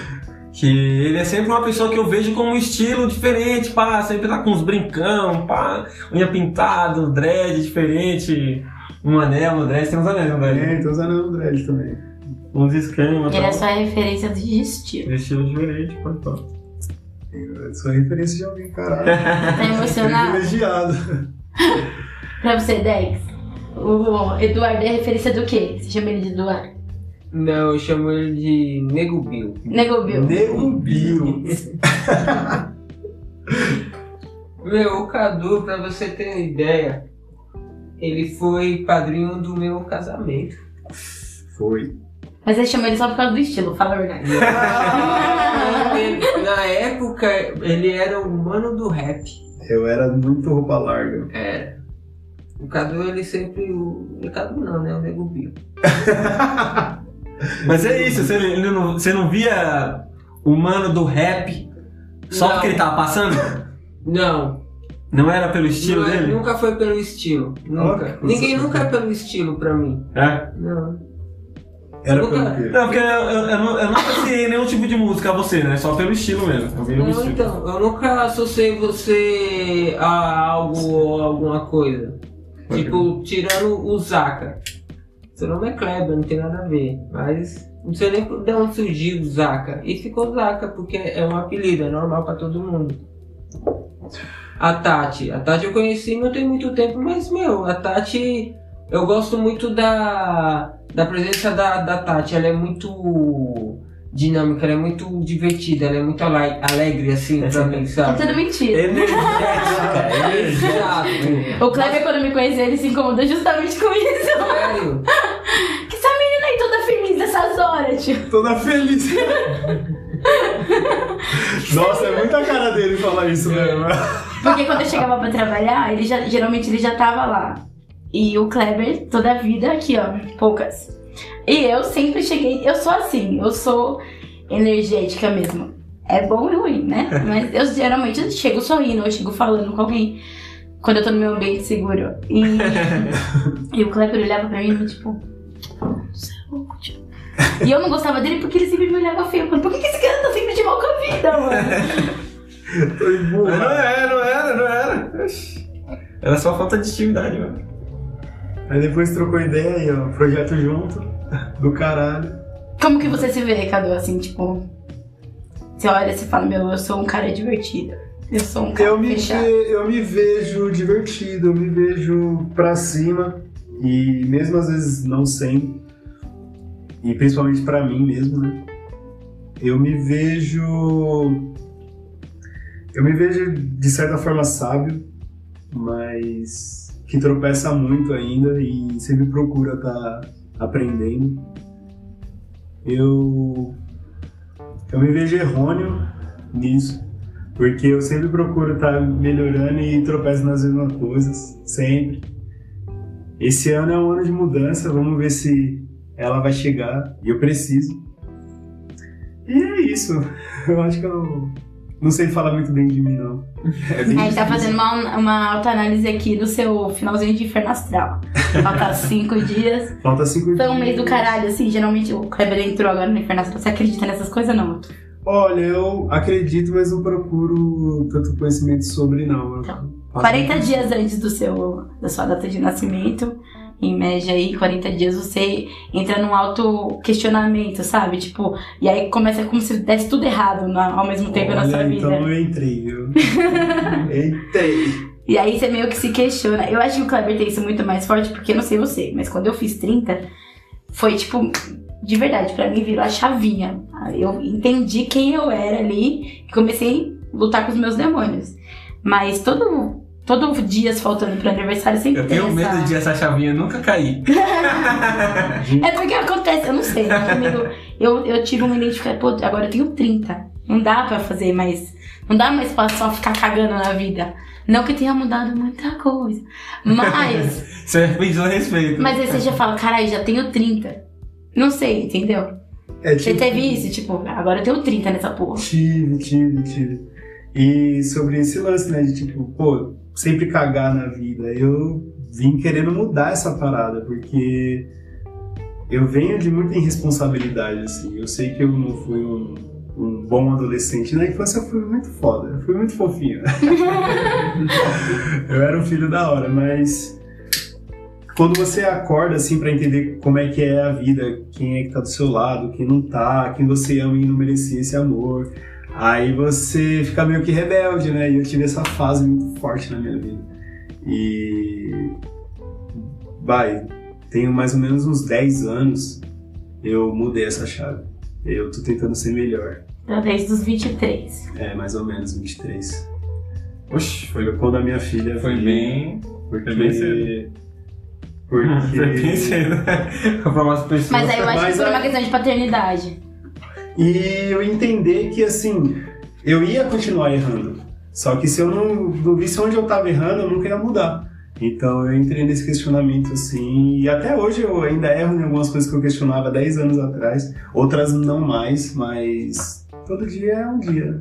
Que ele é sempre uma pessoa que eu vejo com um estilo diferente, pá, sempre tá com uns brincão, pá, unha pintada, um dread diferente, um anel, um dread, tem uns anéis, né? É, tô usando o dread também. Uns esquemas, Ele é tá? só a referência de estilo. Estilo diferente, pá, pá. Eu sou referência de alguém, caralho. Tá emocionado? Privilegiado. Pra você, Dex. O Eduardo é referência do quê? Você chama ele de Eduardo? Não, eu chamo ele de Nego Bill. Negobil. Nego Bill. Meu, o Cadu, pra você ter uma ideia, ele foi padrinho do meu casamento. Foi. Mas você chama ele só por causa do estilo, fala a verdade. Ah. Na época, ele era o mano do rap. Eu era muito roupa larga. Era. É, O Cadu, ele sempre. O o Cadu não, né? O Nego Bill. Mas é isso, você, ele não, você não via o mano do rap só Não. porque ele tava passando? Não, Não era pelo estilo não é- dele? nunca foi pelo estilo. Ah, que Nunca. coisa Ninguém que nunca é pelo estilo pra mim. É? Não. Era Nunca- pelo quê? Não, porque eu, eu, eu, não- eu nunca associei nenhum tipo de música a você, né? Só pelo estilo mesmo. Eu vi o Não, estilo. então, eu nunca associei você a algo ou alguma coisa. Pode Tipo, tirando o Zaka. Seu nome é Kleber, não tem nada a ver. Mas não sei nem de onde surgiu o Zaka. E ficou Zaka, porque é um apelido, é normal pra todo mundo. A Tati. A Tati eu conheci não tem muito tempo, mas meu, a Tati. Eu gosto muito da, da presença da, da Tati. Ela é muito dinâmica, ela é muito divertida, ela é muito ale- alegre, assim, pra mim, É sabe? tudo mentira. Energética, energética. Exato. O Kleber, quando me conheceu, ele se incomodou justamente com isso. Sério? Que essa menina aí toda feliz nessas horas, tio. Toda feliz. Nossa, é muita cara dele falar isso mesmo. É. Porque quando eu chegava pra trabalhar, ele já, geralmente ele já tava lá. E o Kleber, toda a vida aqui, ó, poucas. E eu sempre cheguei, eu sou assim, eu sou energética mesmo. É bom e ruim, né? Mas eu geralmente eu chego sorrindo, eu chego falando com alguém. Quando eu tô no meu ambiente seguro. E, e o Kleber olhava pra mim tipo. "Você é louco, tio." E eu não gostava dele porque ele sempre me olhava feio. Eu falava, Por que que esse cara tá sempre de mal com a vida, mano? Foi Mas não burra. era, não era, não era. Oxi. Era só falta de intimidade, mano. Aí depois trocou ideia e ó, projeto junto. Do caralho. Como que você se vê, Cadu, assim, tipo... Você olha e você fala, meu, eu sou um cara divertido. Eu sou um cara Eu me, ve- fechado. eu me vejo divertido, eu me vejo pra cima. E mesmo às vezes não sendo. E principalmente pra mim mesmo, né? Eu me vejo. Eu me vejo de certa forma sábio, mas que tropeça muito ainda e sempre procura estar aprendendo. Eu. Eu me vejo errôneo nisso, porque tá eu sempre procuro estar melhorando e tropeço nas mesmas coisas, sempre. Esse ano é um ano de mudança, vamos ver se ela vai chegar e eu preciso. E é isso. Eu acho que eu não sei falar muito bem de mim, não. É bem A gente tá fazendo difícil. uma, uma autoanálise aqui do seu finalzinho de inferno astral. Falta cinco dias. Falta cinco Foi um mês do dias. caralho, assim. Geralmente o Kleber entrou agora no inferno astral. Você acredita nessas coisas ou não? Olha, eu acredito, mas não procuro tanto conhecimento sobre, não. Eu- Então, Ah, 40 dias antes do seu, da sua data de nascimento, em média aí, 40 dias, você entra num auto-questionamento, sabe? Tipo, e aí começa como se desse tudo errado na- ao mesmo tempo na sua Olha, vida. então eu entrei, viu? entrei. E aí você meio que se questiona. Eu acho que o Kleber tem isso muito mais forte, porque eu não sei você, mas quando eu fiz 30, foi tipo, de verdade, pra mim virou a chavinha. Eu entendi quem eu era ali e comecei a lutar com os meus demônios. Mas todo, todo dia faltando pro aniversário sempre Eu tem tenho essa- medo de essa chavinha nunca cair. É porque acontece, eu não sei, né, comigo. Eu, eu tive uma identificação, pô, agora eu tenho 30. Não dá pra fazer mais. Não dá mais pra só ficar cagando na vida. Não que tenha mudado muita coisa. Mas, Você pediu respeito. mas aí você já fala, caralho, já tenho 30. Não sei, entendeu? É, Você tipo, teve isso, tipo, agora eu tenho 30 nessa porra. Tive, tive, tive. E sobre esse lance, né? De tipo, pô, sempre cagar na vida. Eu vim querendo mudar essa parada, porque eu venho de muita irresponsabilidade, assim. Eu sei que eu não fui um, um bom adolescente. Na infância eu fui muito foda, eu fui muito fofinho. eu era um filho da hora, mas. Quando você acorda assim pra entender como é que é a vida, quem é que tá do seu lado, quem não tá, quem você ama e não merecia esse amor, Aí você fica meio que rebelde, né? E eu tive essa fase muito forte na minha vida. E. Vai, tenho mais ou menos uns 10 anos, eu mudei essa chave. Eu tô tentando ser melhor. Talvez dos 23. É, mais ou menos 23. Oxi, foi, Foi quando a minha filha. foi bem. Porque. foi bem cedo. Porque. Foi bem cedo. Pra umas pessoas. Mas aí eu acho que Mas foi aí- uma questão de paternidade. E eu entender que, assim, eu ia continuar errando. Só que se eu não, não visse onde eu tava errando, eu nunca ia mudar. Então eu entrei nesse questionamento, assim, e até hoje eu ainda erro em algumas coisas que eu questionava 10 anos atrás, outras não mais, mas todo dia é um dia.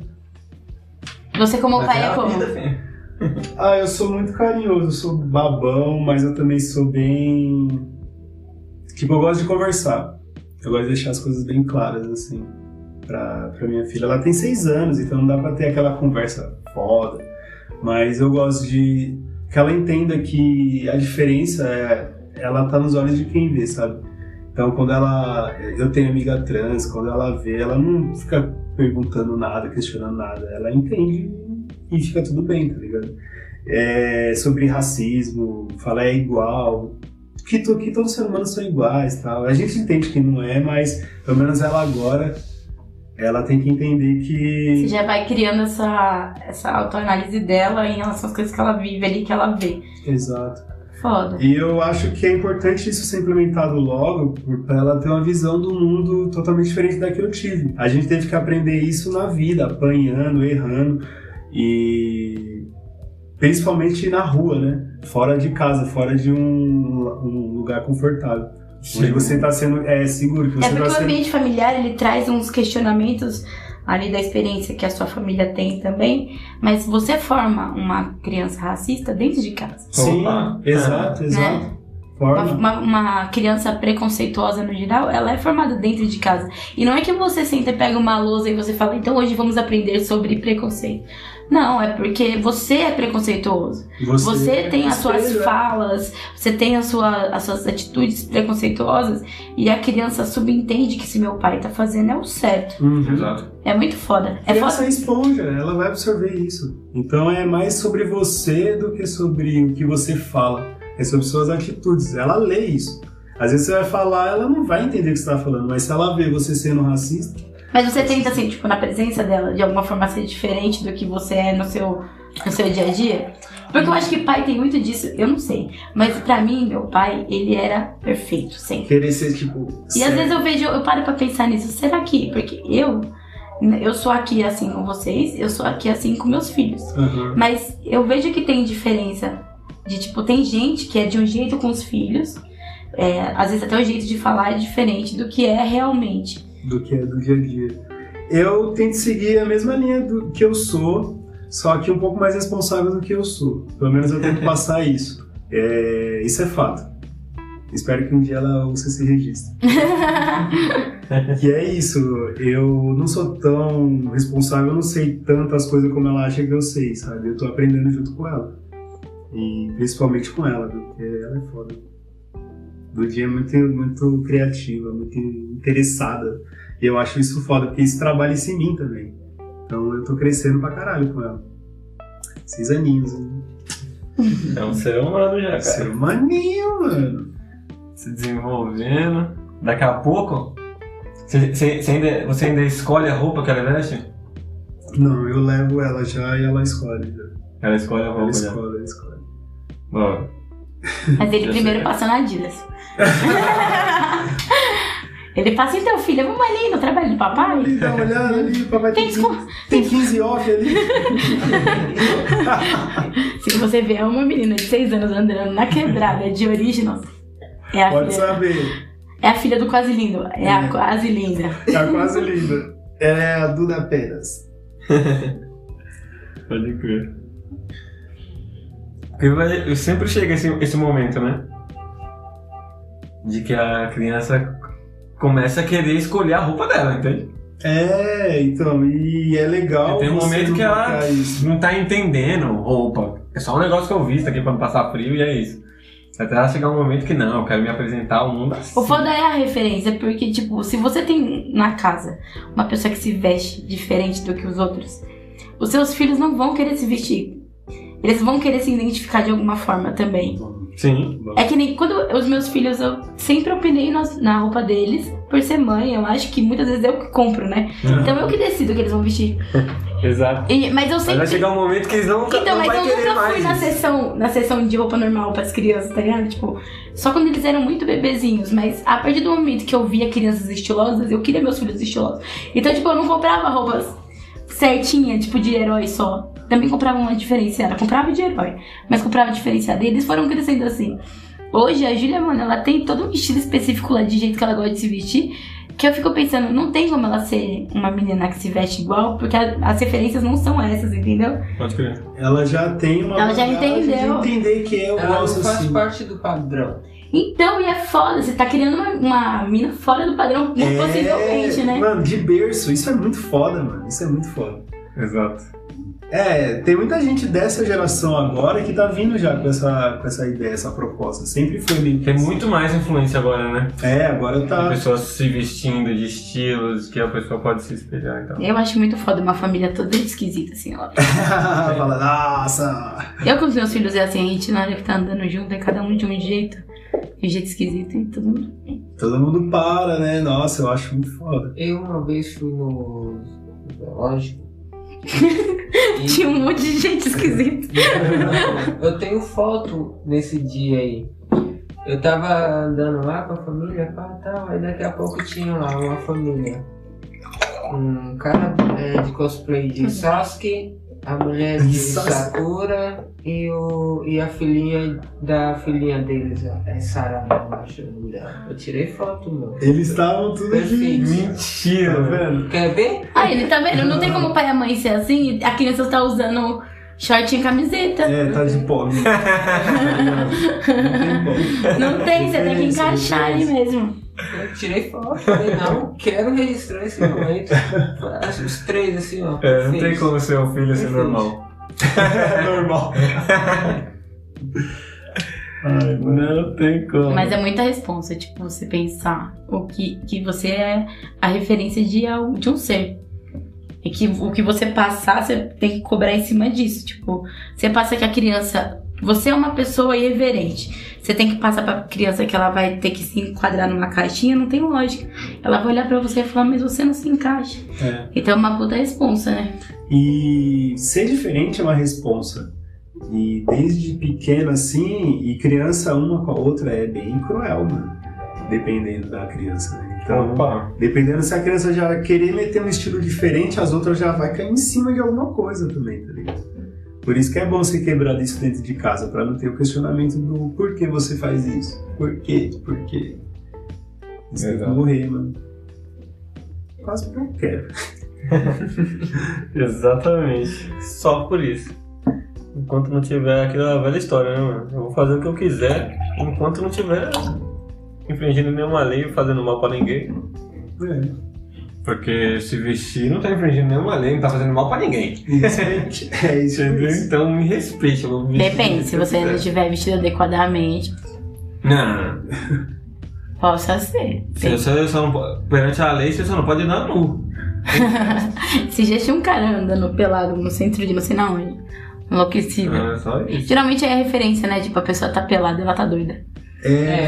Você como Mas pai a é como? vida, filho. Ah, eu sou muito carinhoso, eu sou babão, mas eu também sou bem. Tipo, eu gosto de conversar. Eu gosto de deixar as coisas bem claras, assim, pra, pra minha filha. Ela tem seis anos, então não dá pra ter aquela conversa foda. Mas eu gosto de que ela entenda que a diferença é. Ela tá nos olhos de quem vê, sabe? Então, quando ela. Eu tenho amiga trans, quando ela vê, ela não fica perguntando nada, questionando nada. Ela entende e fica tudo bem, tá ligado? É, sobre racismo, falar é igual, que, to, que todos os seres humanos são iguais tal. A gente entende que não é, mas pelo menos ela agora, ela tem que entender Você que. já vai criando essa, essa autoanálise dela em relação às coisas que ela vive ali, que ela vê. Exato. Foda. E eu acho que é importante isso ser implementado logo, para ela ter uma visão do mundo totalmente diferente da que eu tive. A gente teve que aprender isso na vida, apanhando, errando e principalmente na rua, né? Fora de casa, fora de um, um lugar confortável. Onde você está sendo é, seguro, que você É porque está o sendo ambiente familiar ele traz uns questionamentos ali da experiência que a sua família tem também, mas você forma uma criança racista dentro de casa. Sim, Opa. É. exato, exato. Uma, Forma. uma- uma criança preconceituosa no geral, ela é formada dentro de casa. E não é que você senta e pega uma lousa e você fala, então hoje vamos aprender sobre preconceito. Não, é porque você é preconceituoso. Você tem as suas Espelho, é. falas, você tem a sua- as suas atitudes preconceituosas e a criança subentende que se meu pai tá fazendo é o certo. Uhum. Exato. É muito foda. É foda. Criança é esponja, ela vai absorver isso. Então é mais sobre você do que sobre o que você fala. É sobre suas atitudes. Ela lê isso. Às vezes você vai falar, ela não vai entender o que você está falando, mas se ela vê você sendo racista, Mas você tenta, assim, tipo, na presença dela, de alguma forma ser diferente do que você é no seu, no seu dia a dia? Porque eu acho que pai tem muito disso, eu não sei. Mas pra mim, meu pai, ele era perfeito sempre. querer ser tipo. E às vezes eu vejo, eu paro pra pensar nisso, será que? Porque eu, eu sou aqui assim com vocês, eu sou aqui assim com meus filhos. Mas eu vejo que tem diferença De tipo, tem gente que é de um jeito com os filhos, é, às vezes até o jeito de falar é diferente do que é realmente. do que é do dia a dia. Eu tento seguir a mesma linha do que eu sou, só que um pouco mais responsável do que eu sou. Pelo menos eu tento passar isso. É, isso é fato. Espero que um dia ela ouça esse registro. E é isso, eu não sou tão responsável, eu não sei tantas coisas como ela acha que eu sei, sabe? Eu tô aprendendo junto com ela. E principalmente com ela, porque ela é foda. Do dia é muito, muito criativa, muito interessada. E eu acho isso foda, porque isso trabalha isso em mim também. Então eu tô crescendo pra caralho com ela. Seis aninhos, hein? É um ser humano já, cara. Ser maninho, mano. Se desenvolvendo. Daqui a pouco. Você você- você ainda, você ainda escolhe a roupa que ela veste? Não, eu levo ela já e ela escolhe. já. Ela escolhe a Ela roupa já. escolhe, ela escolhe. Ó, Mas ele Eu primeiro sei. passa na Adidas. ele passa, então, filha, vamos ali no trabalho do papai? Ali, dá uma olhada ali, papai tá Tem tem, desculpa. tem 15 off ali. Se você vê é uma menina de 6 anos andando na quebrada de original, é a, Pode filha, saber. é a filha do quase lindo. É, a É. quase linda. Tá quase linda. Ela é a Duda Peras. pode crer. Porque vai- sempre chega esse, esse momento, né? De que a criança começa a querer escolher a roupa dela, entende? É, então, e é legal. Tem um você momento que ela- colocar é isso. Não tá entendendo roupa. É só um negócio que eu visto aqui pra não passar frio e é isso. Até ela chegar um momento que não, eu quero me apresentar ao mundo assim. O foda é a referência, porque, tipo, se você tem na casa uma pessoa que se veste diferente do que os outros, os seus filhos não vão querer se vestir. Eles vão querer se identificar de alguma forma também. Sim. É que nem quando os meus filhos, eu sempre opinei nas- na roupa deles, por ser mãe, eu acho que muitas vezes eu que compro, né? Então eu que decido o que eles vão vestir. Exato. E- mas eu Mas sempre. vai chegar um momento que eles não, Então, não mas vai eu querer nunca mais. fui na isso. sessão, na sessão de roupa normal pras crianças, tá ligado? Tipo, só quando eles eram muito bebezinhos. Mas a partir do momento que eu via crianças estilosas, eu queria meus filhos estilosos. Então, tipo, eu não comprava roupas certinha, tipo, de herói só. Também comprava uma diferenciada. Comprava de herói, mas comprava diferenciada. E eles foram crescendo assim. Hoje, a Júlia, mano, ela tem todo um estilo específico lá de jeito que ela gosta de se vestir. Que eu fico pensando, não tem como ela ser uma menina que se veste igual, porque a- as referências não são essas, entendeu? Pode crer. Ela já tem uma. Ela já bagagem de entendeu. entender que é o Ela não faz raciocínio. parte do padrão. Então, e é foda, você tá criando uma, uma mina fora do padrão, É, possivelmente, né? Mano, de berço, isso é muito foda, mano. Isso é muito foda. Exato. É, tem muita gente dessa geração agora que tá vindo já com essa, com essa ideia, essa proposta. Sempre foi meio. que Tem assim. muito mais influência agora, né? É, agora Tem tá. Pessoas se vestindo de estilos que a pessoa pode se espelhar então. e tal. Eu acho muito foda uma família toda esquisita, assim, ó. Fala, nossa! Eu com os meus filhos é assim, a gente na hora que tá andando junto, é cada um de um jeito. De um jeito esquisito e todo mundo. Todo mundo para, né? Nossa, eu acho muito foda. Eu uma vez fui no zoológico. E- Tinha um monte de gente esquisita. Eu tenho foto nesse dia aí. Eu tava andando lá com a família, pá, tal, aí daqui a pouco tinha lá uma família. Um cara é, de cosplay de Sasuke, a mulher de De Sasuke. Sakura e, o, e a filhinha da filhinha deles, a- é Sarah, eu acho. o nome dela. Eu tirei foto, meu. Eles estavam tudo Perfeito. Tá Mentira, velho. vendo? Quer ver? Ah, ele tá vendo? Não tem como o pai e a mãe ser assim, a criança tá usando short e camiseta. É, tá de pó. né? Não tem pó. Não tem, você tem que Diferença, encaixar ali diferença. mesmo. Eu tirei foto, falei, não, quero registrar esse momento. Os três assim, ó. É, não tem perfeitos. como ser um filho ser Perfeito. normal. É normal. Ai, mano. Não tem como. Mas é muita responsa, tipo, você pensar o que, que você é a referência de, al- de um ser. E que o que você passar, você tem que cobrar em cima disso. Tipo, você passa que a criança. Você é uma pessoa irreverente. Você tem que passar pra criança que ela vai ter que se enquadrar numa caixinha, não tem lógica. Ela vai olhar pra você e falar, mas você não se encaixa. É. Então é uma puta responsa, né? E ser diferente é uma responsa. E desde pequeno assim, e criança uma com a outra é bem cruel, mano. Dependendo da criança. né? Então, Opa. dependendo se a criança já querer meter um estilo diferente, as outras já vai cair em cima de alguma coisa também, tá ligado? Por isso que é bom você quebrar isso dentro de casa, para não ter o questionamento do por que você faz isso. Por quê? Por quê? Isso tem que Exato. morrer, mano. Quase que eu quero. Exatamente. Só por isso. Enquanto não tiver aquela velha história, né, mano? Eu vou fazer o que eu quiser enquanto não tiver infringindo nenhuma lei, fazendo mal pra ninguém. É. Porque se vestir não tá infringindo nenhuma lei, não tá fazendo mal pra ninguém. Isso, é, é isso. Entendeu? mesmo. Então me respeite. Eu vou me Depende, se você não estiver vestido adequadamente, Não, possa ser. você, você só não po- perante a lei você só não pode andar nu. Se já tinha um cara andando pelado no centro de não sei na onde, enlouquecido. É só isso. Geralmente é a referência, né? Tipo, a pessoa tá pelada, ela tá doida. É.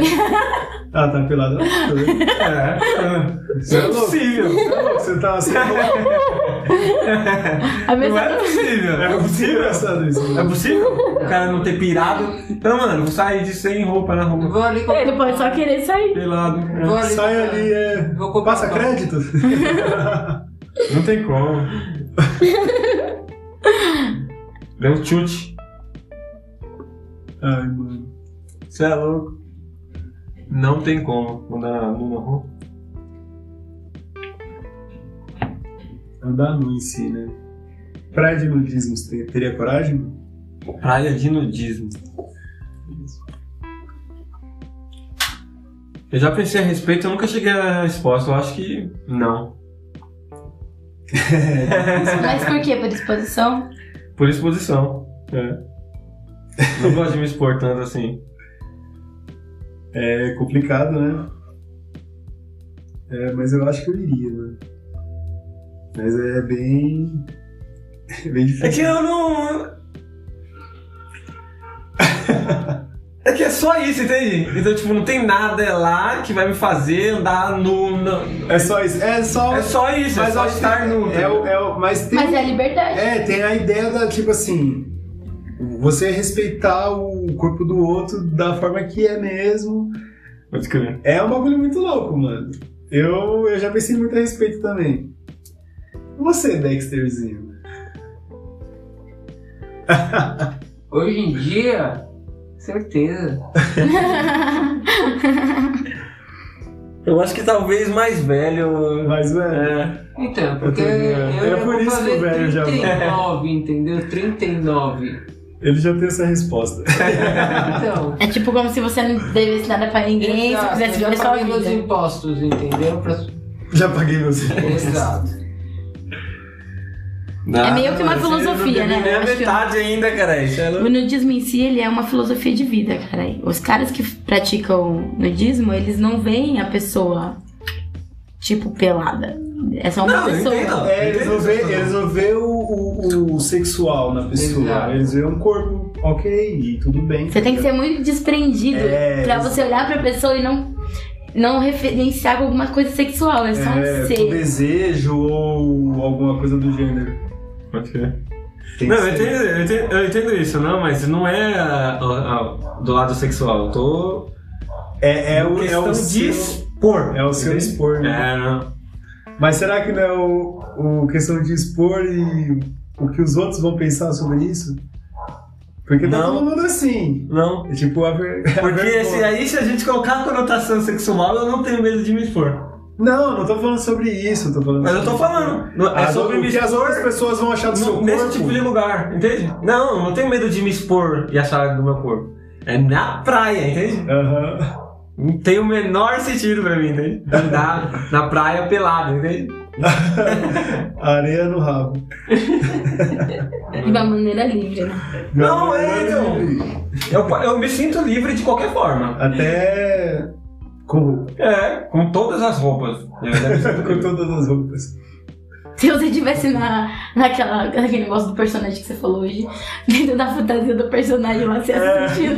Ah, tá pelado. É, Você é louco. possível. Você é louco, Você tá assim. É A Não pessoa tá é possível. possível essa isso. É possível o cara não ter pirado? Então, mano, eu vou sair de sem roupa na rua. Vou ali ele pode só querer sair. Pelado. Vou ali Sai ali, é. Vou comprar Passa um- crédito? Não tem como. Deu um chute. Ai, mano. Você é louco. Não tem como andar nu na rua. Andar nu em si, né? Praia de nudismo, você ter- teria coragem? mano? Praia de nudismo. Eu já pensei a respeito, eu nunca cheguei à resposta. Eu acho que não. Mas por quê? Por exposição? Por exposição. É. Não gosto de me expor tanto assim. É complicado, né? É, mas eu acho que eu iria, né? Mas é bem. É bem É difícil. que eu não. É que é só isso, entende? Então, tipo, não tem nada lá que vai me fazer andar nu. não. É só isso. É só. É só isso, é mas eu só acho que estar nu. É, o- é, o- mas tem. Mas é a liberdade. É, tem a ideia da, tipo assim, você respeitar o corpo do outro da forma que é mesmo. Pode crer. É um bagulho muito louco, mano. Eu, eu já pensei muito a respeito também. Você, Dexterzinho. Hoje em dia, certeza. Eu acho que talvez mais velho. Mas, velho, É. Então, porque eu, Eu tô- é já por vou isso que o fazer velho já- 39, entendeu? 39. ele já tem essa resposta. Então, É tipo como se você não devesse nada pra ninguém, se exato, quisesse eu viver já sua paguei meus vida. impostos, entendeu? Pra... Já paguei meus impostos. Exato. É meio que uma Não, você filosofia, não né? tem Nem a Eu acho que- metade ainda, cara. Isso é O louco. nudismo em si, ele é uma filosofia de vida, cara. Os caras que praticam nudismo, eles não veem a pessoa, tipo, pelada. É só uma Não, eu pessoa. entendo. É, eles não vê, eles não vê o, o- o sexual na pessoa. Exato. Eles vê um corpo, ok, e tudo bem. Você tem que ser muito desprendido É, pra ex- você olhar pra pessoa e não, não referenciar com alguma coisa sexual. É só um é, por ser. desejo ou alguma coisa do gênero. Pode crer. Tem Não, que eu ser. entendo, eu, entendo, eu entendo isso, não, mas não é ah, ah, ah, do lado sexual. Eu tô. É, é o, é questão o de seu, expor. é o seu Entende? expor, né? É, não. Mas será que não é o, o questão de expor e o que os outros vão pensar sobre isso? Porque tá Não. todo mundo assim. Não. É tipo a ver... a Porque vergonha. se aí se a gente colocar a conotação sexual, eu não tenho medo de me expor. Não, não tô falando sobre isso, eu tô falando Mas eu tô sobre- falando. não- É Ah, sobre o me que as expor outras pessoas vão achar do seu no- corpo. nesse tipo de lugar, entende? Não, eu não tenho medo de me expor e achar do meu corpo. É na praia, entende? Aham. Não tem o menor sentido pra mim, entende? Andar na praia pelado, entende? Areia no rabo. De uma maneira livre, né? Não, é, então. Eu, eu me sinto livre de qualquer forma. Até com, É, com todas as roupas. Eu ainda me sinto com livre. todas as roupas. Se você tivesse na, naquela, naquele negócio do personagem que você falou hoje, dentro da fantasia do personagem lá se É. assistindo.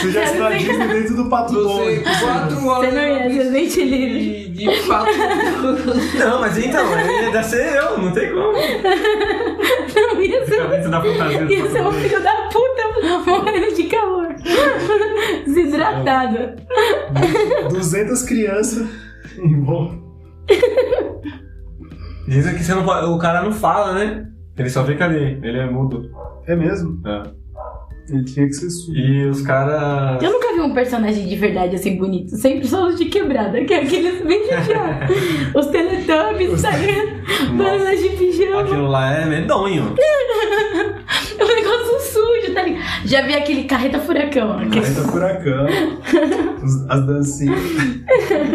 Você já está Quero Disney dentro do Pato Você, Donald. 4 Você horas não ia ser gente livre. de, de fato. Não, mas então, aí ia ser eu, não tem como. Não ia ser. Ficar dentro da fantasia. do Ia ser um filho da puta morrendo de calor. Desidratado. 200 crianças em volta. Dizem que você não pode- o cara não fala, né? Ele só fica ali, ele é mudo. É mesmo? É. Ele tinha que ser surdo. E os caras. Eu nunca vi um personagem de verdade assim bonito. Sempre só os de quebrada, que é aqueles bem judiados. Os Teletubbies, sabe? Bananas de pijama. Aquilo lá é medonho. É um negócio sujo, tá ligado? Já vi aquele carreta furacão. aquele- Carreta Furacão, os- as dancinhas.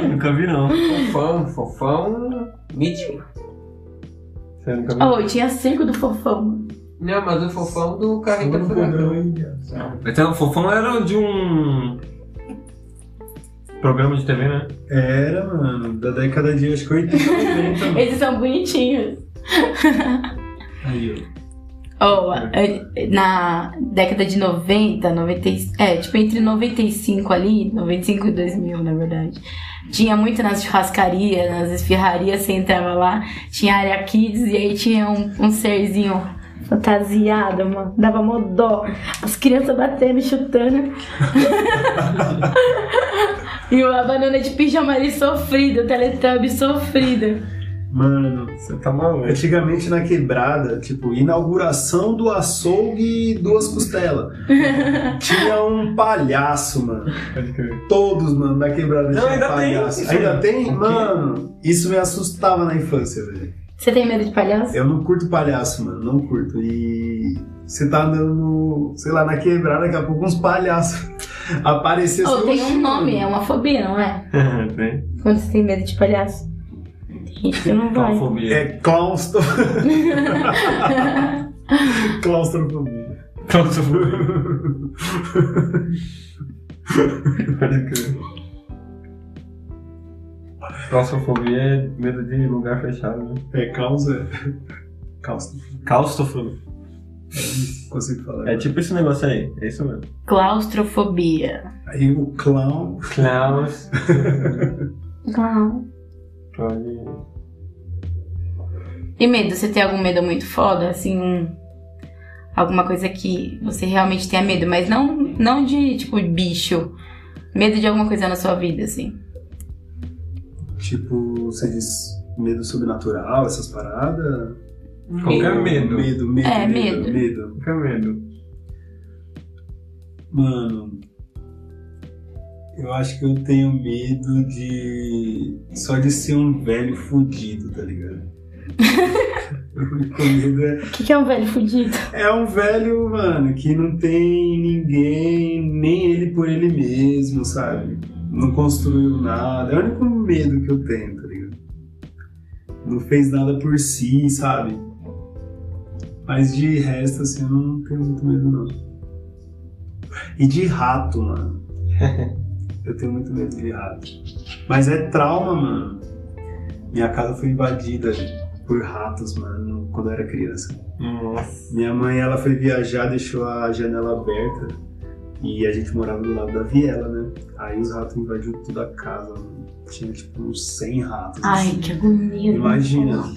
Nunca vi, não. Fofão, fofão. Mítico. Você nunca viu? Oh, tinha circo do fofão. Não, mas o fofão do carrinho da Todo fogão, furacão. hein? Então, o Fofão era de um. Programa de TV, né? Era, mano, da década de acho que 80 90. Eles são bonitinhos. Aí, ó. Oh, é, na década de 90, 90, e- é, tipo entre 95 ali, 95 e 2000 na verdade, tinha muito nas churrascarias, nas esfirrarias, você entrava lá, tinha área kids e aí tinha um, um serzinho fantasiado, mano, dava mó dó, as crianças batendo, chutando. e a banana de pijama ali sofrida, o Teletubbies sofrida. Mano, Você tá maluco. antigamente na quebrada, tipo, inauguração do açougue e duas costelas. tinha um palhaço, mano. É, Pode crer. Todos, mano, na quebrada Não, tinha ainda tem palhaço. isso, ainda né? tem? quê? Mano, isso me assustava na infância, velho. Você tem medo de palhaço? Eu não curto palhaço, mano. Não curto. E você tá andando, no, sei lá, na quebrada, daqui a pouco uns palhaços aparecer Oh, assim, tem "Oxi, um nome, é mano." uma fobia, não é? Tem. Quando você tem medo de palhaço? Tem gente que não vai. Claufobia. É claustro. Claustrofobia. Clausofobia. Pode crer. Claustrofobia é medo de lugar fechado, né? É causa. Claustro. Claustrofobia. Não consigo falar. É tipo esse negócio aí. É isso mesmo. Claustrofobia. Aí o clown. Claus. Clown. E medo? Você tem algum medo muito foda? Assim, um- alguma coisa que você realmente tenha medo, mas não, não de, tipo, bicho. Medo de alguma coisa na sua vida, assim. Tipo, você diz medo sobrenatural, essas paradas. Qualquer medo. Medo, medo. É, medo. medo. medo. Fica medo. Mano, eu acho que eu tenho medo de. só de ser um velho fudido, tá ligado? Eu fico com medo é- O que, que é um velho fudido? é um velho, mano, que não tem ninguém, nem ele por ele mesmo, sabe? Não construiu nada. É o único medo que eu tenho, tá ligado? Não fez nada por si, sabe? Mas de resto, assim, eu não tenho muito medo, não. E de rato, mano. Eu tenho muito medo de rato. Mas é trauma, mano. Minha casa foi invadida por ratos, mano, quando eu era criança. Nossa. Minha mãe, ela foi viajar, deixou a janela aberta e a gente morava do lado da viela, né? Aí os ratos invadiu toda a casa, mano. Tinha tipo uns 100 ratos. Ai, assim. que agonia. Imagina,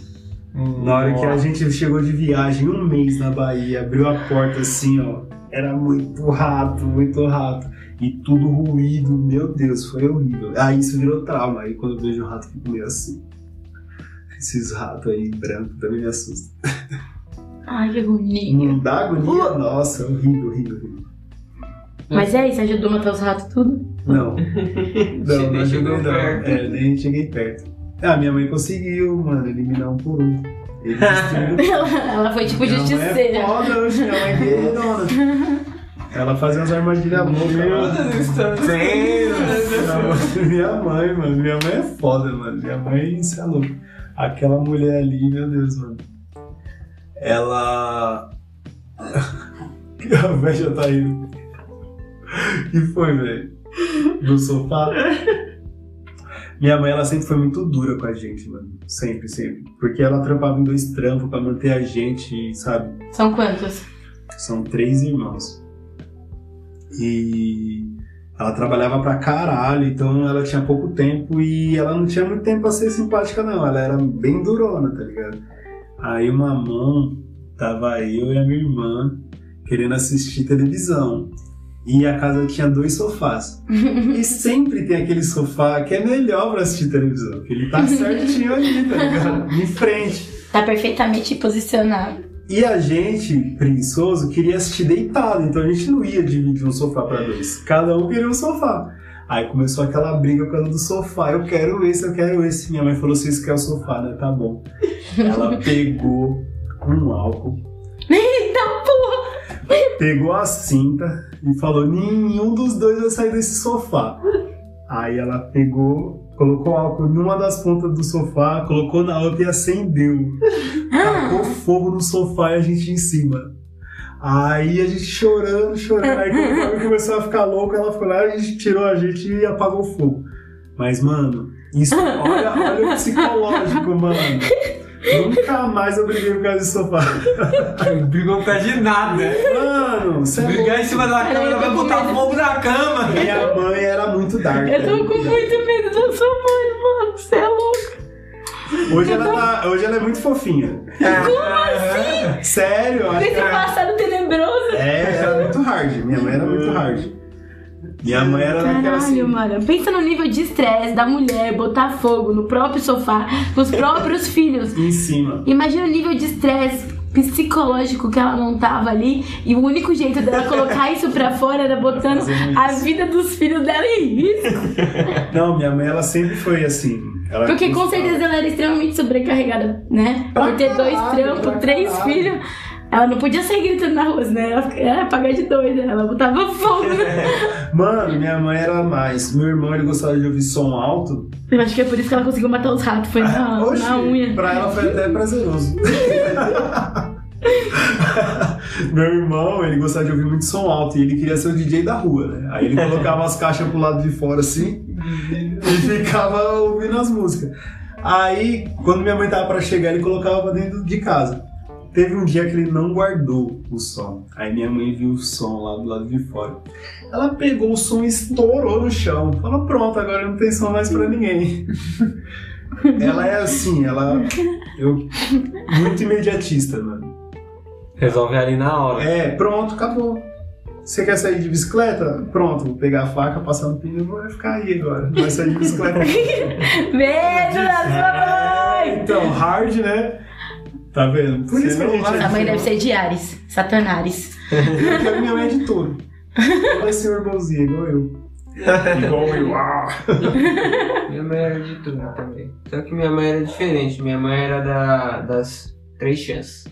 na hora que a gente chegou de viagem, um mês na Bahia, abriu a porta assim, ó. Era muito rato, muito rato. E tudo ruído, meu Deus, foi horrível. Aí isso virou trauma. Aí quando eu vejo um rato, eu fico meio assim. Esses ratos aí, branco, também me assustam. Ai, que agonia. Não dá agonia? Nossa, horrível, horrível, horrível. Mas é isso, ajudou a matar os ratos tudo? Não. Você Não, nem não chegou ajudou não. perto. É, nem cheguei perto. Ah, minha mãe conseguiu, mano, eliminar um por um. Ele destruiu. Ela foi tipo Minha justiceira. mãe é foda, hoje minha mãe é guerreirona. Ela fazia umas armadilhas loucas. Todas estão. Não, Minha mãe, mano, minha mãe é foda, mano. Minha mãe, isso é louco. Aquela mulher ali, meu Deus, mano. Ela. A velha tá indo. que foi, velho? No sofá? Minha mãe, ela sempre foi muito dura com a gente, mano. Sempre, sempre. Porque ela trampava em dois trampos pra manter a gente, sabe? São quantos? São três irmãos. E ela trabalhava pra caralho, então ela tinha pouco tempo e ela não tinha muito tempo pra ser simpática, não. Ela era bem durona, tá ligado? Aí uma mão, tava eu e a minha irmã querendo assistir televisão. E a casa tinha dois sofás. E sempre tem aquele sofá que é melhor pra assistir televisão. Que ele tá certinho ali, tá ligado? Em frente. Tá perfeitamente posicionado. E a gente, preguiçoso, queria assistir deitado, então a gente não ia dividir um sofá pra dois. Cada um queria um sofá. Aí começou aquela briga por causa do sofá. Eu quero esse, eu quero esse. Minha mãe falou: vocês querem o sofá, né? Tá bom. Ela pegou um álcool, Eita porra! pegou a cinta e falou: nenhum dos dois vai sair desse sofá. Aí ela pegou, colocou álcool numa das pontas do sofá, colocou na outra e acendeu. Ah! Tacou fogo no sofá e a gente em cima. Aí a gente chorando, chorando. Aí quando o Fábio começou a ficar louco, ela ficou lá, a gente tirou a gente e apagou o fogo. Mas, mano, isso, olha, olha o psicológico, mano. Nunca mais eu briguei por causa desse sofá. Brigou por causa de nada. Mano, você é Brigar em cima da cama, Peraí, ela vai eu tô com botar medo. fogo na cama. louco. Minha mãe era muito dark. Eu tô com muito medo da sua mãe, mano. Você é louco. Hoje ela, tá- hoje ela é muito fofinha. É. assim? Como Sério, olha. Desse passado tenebroso. É, era muito hard. Minha mãe era muito hard. Minha mãe era daquela assim. Caralho, mano. Pensa no nível de estresse da mulher botar fogo no próprio sofá, nos próprios filhos. Em cima. Imagina o nível de estresse psicológico que ela não tava ali e o único jeito dela colocar isso pra fora era botando Fazendo a vida dos filhos dela em risco. Não, minha mãe ela sempre foi assim. Ela Porque com gostava. certeza ela era extremamente sobrecarregada, né? Pra Por ter dois caralho, pra trampos, três caralho. filhos. Ela não podia sair gritando na rua, né? Ela era pagar de doida, ela botava fogo. Mano, minha mãe era mais. Meu irmão ele gostava de ouvir som alto. Eu acho que é por isso que ela conseguiu matar os ratos, foi na, Oxe, na unha. Pra ela foi até prazeroso. Meu irmão, ele gostava de ouvir muito som alto e ele queria ser o DJ da rua, né? Aí ele colocava as caixas pro lado de fora assim e ficava ouvindo as músicas. Aí, quando minha mãe tava pra chegar, ele colocava pra dentro de casa. Teve um dia que ele não guardou o som. Aí minha mãe viu o som lá do lado de fora. Ela pegou o som e estourou no chão. Falou, pronto, agora não tem som mais pra ninguém. ela é assim, ela. Eu, muito imediatista, mano. Resolve ali na hora. É, pronto, acabou. Você quer sair de bicicleta? Pronto, vou pegar a faca, passar no pneu, vai ficar aí agora. Não Vai sair de bicicleta. Beijo na sua É, mãe! então, hard, né? Tá vendo? Por isso que a gente Nossa, a mãe é deve ser de Ares, Satanares. de touro. Minha mãe é de touro. Ela Vai ser um irmãozinho, igual eu. igual eu. ah. Minha mãe era de tudo também. Só que minha mãe era diferente. Minha mãe era da, das três chances.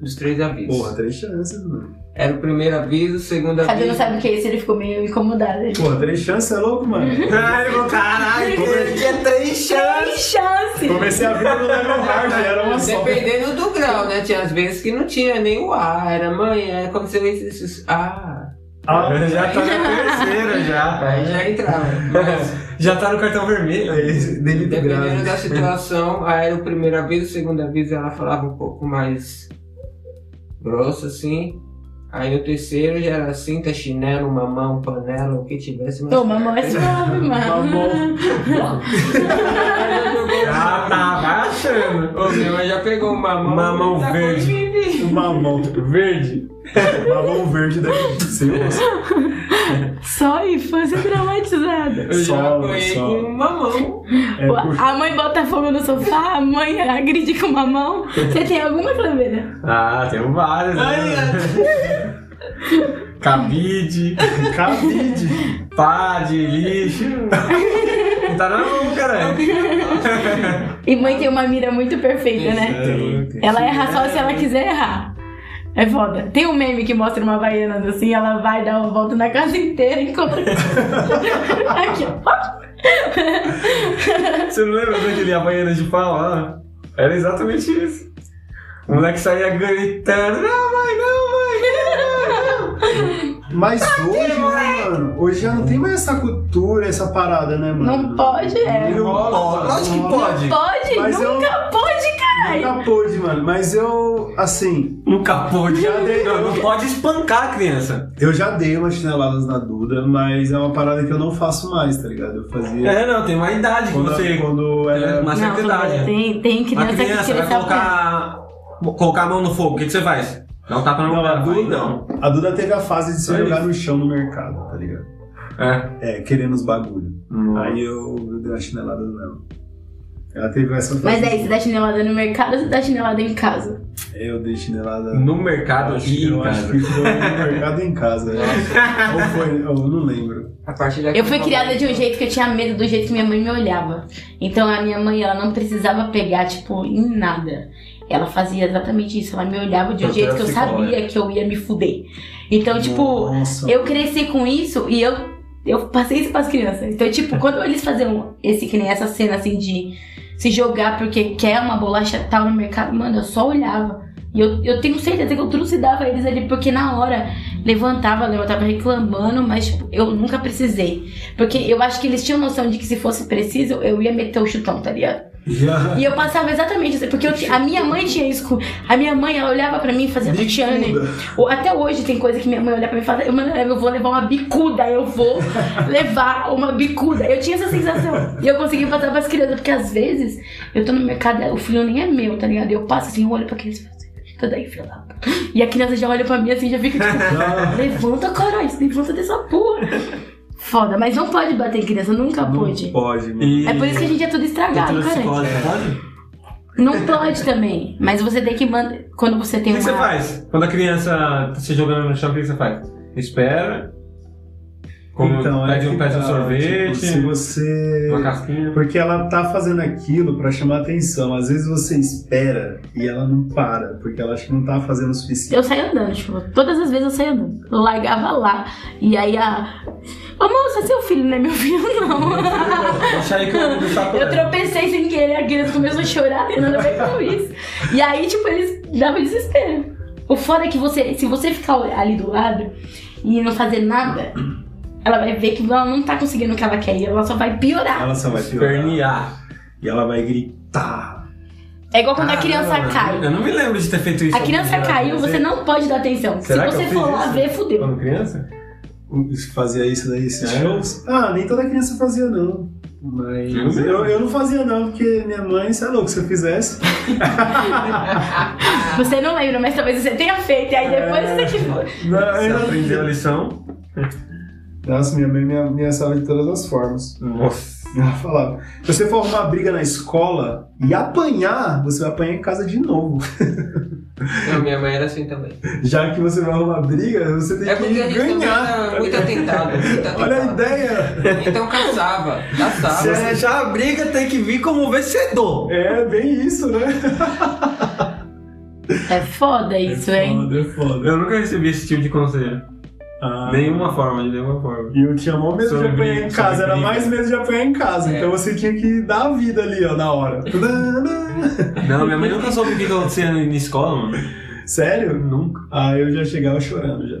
Dos três avisos. Porra, três chances, mano. Era o primeiro aviso, o segundo Cadê não aviso. sabe o que é isso? Ele ficou meio incomodado. Ele... Porra, três chances é louco, mano. Ai, meu caralho, ele tinha três chances. Tem chance! Comecei a vida no level hard, era uma só. Dependendo do grau, né? Tinha às vezes que não tinha nem o A, era mãe, era como se eu isso. isso- Ah, Ah, Já tá na terceira já. aí já entrava. Mas Já tá no cartão é, vermelho. dele dele do dependendo grave. da situação, aí era o primeiro aviso, o segundo aviso ela falava um pouco mais grosso assim. Aí o terceiro já era cinta, chinelo, mamão, panela, o que tivesse. mas- Ô, mamãe é suave, mano. Já Ah, tá baixando. Ô, minha mãe já pegou o mamão. Mamão Tá com verde. mimimi. Uma mão. Verde. Uma mão verde deve ser osso. Só infância traumatizada. Eu já Só, apanhei só. com mamão. É, puxa. A mãe bota fogo no sofá, a mãe agride com uma mão. Você tem alguma câmera? Ah, tem vários. Né? Cabide, Cabide. pá de lixo. Não tá na mão, caralho. E mãe tem uma mira muito perfeita, é. né? Ela erra só se ela quiser errar. É foda. Tem um meme que mostra uma baiana assim, ela vai dar uma volta na casa inteira e encontra. Aqui, ó. Você não lembra daquele Havaianas de pau lá? Era exatamente isso. O moleque saía gritando: Não, mãe, não, mãe, não, não. Mas hoje, né, mano? Hoje já não tem mais essa cultura, essa parada, né, mano? Não pode, é. Não pode. Lógico que pode. né? Pode? Mas eu- Nunca pode, caralho! Nunca pôde, mano. Mas eu, assim, Nunca pôde. Já dei. Não, não pode espancar a criança. eu já dei umas chineladas na Duda, mas é uma parada que eu não faço mais, tá ligado? Eu fazia É, não, tem uma idade que quando, você. é quando era. Uma certa idade. Não, tem, tem A criança, que criança tira vai essa colocar, colocar a mão no fogo, o que, que você faz? Dá um tapa na mão Não, a dela. Vai, Duda, Não. a Duda teve a fase de se então. É jogar no chão no mercado, tá ligado? É. É, querendo os bagulho. Aí eu, eu dei uma chinelada nela. Ela teve essa Mas fase. aí, você dá chinelada no mercado ou você dá chinelada em casa? Eu dei chinelada. No mercado Acho e que- em eu acho casa. que foi no mercado em casa. né? Ou foi, eu não lembro. A partir daqui Eu fui criada de um jeito que eu tinha medo do jeito que minha mãe me olhava. Então a minha mãe, ela não precisava pegar, tipo, em nada. Ela fazia exatamente isso. Ela me olhava de um Tanto jeito era que eu psicóloga. sabia que eu ia me fuder. Então, tipo, Nossa. Eu cresci com isso e eu, eu passei isso pras crianças. Então, tipo, quando eles faziam esse, que nem essa cena assim de se jogar porque quer uma bolacha tal no mercado, mano, eu só olhava. E eu, eu tenho certeza que eu trucidava eles ali, porque na hora levantava, levantava reclamando, mas tipo, eu nunca precisei. Porque eu acho que eles tinham noção de que se fosse preciso, eu ia meter o chutão, tá ligado? Já. E eu passava exatamente isso, porque eu ti- a minha mãe tinha isso. com- A minha mãe, ela olhava pra mim e fazia Cristiane. Ou Até hoje tem coisa que minha mãe olha pra mim e fala, "Eu- mano, eu vou levar uma bicuda, eu vou levar uma bicuda. Eu tinha essa sensação. E eu consegui passar pras crianças, porque às vezes eu tô no mercado, o filho nem é meu, tá ligado? Eu passo assim, eu olho pra criança e falo assim, tá daí, filha da puta." E a criança já olha pra mim assim, já fica tipo, Não, levanta, caralho, levanta dessa porra. Foda, mas não pode bater em criança, nunca não pode. pode, mano. E... É. É por isso que a gente é tudo estragado, Cultura cara. psicológica, pode? Não pode também. Mas você tem que mandar. Quando você O tem que que você uma. faz? Quando a criança tá se jogando no chão, o que que você faz? Espera. Como pede, é um, que pede um tá, sorvete, tipo, se você. uma casquinha. Porque ela tá fazendo aquilo pra chamar atenção. Às vezes você espera e ela não para, porque ela acha que não tá fazendo o suficiente. Eu saio andando, tipo, todas as vezes eu saio andando. Eu largava lá. E aí a. Ô moça, seu filho não é meu filho, não. Deixa aí que eu vou deixar Eu tropecei sem querer, a criança começou a chorar, tem nada a ver com isso. E aí, tipo, eles davam desespero. O foda é que você, se você ficar ali do lado e não fazer nada, ela vai ver que ela não tá conseguindo o que ela quer e ela só vai piorar. Ela só vai piorar. Pernear. E ela vai gritar. É igual Ah, quando a criança Caramba, cai. Eu não me lembro de ter feito isso. A criança alguma vez. caiu, você não pode dar atenção. Será que Se você eu fiz for lá isso? ver, fudeu. Quando criança? Isso que Fazia isso daí, esses É. shows. Ah, nem toda criança fazia, não. Mas Eu mesmo. eu, eu não fazia, não, porque minha mãe, sei lá, louco, se eu fizesse. né, Você não lembra, mas talvez você tenha feito. E aí depois É. você tipo. Não, Você eu não- aprendeu a lição? Nossa, minha mãe me me assava de todas as formas. Nossa. Ela falava: se você for arrumar briga na escola e apanhar, você vai apanhar em casa de novo. Não, minha mãe era assim também. Já que você vai arrumar briga, você tem É que porque a gente né, também ganhar. era muito atentado. Muito Olha a atentado. ideia! Então caçava, caçava. Ah, Você- já a briga tem que vir como vencedor. É bem isso, né? É foda isso, hein? Foda, é foda. Eu nunca recebi esse tipo de conselho. Ah, Nenhuma forma, de nenhuma forma. E eu tinha mó medo Sobre de apanhar briga, em casa, sobre era briga. mais medo de apanhar em casa. É. Então você tinha que dar a vida ali, ó, na hora. Não, minha mãe nunca soube o que acontecia na na escola, mano. Sério? Nunca. Ah, eu já chegava chorando já.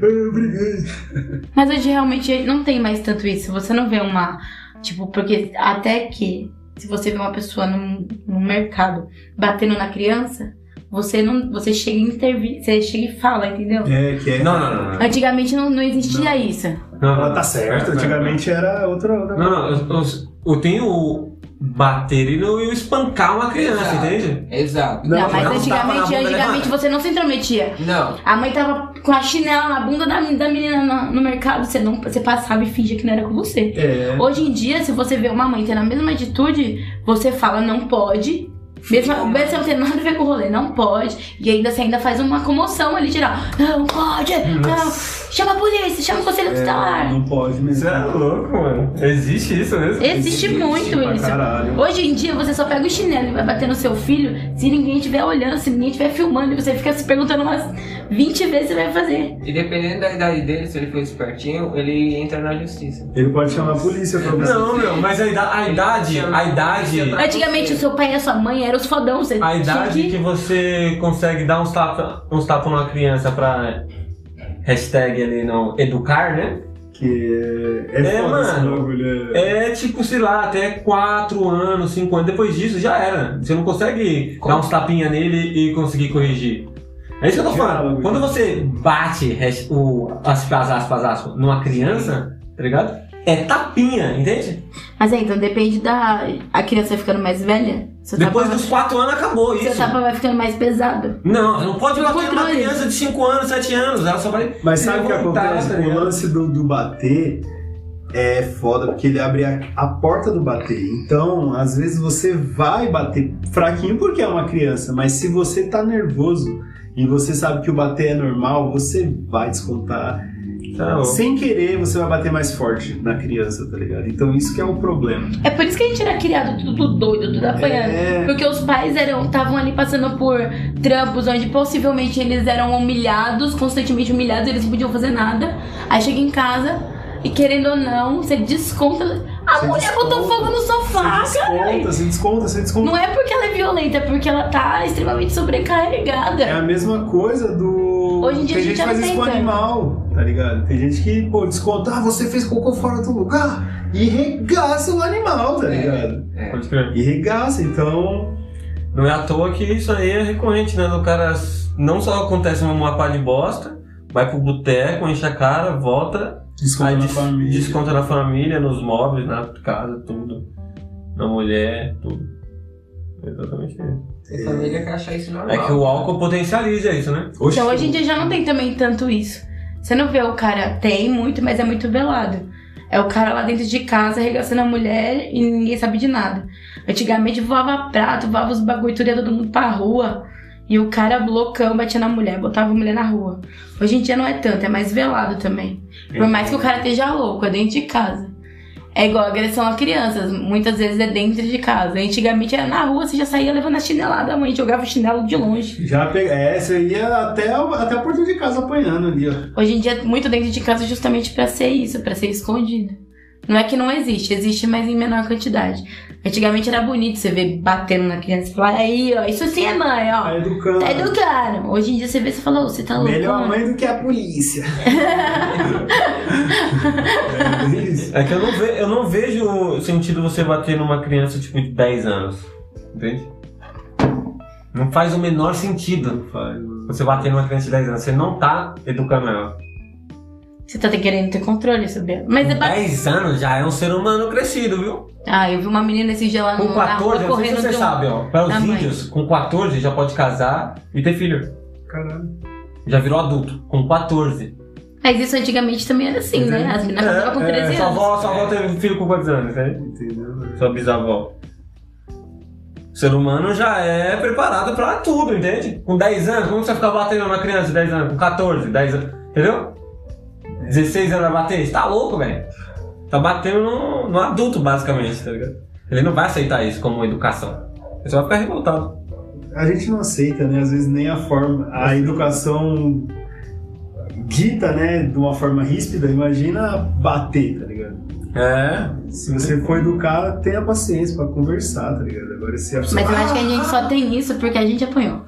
eu briguei. Mas hoje realmente não tem mais tanto isso. Você não vê uma. Tipo, porque até que se você vê uma pessoa num, num mercado batendo na criança, você não. Você chega e intervi, Você chega e fala, entendeu? É, que é. Não, não, não. não. Antigamente não, não existia isso. Não, não, Ela não. tá certa, antigamente era outra. outra- Não, não, eu, eu, eu tenho o bater e o e o espancar uma Ah, criança, Exato. entende? Exato. Não, mas Não, não, tava na antigamente, bunda antigamente você não se intrometia. Não. A mãe tava com a chinela na bunda da, da menina na- no mercado, você, não, você passava e fingia que não era com você. É. Hoje em dia, se você vê uma mãe tendo a mesma atitude, você fala não pode. Mesmo, mesmo você não tem nada a ver com o rolê, não pode. E ainda você ainda faz uma comoção ali geral. Não pode, não. Chama a polícia, chama o conselho É, tutelar. não pode mesmo. Você é louco, mano. Existe isso mesmo? Existe muito pra isso. Caralho. Hoje em dia você só pega o chinelo e vai bater no seu filho se ninguém estiver olhando, se ninguém estiver filmando, e você fica se perguntando umas 20 vezes o que você vai fazer. E dependendo da idade dele, se ele for espertinho, ele entra na justiça. Ele pode chamar a polícia pra você. Não, meu, mas a idade, a idade, a idade, Antigamente o seu pai e a sua mãe eram os fodão, você a tinha idade que você consegue dar uns tapas uns tapa numa criança pra hashtag ali não educar, né? Que é, É, foda esse mano. bagulho. É... É tipo, sei lá, até 4 anos, 5 anos. Depois disso já era. Você não consegue Como? dar uns tapinha nele e conseguir corrigir. É isso que eu tô falando. Diálogo, Quando né? você bate hash- o, aspas, aspas, aspas, numa criança, tá ligado? É tapinha, entende? Mas é, então depende da. A criança vai ficando mais velha. tá Seu Depois tapa, dos 4 anos acabou seu isso. tapa vai ficando mais pesado. Não, tá não pode Do bater numa controle. criança de 5 anos, 7 anos. Ela só vai. Mas sabe o que levantar, acontece? tá o ligado? lance do, do bater é foda, porque ele abre a, a porta do bater. Então, às vezes você vai bater fraquinho porque é uma criança, mas se você tá nervoso e você sabe que o bater é normal, você vai descontar. Tá, ó. Sem querer, você vai bater mais forte na criança, tá ligado? Então, isso que é o problema. É por isso que a gente era criado tudo doido, tudo apanhando. É, Porque os pais eram estavam ali passando por trampos onde possivelmente eles eram humilhados, constantemente humilhados, eles não podiam fazer nada. Aí chega em casa e querendo ou não, você desconta. A Você mulher botou desconta. fogo no sofá, você cara. desconta, você desconta, você desconta. Não é porque ela é violenta, é porque ela tá extremamente É sobrecarregada. a mesma coisa do. Hoje em dia Tem a gente gente que faz isso com aceita. animal, tá ligado? Tem gente que, pô, desconta, ah, você fez cocô fora do lugar e regaça o animal, tá É. ligado? Pode crer. E regaça, então. Não é à toa que isso aí é recorrente, né? Do cara não só acontece uma pá de bosta, vai pro boteco, enche a cara, volta, Desconta aí na des- família. desconta na família, nos móveis, na casa, tudo. Na mulher, tudo. É Exatamente isso. É. Tem família que acha isso normal. É que o álcool potencializa isso, né? Oxi. Então hoje em dia já não tem também tanto isso. Você não vê o cara, tem muito, mas é muito velado. É o cara lá dentro de casa arregaçando a mulher e ninguém sabe de nada. Antigamente voava prato, voava os bagulho, tudo ia todo mundo pra rua. E o cara loucão batia na mulher, botava a mulher na rua. Hoje em dia não é tanto, é mais velado também. Por mais que o cara esteja louco, é dentro de casa. É igual agressão a crianças, muitas vezes é dentro de casa. Antigamente era na rua, você já saía levando a chinelada, a mãe jogava o chinelo de longe. Já pega. É, você ia até, até a porta de casa apanhando ali, ó. Hoje em dia, é muito dentro de casa, justamente pra ser isso, pra ser escondido. Não é que não existe, existe, mas em menor quantidade. Antigamente era bonito você ver batendo na criança e falar, aí, ó, isso sim é mãe, ó. Tá educando. Tá educando. Hoje em dia você vê e você fala, "Ô, você tá louco. Melhor a mano." mãe do que a polícia. é bem isso. É que eu não, ve- eu não vejo sentido você bater numa criança tipo de 10 anos. Entende? Não faz o menor sentido Faz, mano. você bater numa criança de 10 anos. Você não tá educando ela. Você tá querendo ter controle sobre ela. Mas é Com bacana. 10 anos já é um ser humano crescido, viu? Ah, eu vi uma menina esse dia lá no Com 14, na rua não sei correndo. se você de um- sabe, ó. Para os da mãe. índios, com 14 já pode casar e ter filho. Caralho. Já virou adulto, com 14. Mas isso antigamente também era assim, né? As meninas casavam com 13 É, sua anos. avó, sua avó teve um filho com quantos anos, né? Entendeu? Sua bisavó. O ser humano já é preparado pra tudo, entende? Com 10 anos, como você vai ficar batendo numa criança de 10 anos? Com 14, 10 anos, entendeu? 16 anos vai bater? Você tá louco, velho. Tá batendo no, no adulto, basicamente, tá ligado? Ele não vai aceitar isso como educação. Ele só vai ficar revoltado. A gente não aceita, né? Às vezes nem a forma, a educação dita, né, de uma forma ríspida, imagina bater, tá ligado? É. Se você for educar, tenha paciência pra conversar, tá ligado? Agora se a pessoa... Mas eu acho que a gente só tem isso porque a gente apanhou.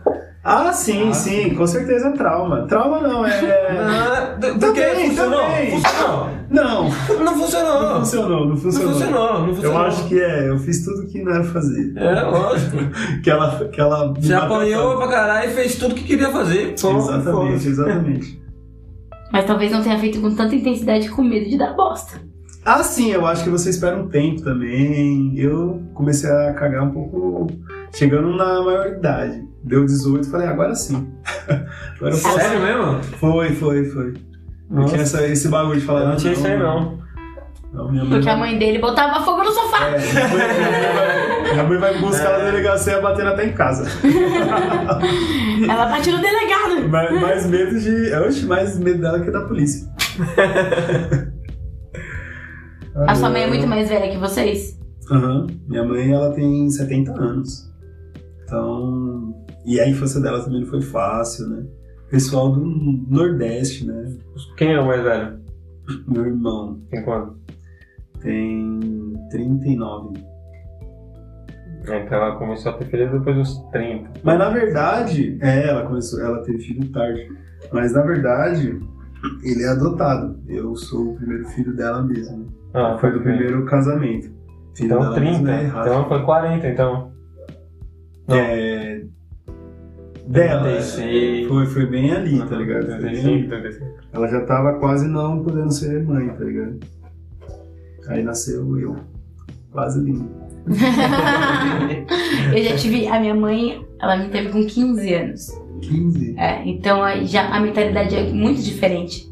Ah, sim, Ah, sim, com certeza é trauma. Trauma não, é... Ah, do- do Também, que? funcionou? também. Funcionou? não, Não funcionou. não funcionou, não Não funcionou. funcionou, não Eu funcionou. acho que é, eu fiz tudo que não era fazer. É, lógico. Que ela... Que ela me Você bateu apanhou pra caralho e fez tudo que queria fazer. tanto. Exatamente, exatamente. Mas talvez não tenha feito com tanta intensidade com medo de dar bosta. Ah, sim, eu acho que você espera um tempo também. Eu comecei a cagar um pouco chegando na maioridade. Deu 18, falei, agora sim. agora eu posso. Sério mesmo? Foi, foi, foi. Eu tinha essa- esse bagulho de falar. Eu não tinha isso aí não. não, minha mãe. Porque a mãe dele botava fogo no sofá. É, minha mãe- minha mãe vai- minha mãe vai me É. buscar na delegacia batendo até em casa. Ela bate no delegado. mais, mais medo de. Oxe, mais medo dela que da polícia. A sua mãe é muito mais velha que vocês. Aham. Minha mãe, ela tem 70 anos. Então. E a infância dela também não foi fácil, né? Pessoal do Nordeste, né? Quem é o mais velho? Meu irmão Tem quanto? tem 39. É, então ela começou a ter filho depois dos 30. Mas na verdade, é, ela começou, ela teve filho tarde. Mas na verdade, ele é adotado. Eu sou o primeiro filho dela mesmo. Ah, Foi do primeiro casamento. Filho Então dela 30. mesmo é errado. Então foi 40, então. Não. É. Dela. é, 36. Foi, foi bem ali, tá ligado? Foi bem ali. 35, 35. Ela já tava quase não podendo ser mãe, tá ligado? Aí nasceu eu. Quase lindo. Eu já tive. A minha mãe, ela me teve com 15 anos. 15. É, então aí já a mentalidade é muito diferente.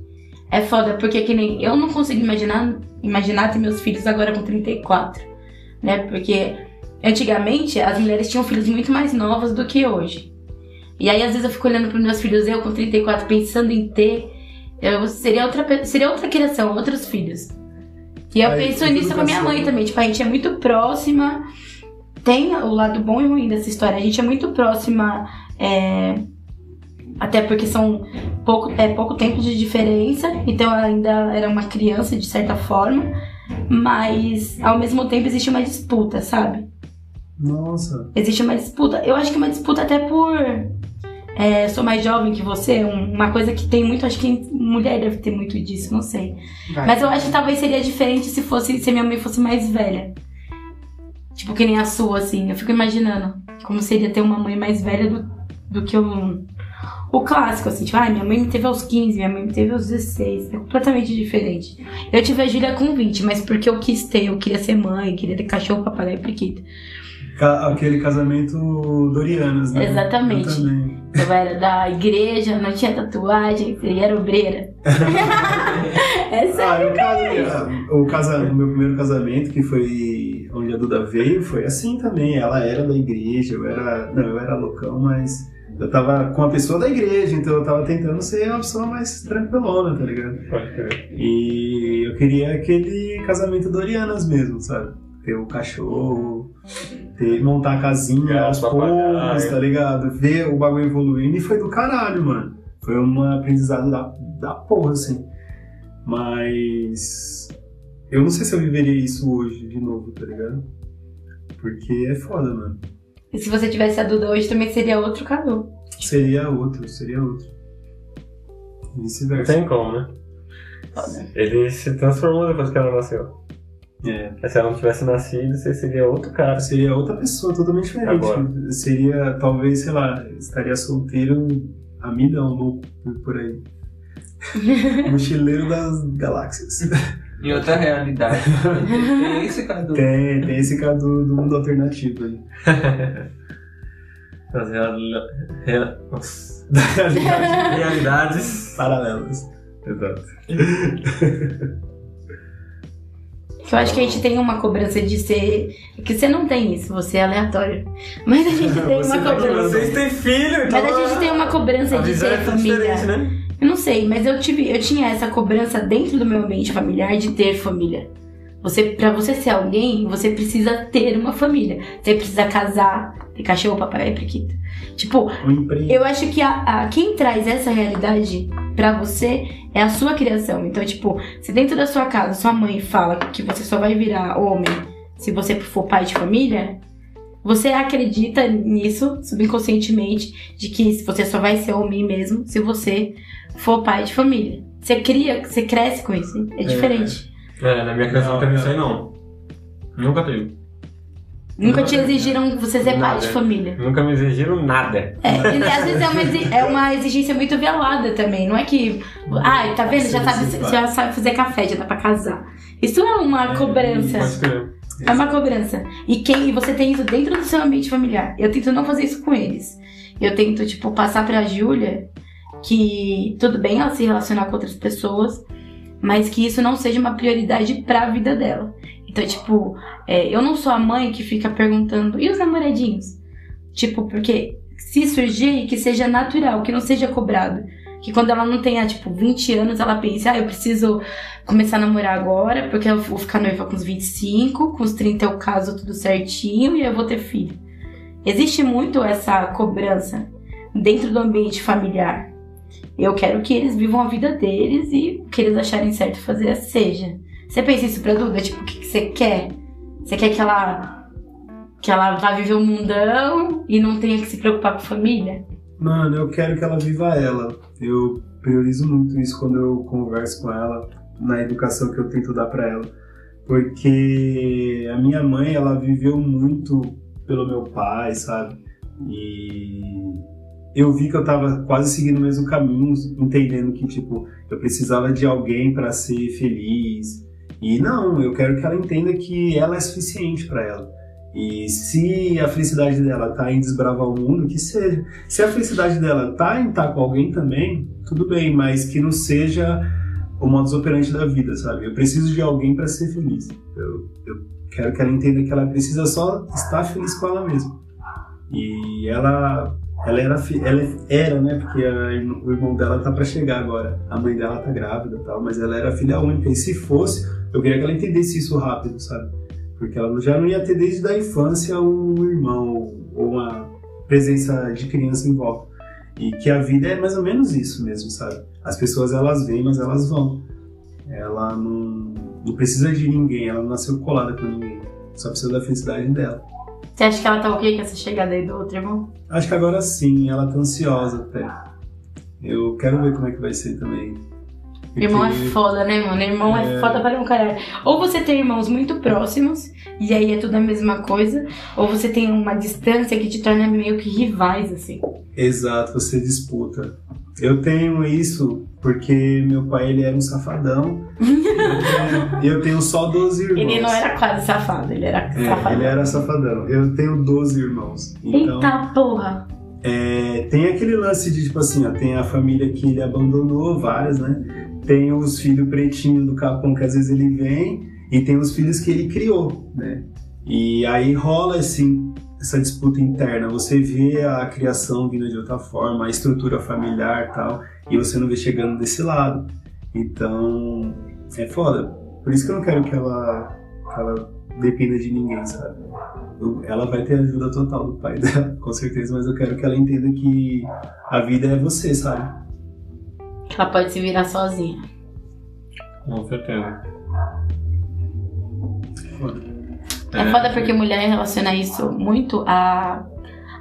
É foda, porque que nem. Eu não consigo imaginar imaginar ter meus filhos agora com 34, né? Porque antigamente as mulheres tinham filhos muito mais novos do que hoje. E aí às vezes eu fico olhando para meus filhos, eu com 34 pensando em ter, eu seria outra pe- seria outra criação, outros filhos. E eu Aí, penso tudo nisso com a minha mãe cansado. também, tipo, a gente é muito próxima. Tem o lado bom e ruim dessa história. A gente é muito próxima, é, até porque são pouco, é pouco tempo de diferença, então ela ainda era uma criança de certa forma, mas ao mesmo tempo existe uma disputa, sabe? Nossa. Existe uma disputa. Eu acho que é uma disputa até por é, sou mais jovem que você, um- uma coisa que tem muito, acho que mulher deve ter muito disso, não sei. Vai. Mas eu acho que talvez seria diferente se fosse se minha mãe fosse mais velha. Tipo, que nem a sua, assim. Eu fico imaginando como seria ter uma mãe mais velha do, do que o, o clássico, assim. Tipo, ai, minha mãe me teve aos 15, minha mãe me teve aos 16. É completamente diferente. Eu tive a Júlia com 20, mas porque eu quis ter, eu queria ser mãe, queria ter cachorro, papagaio e periquita. Ca- aquele casamento Dorianas, né? Exatamente. Eu também. Eu era da igreja, não tinha tatuagem, e era obreira. é sério. Ah, eu casaria. O casa- o meu primeiro casamento, que foi onde a Duda veio, foi assim também. Ela era da igreja, eu era. Não, eu era loucão, mas eu tava com a pessoa da igreja, então eu tava tentando ser uma pessoa mais tranquilona, tá ligado? Pode crer. E eu queria aquele casamento Dorianas mesmo, sabe? Ter o cachorro, ter, montar a casinha Gato, aos papagaio. poucos, tá ligado? Ver o bagulho evoluindo e foi do caralho, mano. Foi um aprendizado da, da porra, assim. Mas. Eu não sei se eu viveria isso hoje de novo, tá ligado? Porque é foda, mano. E se você tivesse a Duda hoje, também seria outro cabelo. Seria outro, seria outro. Não Vice-versa. tem como, né? Ele se transformou depois que ela nasceu. É. Se ela não tivesse nascido, você seria outro cara. Seria outra pessoa, totalmente diferente. Agora. Seria, talvez, sei lá, estaria solteiro a milhão, louco, por- por aí. Mochileiro das galáxias. Uhum. Em outra realidade. é esse Cadu. Tem, tem esse cara do, do mundo alternativo aí. As real... real- Nossa. Da realidade. realidades. Paralelas. Exato. Que eu acho que a gente tem uma cobrança de ser. Que você não tem isso, você é aleatório. Mas a gente tem Você uma vai cobrança. tá Vocês têm filho, então. Mas a é gente tem uma cobrança a de visão ser é tudo família. diferente, né? Eu não sei, mas eu tive, eu tinha essa cobrança dentro do meu ambiente familiar de ter família. Você, para você ser alguém, você precisa ter uma família. Você precisa casar, ter cachorro, papai, periquita. Tipo, Um emprego. eu acho que a, a- quem traz essa realidade pra você é a sua criação. Então, tipo, se dentro da sua casa sua mãe fala que você só vai virar homem se você for pai de família, você acredita nisso subconscientemente, de que você só vai ser homem mesmo se você for pai de família. Você cria, você cresce com isso. É diferente. É, na minha criação não Não, teve não. isso aí, não. Nunca teve. Nunca Não, te é. exigiram você ser pai Nada. de família. Nunca me exigiram nada. É, e às vezes é uma, exi- é uma exigência muito velada também. Não é que. Ah, tá vendo? Já sabe, já sabe fazer café, já dá pra casar. Isso é uma cobrança. Pode crer. É uma cobrança. E quem e você tem isso dentro do seu ambiente familiar. Eu tento não fazer isso com eles. Eu tento, tipo, passar pra Júlia que tudo bem ela se relacionar com outras pessoas, mas que isso não seja uma prioridade pra vida dela. Então, tipo, é, eu não sou a mãe que fica perguntando, e os namoradinhos? Tipo, porque se surgir, que seja natural, que não seja cobrado. Que quando ela não tenha, tipo, 20 anos, ela pense, ah, eu preciso começar a namorar agora, porque eu vou ficar noiva com os 25, com os 30 eu caso tudo certinho e eu vou ter filho. Existe muito essa cobrança dentro do ambiente familiar. Eu quero que eles vivam a vida deles e o que eles acharem certo fazer seja. Você pensa isso pra Duda? Tipo, o que, que você quer? Você quer que ela, que ela vá viver o mundão e não tenha que se preocupar com família? Mano, eu quero que ela viva ela. Eu priorizo muito isso quando eu converso com ela, na educação que eu tento dar pra ela. Porque a minha mãe, ela viveu muito pelo meu pai, sabe? E eu vi que eu tava quase seguindo o mesmo caminho, entendendo que, tipo, eu precisava de alguém pra ser feliz. E não, eu quero que ela entenda que ela é suficiente pra ela. E se a felicidade dela tá em desbravar o mundo, que seja. tá Se a felicidade dela tá em estar com alguém também, tudo bem, mas que não seja o modus operandi da vida, sabe? Eu preciso de alguém para ser feliz. Eu, eu quero que ela entenda que ela precisa só estar feliz com ela mesma. E ela, ela era, fi- ela era, né? Porque a irm- o irmão dela tá para chegar agora. A mãe dela tá grávida, e tal. Mas ela era filha única. E se fosse, eu queria que ela entendesse isso rápido, sabe? Porque ela já não ia ter desde a infância um irmão ou uma presença de criança em volta. E que a vida é mais ou menos isso mesmo, sabe? As pessoas elas vêm, mas elas vão. Ela não, não precisa de ninguém, ela não nasceu colada com ninguém. Só precisa da felicidade dela. Você acha que ela tá ok com essa chegada aí do outro irmão? Acho que agora sim, ela tá ansiosa até. Eu quero ver como é que vai ser também. Irmão é Porque- foda, né, mano? Irmão é, É. foda para um caralho. Ou você tem irmãos muito próximos, e aí é tudo a mesma coisa, ou você tem uma distância que te torna meio que rivais, assim. Exato, você disputa. Eu tenho isso porque meu pai ele era um safadão. e eu tenho só 12 irmãos. Ele não era quase safado, ele era É, safado. ele era safadão. Eu tenho 12 irmãos. Então, Eita porra! É, tem aquele lance de tipo assim, ó, tem a família que ele abandonou, várias, né? Tem os filhos pretinho do Capão que às vezes ele vem, e tem os filhos que ele criou, né? E aí rola assim essa disputa interna. Você vê a criação vindo de outra forma, a estrutura familiar e tal, e você não vê chegando desse lado. Então é foda. Por isso que eu não quero que ela, que ela dependa de ninguém, sabe? Eu- Ela vai ter a ajuda total do pai dela, com certeza, mas eu quero que ela entenda que a vida é você, sabe? Ela pode se virar sozinha. Com certeza. É, foda porque mulher relaciona isso muito a,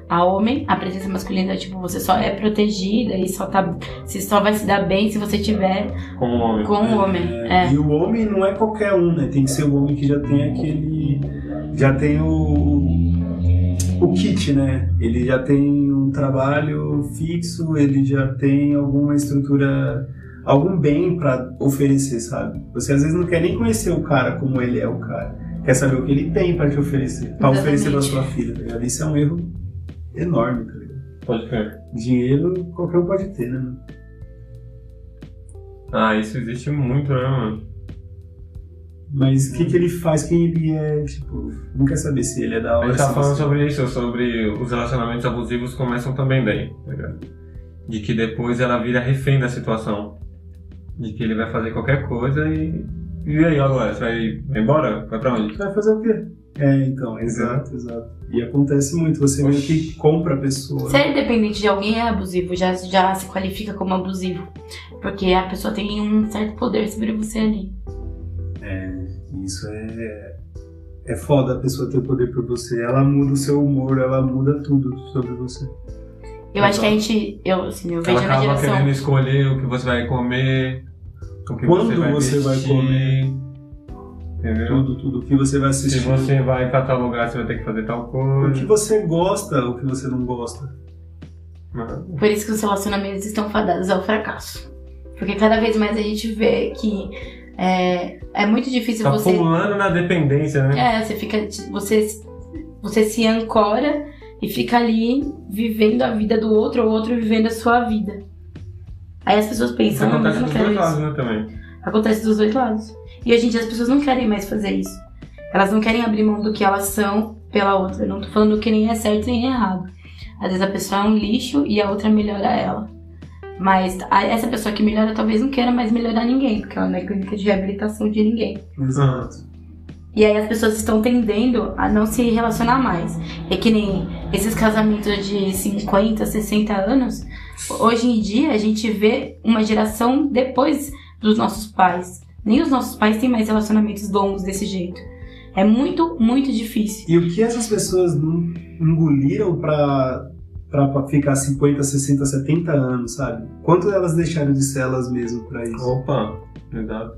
a homem, a presença masculina, tipo, você só é protegida e só tá. Você só vai se dar bem se você tiver Como homem. com o homem. É. E o homem não é qualquer um, né? Tem que ser o homem que já tem aquele. Já tem o. O kit, né? Ele já tem um trabalho fixo, ele já tem alguma estrutura, algum bem pra oferecer, sabe? Você às vezes não quer nem conhecer o cara como ele é o cara. Quer saber o que ele tem pra te oferecer, pra oferecer pra Exatamente. sua filha, tá ligado? Isso é um erro enorme, tá ligado? Pode crer. Dinheiro qualquer um pode ter, né? Ah, isso existe muito, né, mano? Mas o que, que ele faz, quem ele é, tipo, não quer saber se ele é da A hora. gente tá se falando você- sobre isso, sobre os relacionamentos abusivos começam também daí, tá ligado? De que depois ela vira refém da situação. De que ele vai fazer qualquer coisa e. E aí agora? Você vai vai embora? Vai pra onde? Vai fazer o quê? É, então, exato, exato. E acontece muito, você meio que compra a pessoa. Ser dependente de alguém é abusivo, já, já se qualifica como abusivo. Porque a pessoa tem um certo poder sobre você ali. Isso é. É foda a pessoa ter poder por você. Ela muda o seu humor, ela muda tudo sobre você. Eu acho que a gente. Eu, assim, eu Ela vejo na acaba geração. querendo escolher o que você vai comer, o que Quando você vai você vai vestir, comer. Entendeu? Tudo, tudo. O que você vai Se assistir. você vai pra tal lugar, você vai ter que fazer tal O que coisa. você gosta, o que você não gosta. Mano, Por isso que os relacionamentos estão fadados ao fracasso. Porque cada vez mais a gente vê que é, é muito difícil Tá você. pulando na dependência, né? É, você fica. Você, você se ancora e fica ali vivendo a vida do outro, ou o outro vivendo a sua vida. Aí as pessoas pensam, não, mas eu acontece não dos quero dois isso. lados, né, também. Acontece dos dois lados. E hoje em dia as pessoas não querem mais fazer isso. Elas não querem abrir mão do que elas são pela outra. Eu não tô falando que nem é certo nem é errado. Às vezes a pessoa é um lixo e a outra melhora ela. Mas a- essa pessoa que melhora talvez não queira mais melhorar ninguém, porque ela não é clínica de reabilitação de ninguém. Exato. E aí as pessoas estão tendendo a não se relacionar mais. É que nem esses casamentos de 50, 60 anos. Hoje em dia a gente vê uma geração depois dos nossos pais. Nem os nossos pais têm mais relacionamentos longos desse jeito. É muito, muito difícil. E o que essas pessoas não engoliram pra, pra, pra ficar 50, 60, 70 anos, sabe? Quanto elas deixaram de ser elas mesmo pra isso? Opa, exato.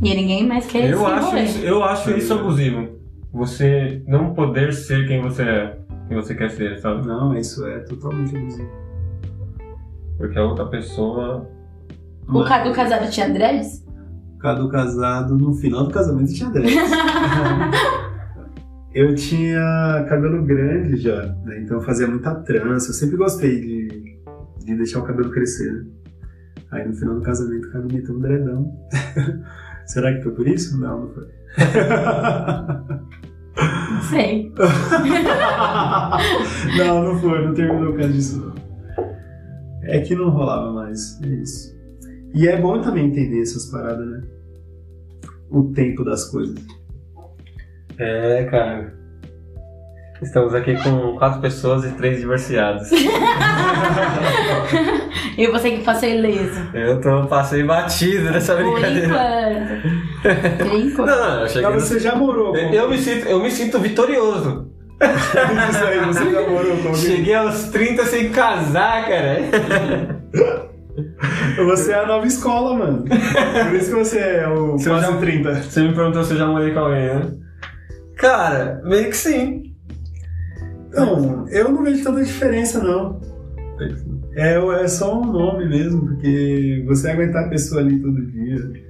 E ninguém mais quer Eu se acho, envolver. isso, eu acho isso abusivo. Você não poder ser quem você é, quem você quer ser, sabe? Não, isso é totalmente abusivo. Porque a outra pessoa. O Cadu casado tinha dreads? Cadu casado, no final do casamento tinha dreads. eu tinha cabelo grande já, né? Então eu fazia muita trança. Eu sempre gostei de, de deixar o cabelo crescer. né? Aí no final do casamento o cara meteu um dreadão. Será que foi por isso? Não, não foi. Não sei. não, não foi, não terminou por causa disso. não. É que não rolava mais, é isso. E é bom também entender essas paradas, né? O tempo das coisas. É, cara. Estamos aqui com quatro pessoas e três divorciados. E você que passou ileso. Eu tô, passei batido nessa Por brincadeira. enquanto. Por Não, enquanto. não, eu cheguei. Mas você já morou com no- Eu me sinto, eu me sinto vitorioso. Isso aí, você já morou com alguém. Cheguei aos 30 sem casar, cara. Você é a nova escola, mano. Por isso que você é o Você quase já- 30. Você me perguntou se eu já morei com alguém, né? Cara, meio que sim. Não, eu não vejo tanta diferença, não. É, é só um nome mesmo, porque você aguentar a pessoa ali todo dia.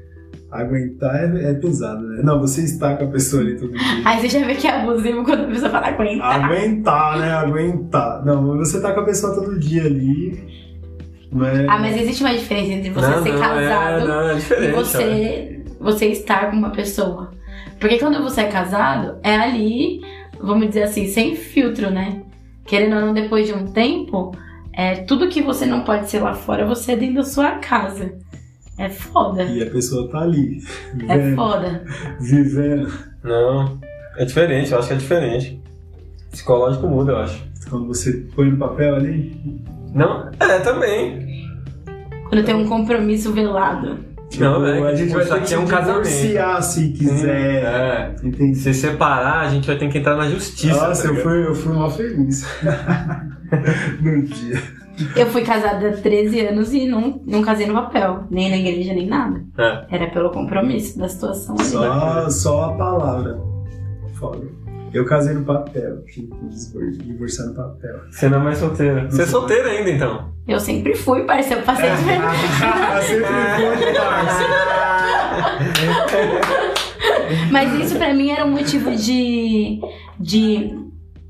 Aguentar é, é pesado, né? Não, você está com a pessoa ali todo dia. Aí você já vê que é abusivo quando a pessoa fala Ah, aguenta. aguentar, né? Aguentar. Não, mas você tá com a pessoa todo dia ali. Né? Ah, mas existe uma diferença entre você não, ser não, casado É, não, é e diferente. cara. você, você estar com uma pessoa. Porque quando você é casado, é ali, vamos dizer assim, sem filtro, né? Querendo ou não, depois de um tempo, é, tudo que você não pode ser lá fora, você é dentro da sua casa. É foda. E a pessoa tá ali. É Vivendo. foda. vivendo. Não, é diferente, eu acho que é diferente. Psicológico muda, eu acho. Quando você põe no papel ali. Não? É, também. Quando tem um compromisso velado. Não, é que, a gente tipo, vai isso ter aqui que é um se casamento. divorciar se quiser. É. Entendi. Se separar, a gente vai ter que entrar na justiça. Nossa, tá eu ligado? fui, eu fui mal feliz. no dia. Eu fui casada há 13 anos e não, não casei no papel. Nem na igreja, nem nada. É. Era pelo compromisso da situação ali. Só, só a palavra. Foda. Eu casei no papel. Tive que divor- divorciar no papel. Você não é mais solteira. Você é solteira ainda, então. Eu sempre fui, parceiro. Passei de verdade. Sempre foi, parça. Mas isso pra mim era um motivo de. de.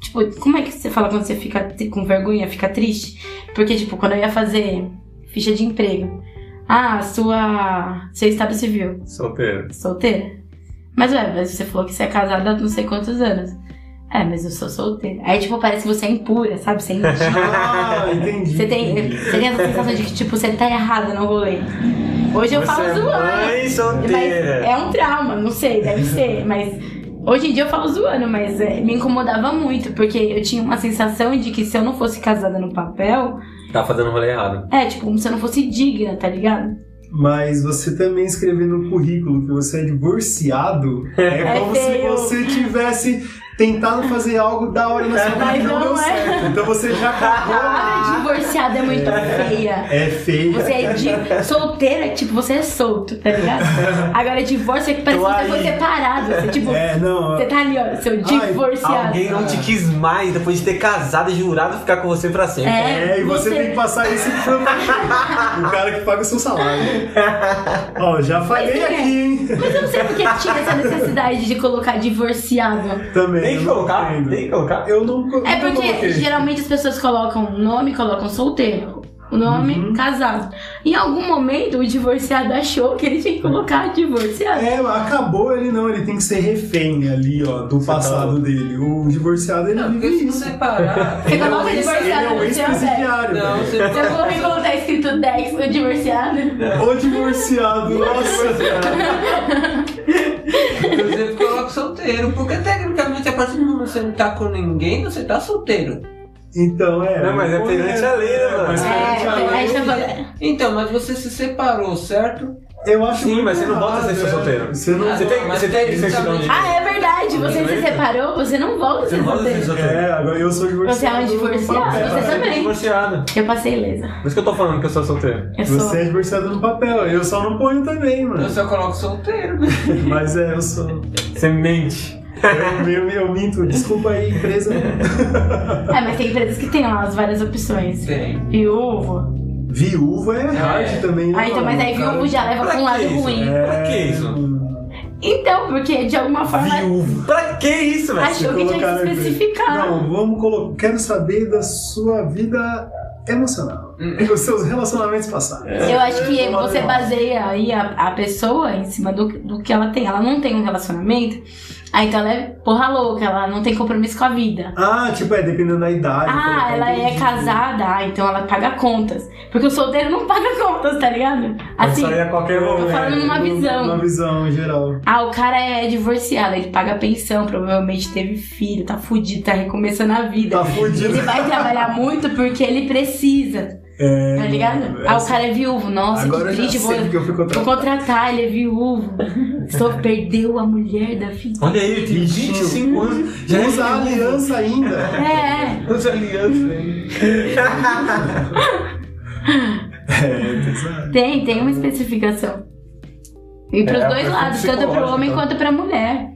Tipo, como é que você fala quando você fica tri- com vergonha, fica triste? Porque, tipo, quando eu ia fazer ficha de emprego, ah, sua. seu estado civil, Solteira. solteira. Mas ué, mas você falou que você é casada há não sei quantos anos. É, mas eu sou solteira. Aí, tipo, parece que você é impura, sabe? Você é indígena. Ah, entendi. Você tem, você tem essa sensação de que, tipo, você tá errada no rolê. Hoje eu Você falo é zoando. mãe Mas solteira. é um trauma, não sei, deve ser, mas. Hoje em dia eu falo zoando, mas é, me incomodava muito, porque eu tinha uma sensação de que se eu não fosse casada no papel, Tá fazendo rolê errado. é tipo, como se eu não fosse digna, tá ligado? Mas você também escrever no currículo que você é divorciado é, É como feio. se você tivesse tentado fazer algo da hora na sua vida Mas e não não deu é. certo. Então você já cagou. Ah, divorciada é muito feia. É feio. Você é di- solteira, tipo, você é solto, tá ligado? Agora divórcio é que parece Tô que você foi aí. separado. Você, tipo, É, não. você tá ali, ó, seu divorciado. Alguém não te quis mais depois de ter casado e jurado ficar com você pra sempre. É, É, e você, tem que passar isso pro o cara que paga o seu salário. Ó, já falei Mas é. aqui, hein? Mas eu não sei porque tinha essa necessidade de colocar divorciado. Também. Tem eu que não colocar, entendo. tem que colocar. Eu não co- É não porque coloquei. geralmente as pessoas colocam o nome, colocam solteiro. O nome, Uhum. casado. Em algum momento, o divorciado achou que ele tinha que colocar divorciado. É, acabou ele não, ele tem que ser refém ali, ó, do tá passado dele. O divorciado, ele Não, porque vive se isso. você parar. Você coloca Ele é divorciado um no seu Dex. ex-presidiário. Não, velho. você Eu vou ver como tá escrito Dex no divorciado. O divorciado, nossa. Eu sempre coloco solteiro, porque tecnicamente a partir do momento que você não tá com ninguém, você tá solteiro. Então, é. Não, mas é perante a lei, né, mano? Mas perante a É, lei, aí tá falando. Então, mas você se separou, certo? eu acho Sim, muito mas você não errado, volta a ser né? solteiro. Você não... Você tem, Mas você tem certidão de. Ah, é verdade. Você se separou, você não volta a Você ser não pode ser solteiro. solteiro. É, agora eu sou divorciado. Você é um do divorciado, papel. você Eu sou também. divorciado. Eu passei ilesa. Por isso que eu tô falando que eu sou solteiro. Eu sou. Você é divorciado no papel, eu só não ponho também, Eu mano. só coloco solteiro. Mas é, eu sou. Você mente. Eu, eu, eu minto, desculpa aí, empresa. É, mas tem empresas que tem lá as várias opções. Tem. Viúvo. Viúva é hard também, né? Ah, então, mas aí mano? viúvo já leva Pra pra um que lado isso, ruim. É, Pra que isso? Então, porque de alguma forma. Viúva. Pra que isso, velho? Achou que tinha Colocaram que aqui. especificar. Não, vamos colocar. Quero saber da sua vida emocional. Hum. Os seus relacionamentos passados. É. Eu acho que você baseia aí a, a pessoa em cima do, do que ela tem. Ela não tem um relacionamento, aí então ela é porra louca, ela não tem compromisso com a vida. Ah, tipo, é dependendo da idade. Ah, então, ela é entendi. casada, ah, então ela paga contas. Porque o solteiro não paga contas, tá ligado? Assim, sair a qualquer tô momento. falando numa visão. é Uma visão geral. Ah, o cara é divorciado, ele paga pensão, provavelmente teve filho, tá fudido, tá recomeçando a vida. Tá fudido. Ele vai trabalhar muito porque ele precisa, É, tá ligado? Ah, o cara é viúvo, nossa, Agora que eu já triste, sei vou, porque eu fui vou contratado. contratar, ele é viúvo. Só perdeu a mulher da filha. Olha aí, tem 25 anos. Já é Já usa a aliança ainda. É, Usa a aliança ainda. É, pesado. tem, tem uma especificação. E pros É, a dois questão lados, tanto pro psicológica, homem então. quanto pra mulher.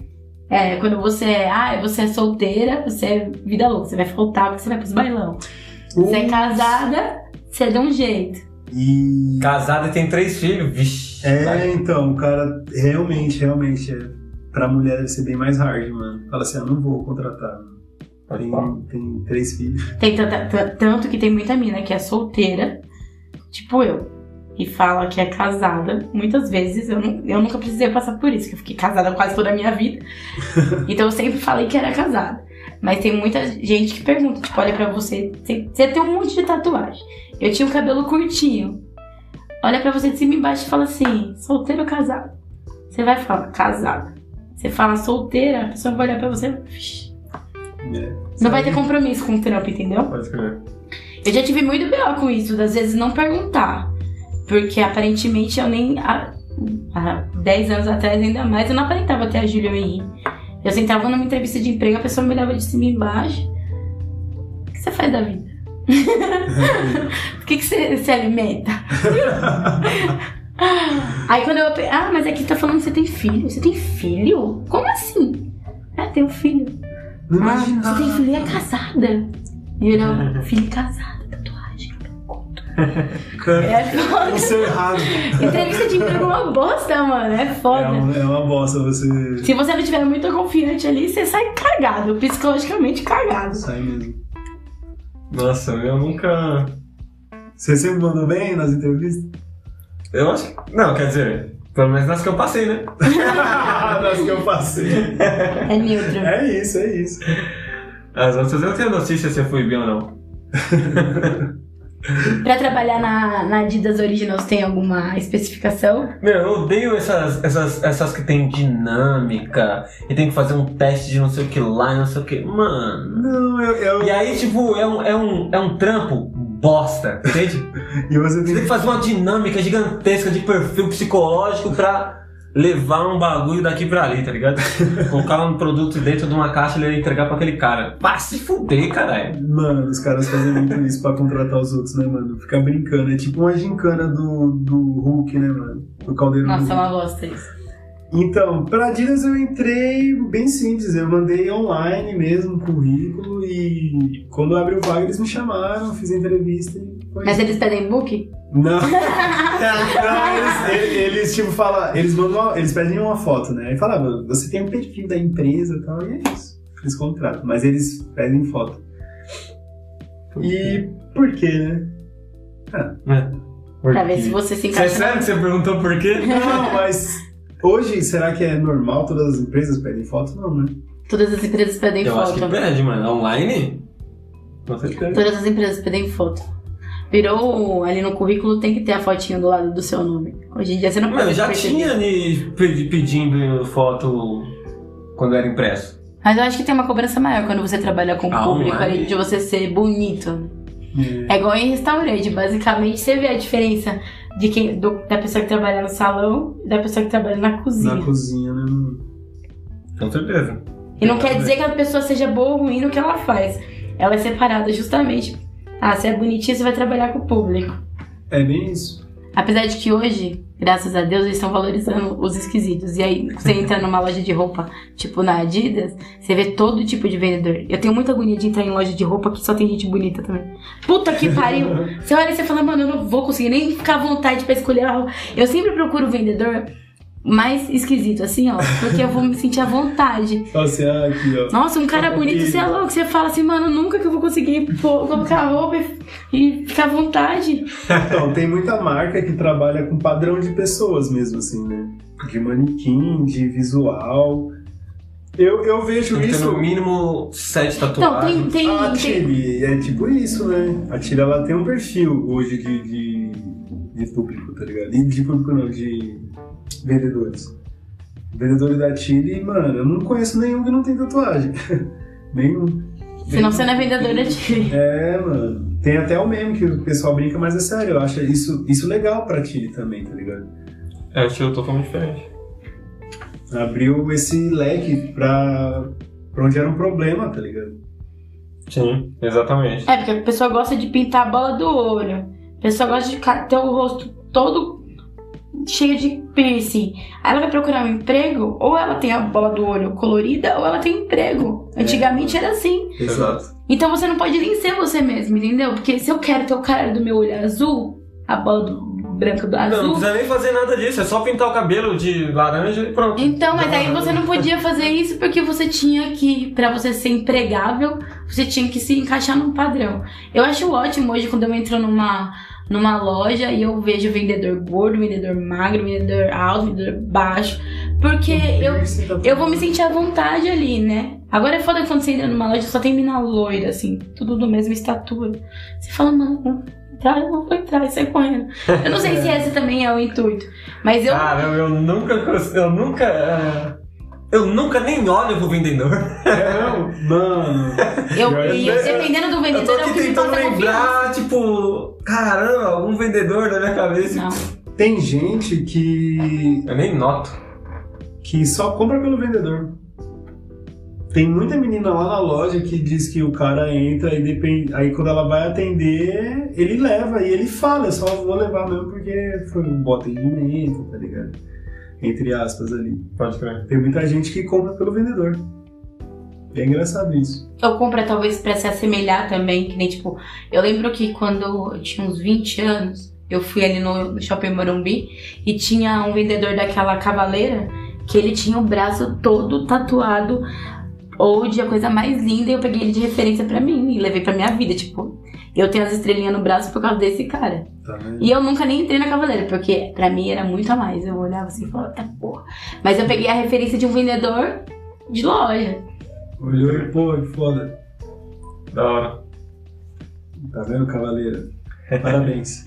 É, quando você é, ah, você é solteira, você é vida louca, você vai faltar porque você vai pros bailão. Você é casada, você é de um jeito. E. Casada e tem três filhos, vixi. É, então, o cara, realmente, realmente, é, pra mulher deve ser bem mais hard, mano. Fala assim, ah, não vou contratar. Pode Tem, falar. tem três filhos. Tem tanta- t- tanto que tem muita mina que é solteira, tipo eu, e fala que é casada. Muitas vezes eu, nu- eu nunca precisei passar por isso, que eu fiquei casada quase toda a minha vida. então eu sempre falei que era casada. Mas tem muita gente que pergunta, tipo, olha pra você, você você tem um monte de tatuagem. Eu tinha o cabelo curtinho. Olha pra você de cima e embaixo e fala assim, solteiro ou casado? Você vai falar, casada. Você fala solteira, a pessoa vai olhar pra você. "Vixe". né? Não vai ter compromisso com o trampo, entendeu? Pode escrever. Eu já tive muito B.O. com isso, das vezes não perguntar. Porque aparentemente eu nem. Há, há 10 anos atrás, ainda mais, eu não aparentava até a Júlia ou o Henrique. Eu sentava numa entrevista de emprego, a pessoa me olhava de cima e embaixo. O que você faz da vida? O que, que você se alimenta? Aí quando eu. pe- Ah, mas aqui tá falando que você tem filho. Você tem filho? Como assim? Ah, tenho filho. Não Ah, imagina. Você tem filha casada? E eu olhava, filha casada, tatuagem. Cara, É foda. Você errado. Entrevista de emprego é uma bosta, mano. É É um- foda. uma, é uma bosta você Se você não tiver muito confiante ali, você sai cagado, psicologicamente cagado. sair mesmo. Nossa, eu nunca. Você sempre mandou bem nas entrevistas? Eu acho que. Não, quer dizer, pelo menos nas que eu passei, né? nas que eu passei. É neutro. É isso, é isso. As outras eu tenho notícia se eu fui bem ou não. Pra trabalhar na, na Adidas Originals tem alguma especificação? Meu, eu odeio essas, essas, essas que tem dinâmica e tem que fazer um teste de não sei o que lá e não sei o que. Mano. Não, eu. eu- E aí, tipo, é um, é um, é um trampo bosta, entende? E você Você tem tem. que fazer uma dinâmica gigantesca de perfil psicológico pra levar um bagulho daqui pra ali, tá ligado? Colocar um produto dentro de uma caixa e ele entregar pra aquele cara. Pá, se fuder, caralho. Mano, os caras fazem muito isso pra contratar os outros, né, mano? Ficar brincando. É tipo uma gincana do, do Hulk, né, mano? Do caldeirão. do Nossa, é Hulk. uma bosta isso. Então, pra Adidas eu entrei bem simples, eu mandei online mesmo, currículo, e quando abriu o vaga eles me chamaram, fiz a entrevista e foi. Mas eles pedem book? Não. não, eles, eles, eles, tipo falam, eles mandam, uma- eles pedem uma foto, né? E falavam, você tem um perfil da empresa e tal, e é isso. Eles contratam, mas eles pedem foto. E por quê, né? É, Pra ver se você se Você é encaixa. sério que você perguntou por quê? Não, mas hoje será que é normal todas as empresas pedem foto? Não, né? Todas as empresas pedem Eu acho foto. que perde, mano. Online? Com certeza. Todas as empresas pedem foto. Virou um, ali no currículo, tem que ter a fotinha do lado do seu nome. Hoje em dia você não pode Mano, já perceber. tinha ali pedi- pedindo foto quando era impresso. Mas eu acho que tem uma cobrança maior quando você trabalha com o Ah, público, online. além de você ser bonito. É igual em restaurante, basicamente você vê a diferença de quem, do- da pessoa que trabalha no salão e da pessoa que trabalha na cozinha. Na cozinha, né? Não- Com certeza. E não quer dizer que a pessoa seja boa ou ruim no que ela faz. Ela é separada justamente. Ah, você é bonitinha, você vai trabalhar com o público. É bem isso. Apesar de que hoje, graças a Deus, eles estão valorizando os esquisitos. E aí, você entra numa loja de roupa, tipo na Adidas, você vê todo tipo de vendedor. Eu tenho muita agonia de entrar em loja de roupa que só tem gente bonita também. Puta que pariu! Você olha e você fala, mano, eu não vou conseguir nem ficar à vontade pra escolher a roupa. Eu sempre procuro um vendedor mais esquisito, assim, ó. Porque eu vou me sentir à vontade. Só você, ah, aqui, ó. Nossa, um cara bonito, você é louco. Você fala assim, mano, nunca que eu vou conseguir pôr- colocar a roupa e, e ficar à vontade. Então, tem muita marca que trabalha com padrão de pessoas mesmo, assim, né? De manequim, de visual. Eu, eu vejo Tem que ter isso. no mínimo sete Então, tem. tatuagens. tem, A tem... Tilly, é tipo isso, né? A Tilly, ela tem um perfil hoje de, de, de público, tá ligado? E de público não, de vendedores. Vendedores da Tilly, mano, eu não conheço nenhum que não tem tatuagem. nenhum. Senão você não é vendedora de. É, mano. Tem até o meme que o pessoal brinca, mas é sério, eu acho isso, isso legal pra Tilly também, tá ligado? É, acho que eu tô falando diferente. abriu esse leque pra, pra onde era um problema, tá ligado? Sim, exatamente. É, porque a pessoa gosta de pintar a bola do olho. A pessoa gosta de ficar- ter o rosto todo cheio de piercing. Aí ela vai procurar um emprego, ou ela tem a bola do olho colorida, ou ela tem emprego. Antigamente era assim. Exato. Então você não pode nem ser você mesmo, entendeu? Porque se eu quero ter o cara do meu olho azul, a bola do, branca do Não, não azul. precisa nem fazer nada disso, é só pintar o cabelo de laranja e pronto. Então, mas aí você não podia fazer isso porque você tinha que, pra você ser empregável, você tinha que se encaixar num padrão. Eu acho ótimo hoje quando eu entro numa, numa loja e eu vejo vendedor gordo, vendedor magro, vendedor alto, vendedor baixo. Porque É, eu, Piercing, tatuagem. eu vou me sentir à vontade ali, né? Agora é foda quando você entra numa loja só tem mina loira, assim, tudo do mesmo estatura. Você fala, mano, não vou entrar, eu não vou entrar, e sai correndo. Eu não sei se esse também é o intuito, mas eu. Cara, eu, eu nunca. cons- Eu nunca. é, Eu nunca nem olho pro vendedor. É, Não, mano. eu, eu- e eu- dependendo do é Eu tô vendedor, é aqui o que me tentando passa confiança. lembrar, tipo, caramba, um vendedor na minha cabeça. Não. Tem gente que, Eu nem noto. que só compra pelo vendedor. Tem muita menina lá na loja que diz que o cara entra e depende. Aí quando ela vai atender, ele leva e ele fala, eu só vou levar mesmo porque foi um bom atendimento, tá ligado? Entre aspas ali. Pode crer. Tem muita gente que compra pelo vendedor. É engraçado isso. eu compro é talvez pra se assemelhar também, que nem tipo, eu lembro que quando eu tinha uns 20 anos, eu fui ali no no Shopping Morumbi e tinha um vendedor daquela cavaleira que ele tinha o braço todo tatuado ou de a coisa mais linda, e eu peguei ele de referência pra mim e levei pra minha vida, tipo, eu tenho as estrelinhas no braço por causa desse cara. Tá vendo? E eu nunca nem entrei na Cavaleira, porque pra mim era muito a mais. Eu olhava assim e falava, tá porra. Mas eu peguei a referência de um vendedor de loja. Olhou e pô, que foda. Da hora. Tá vendo, cavaleiro? Parabéns.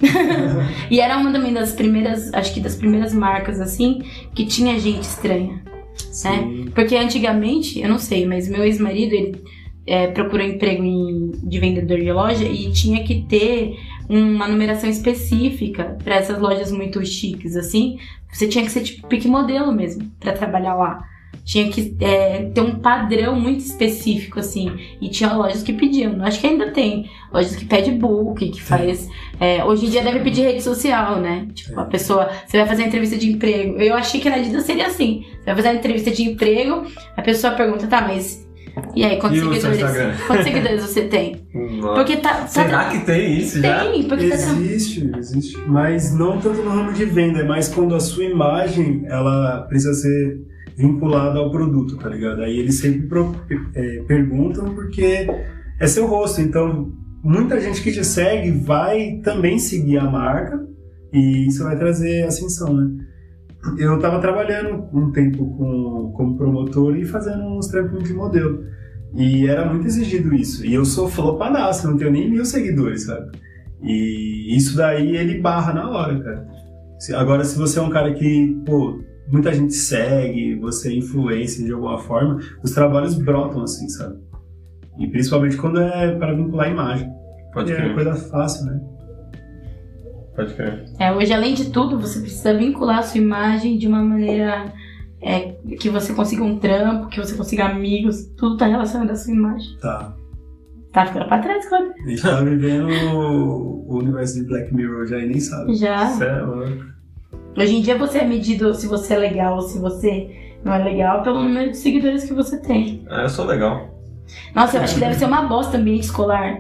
E era uma também das primeiras, acho que das primeiras marcas assim, que tinha gente estranha. Sim. Porque antigamente, eu não sei, mas meu ex-marido, ele é, procurou emprego em- de vendedor de loja e tinha que ter uma numeração específica pra essas lojas muito chiques, assim. Você tinha que ser tipo pique modelo mesmo pra trabalhar lá. Tinha que é, ter um padrão muito específico, assim. E tinha lojas que pediam, acho que ainda tem. Lojas que pede book, que faz. é, hoje em dia deve pedir rede social, né? Tipo, É. a pessoa. Você vai fazer entrevista de emprego. Eu achei que na Adidas seria assim. Você vai fazer a entrevista de emprego, a pessoa pergunta, tá, mas. E aí, quantos E o seu seguidores? Instagram? Quantos seguidores você tem? Nossa. Porque tá. tá Será que tem isso já? Tem, porque tá. Existe, existe. Mas não tanto no ramo de venda, é mais quando a sua imagem ela precisa ser vinculada ao produto, tá ligado? Aí eles sempre pro- é, perguntam porque é seu rosto. Então, muita gente que te segue vai também seguir a marca e isso vai trazer ascensão, né? Eu tava trabalhando um tempo com, como promotor e fazendo uns trampos de modelo. E era muito exigido isso. E eu sou flopadaço, não tenho nem mil seguidores, sabe? E isso daí ele barra na hora, cara. Se- Agora, se você é um cara que, pô, muita gente segue, você é influência de alguma forma, os trabalhos brotam assim, sabe? E principalmente quando é para vincular a imagem. Pode é crer, coisa fácil, né? pode crer. É, hoje, além de tudo, você precisa vincular a sua imagem de uma maneira é, que você consiga um trampo, que você consiga amigos, tudo tá relacionado à sua imagem. Tá. Tá ficando pra trás, claro. A gente tá vivendo o o universo de Black Mirror já e nem sabe. Já. Cê é louco. Hoje em dia você é medido se você é legal ou se você não é legal pelo número de seguidores que você tem. Ah, eu sou legal. Nossa, eu acho que deve ser uma bosta o ambiente escolar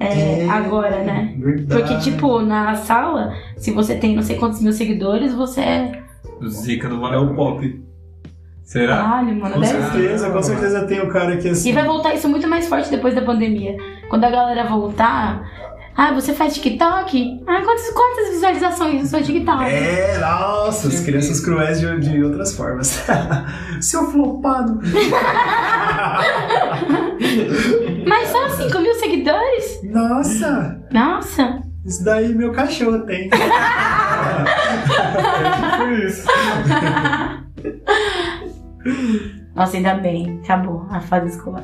é, agora, né? Porque, Verdade. tipo, na sala, se você tem não sei quantos mil seguidores, você é O Zika do É o vagabundo. pop. Será? Caralho, mano, Com deve ser. certeza, com certeza tem um cara que assim. E vai voltar isso muito mais forte depois da pandemia. Quando a galera voltar. Ah, você faz TikTok? Ah, quantas, quantas visualizações no seu TikTok? É, nossa, as crianças cruéis de, de outras formas. Seu flopado. Mas só 5 mil seguidores? Nossa, Nossa! isso daí meu cachorro tem. Foi isso. Nossa, ainda bem. Acabou a fase escolar.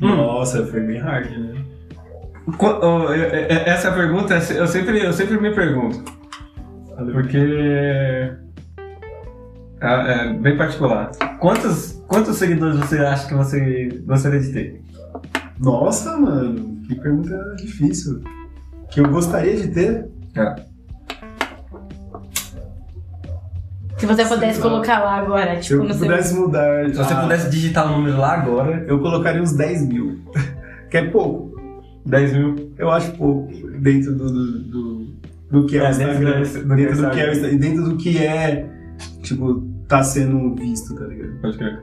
Hum. Nossa, foi bem hard, né? Qu- oh, eu- eu- eu- Essa pergunta é eu sempre, eu sempre me pergunto, porque é, é bem particular. Quantos, quantos seguidores você acha que você gostaria de ter? Nossa, mano, que pergunta difícil. Que eu gostaria de ter. Se você pudesse Sei lá. colocar lá agora, Se tipo, eu no seu. pudesse mudar. Se você a- pudesse digitar o número lá agora, Eu colocaria uns 10 mil. Que é pouco. 10 mil. Eu acho pouco. Dentro do. do, do, do que é, É, o dentro Instagram. desse- do que dentro do é que é Instagram. o Insta- e Dentro do que é. Tipo, tá sendo visto, tá ligado? Pode crer.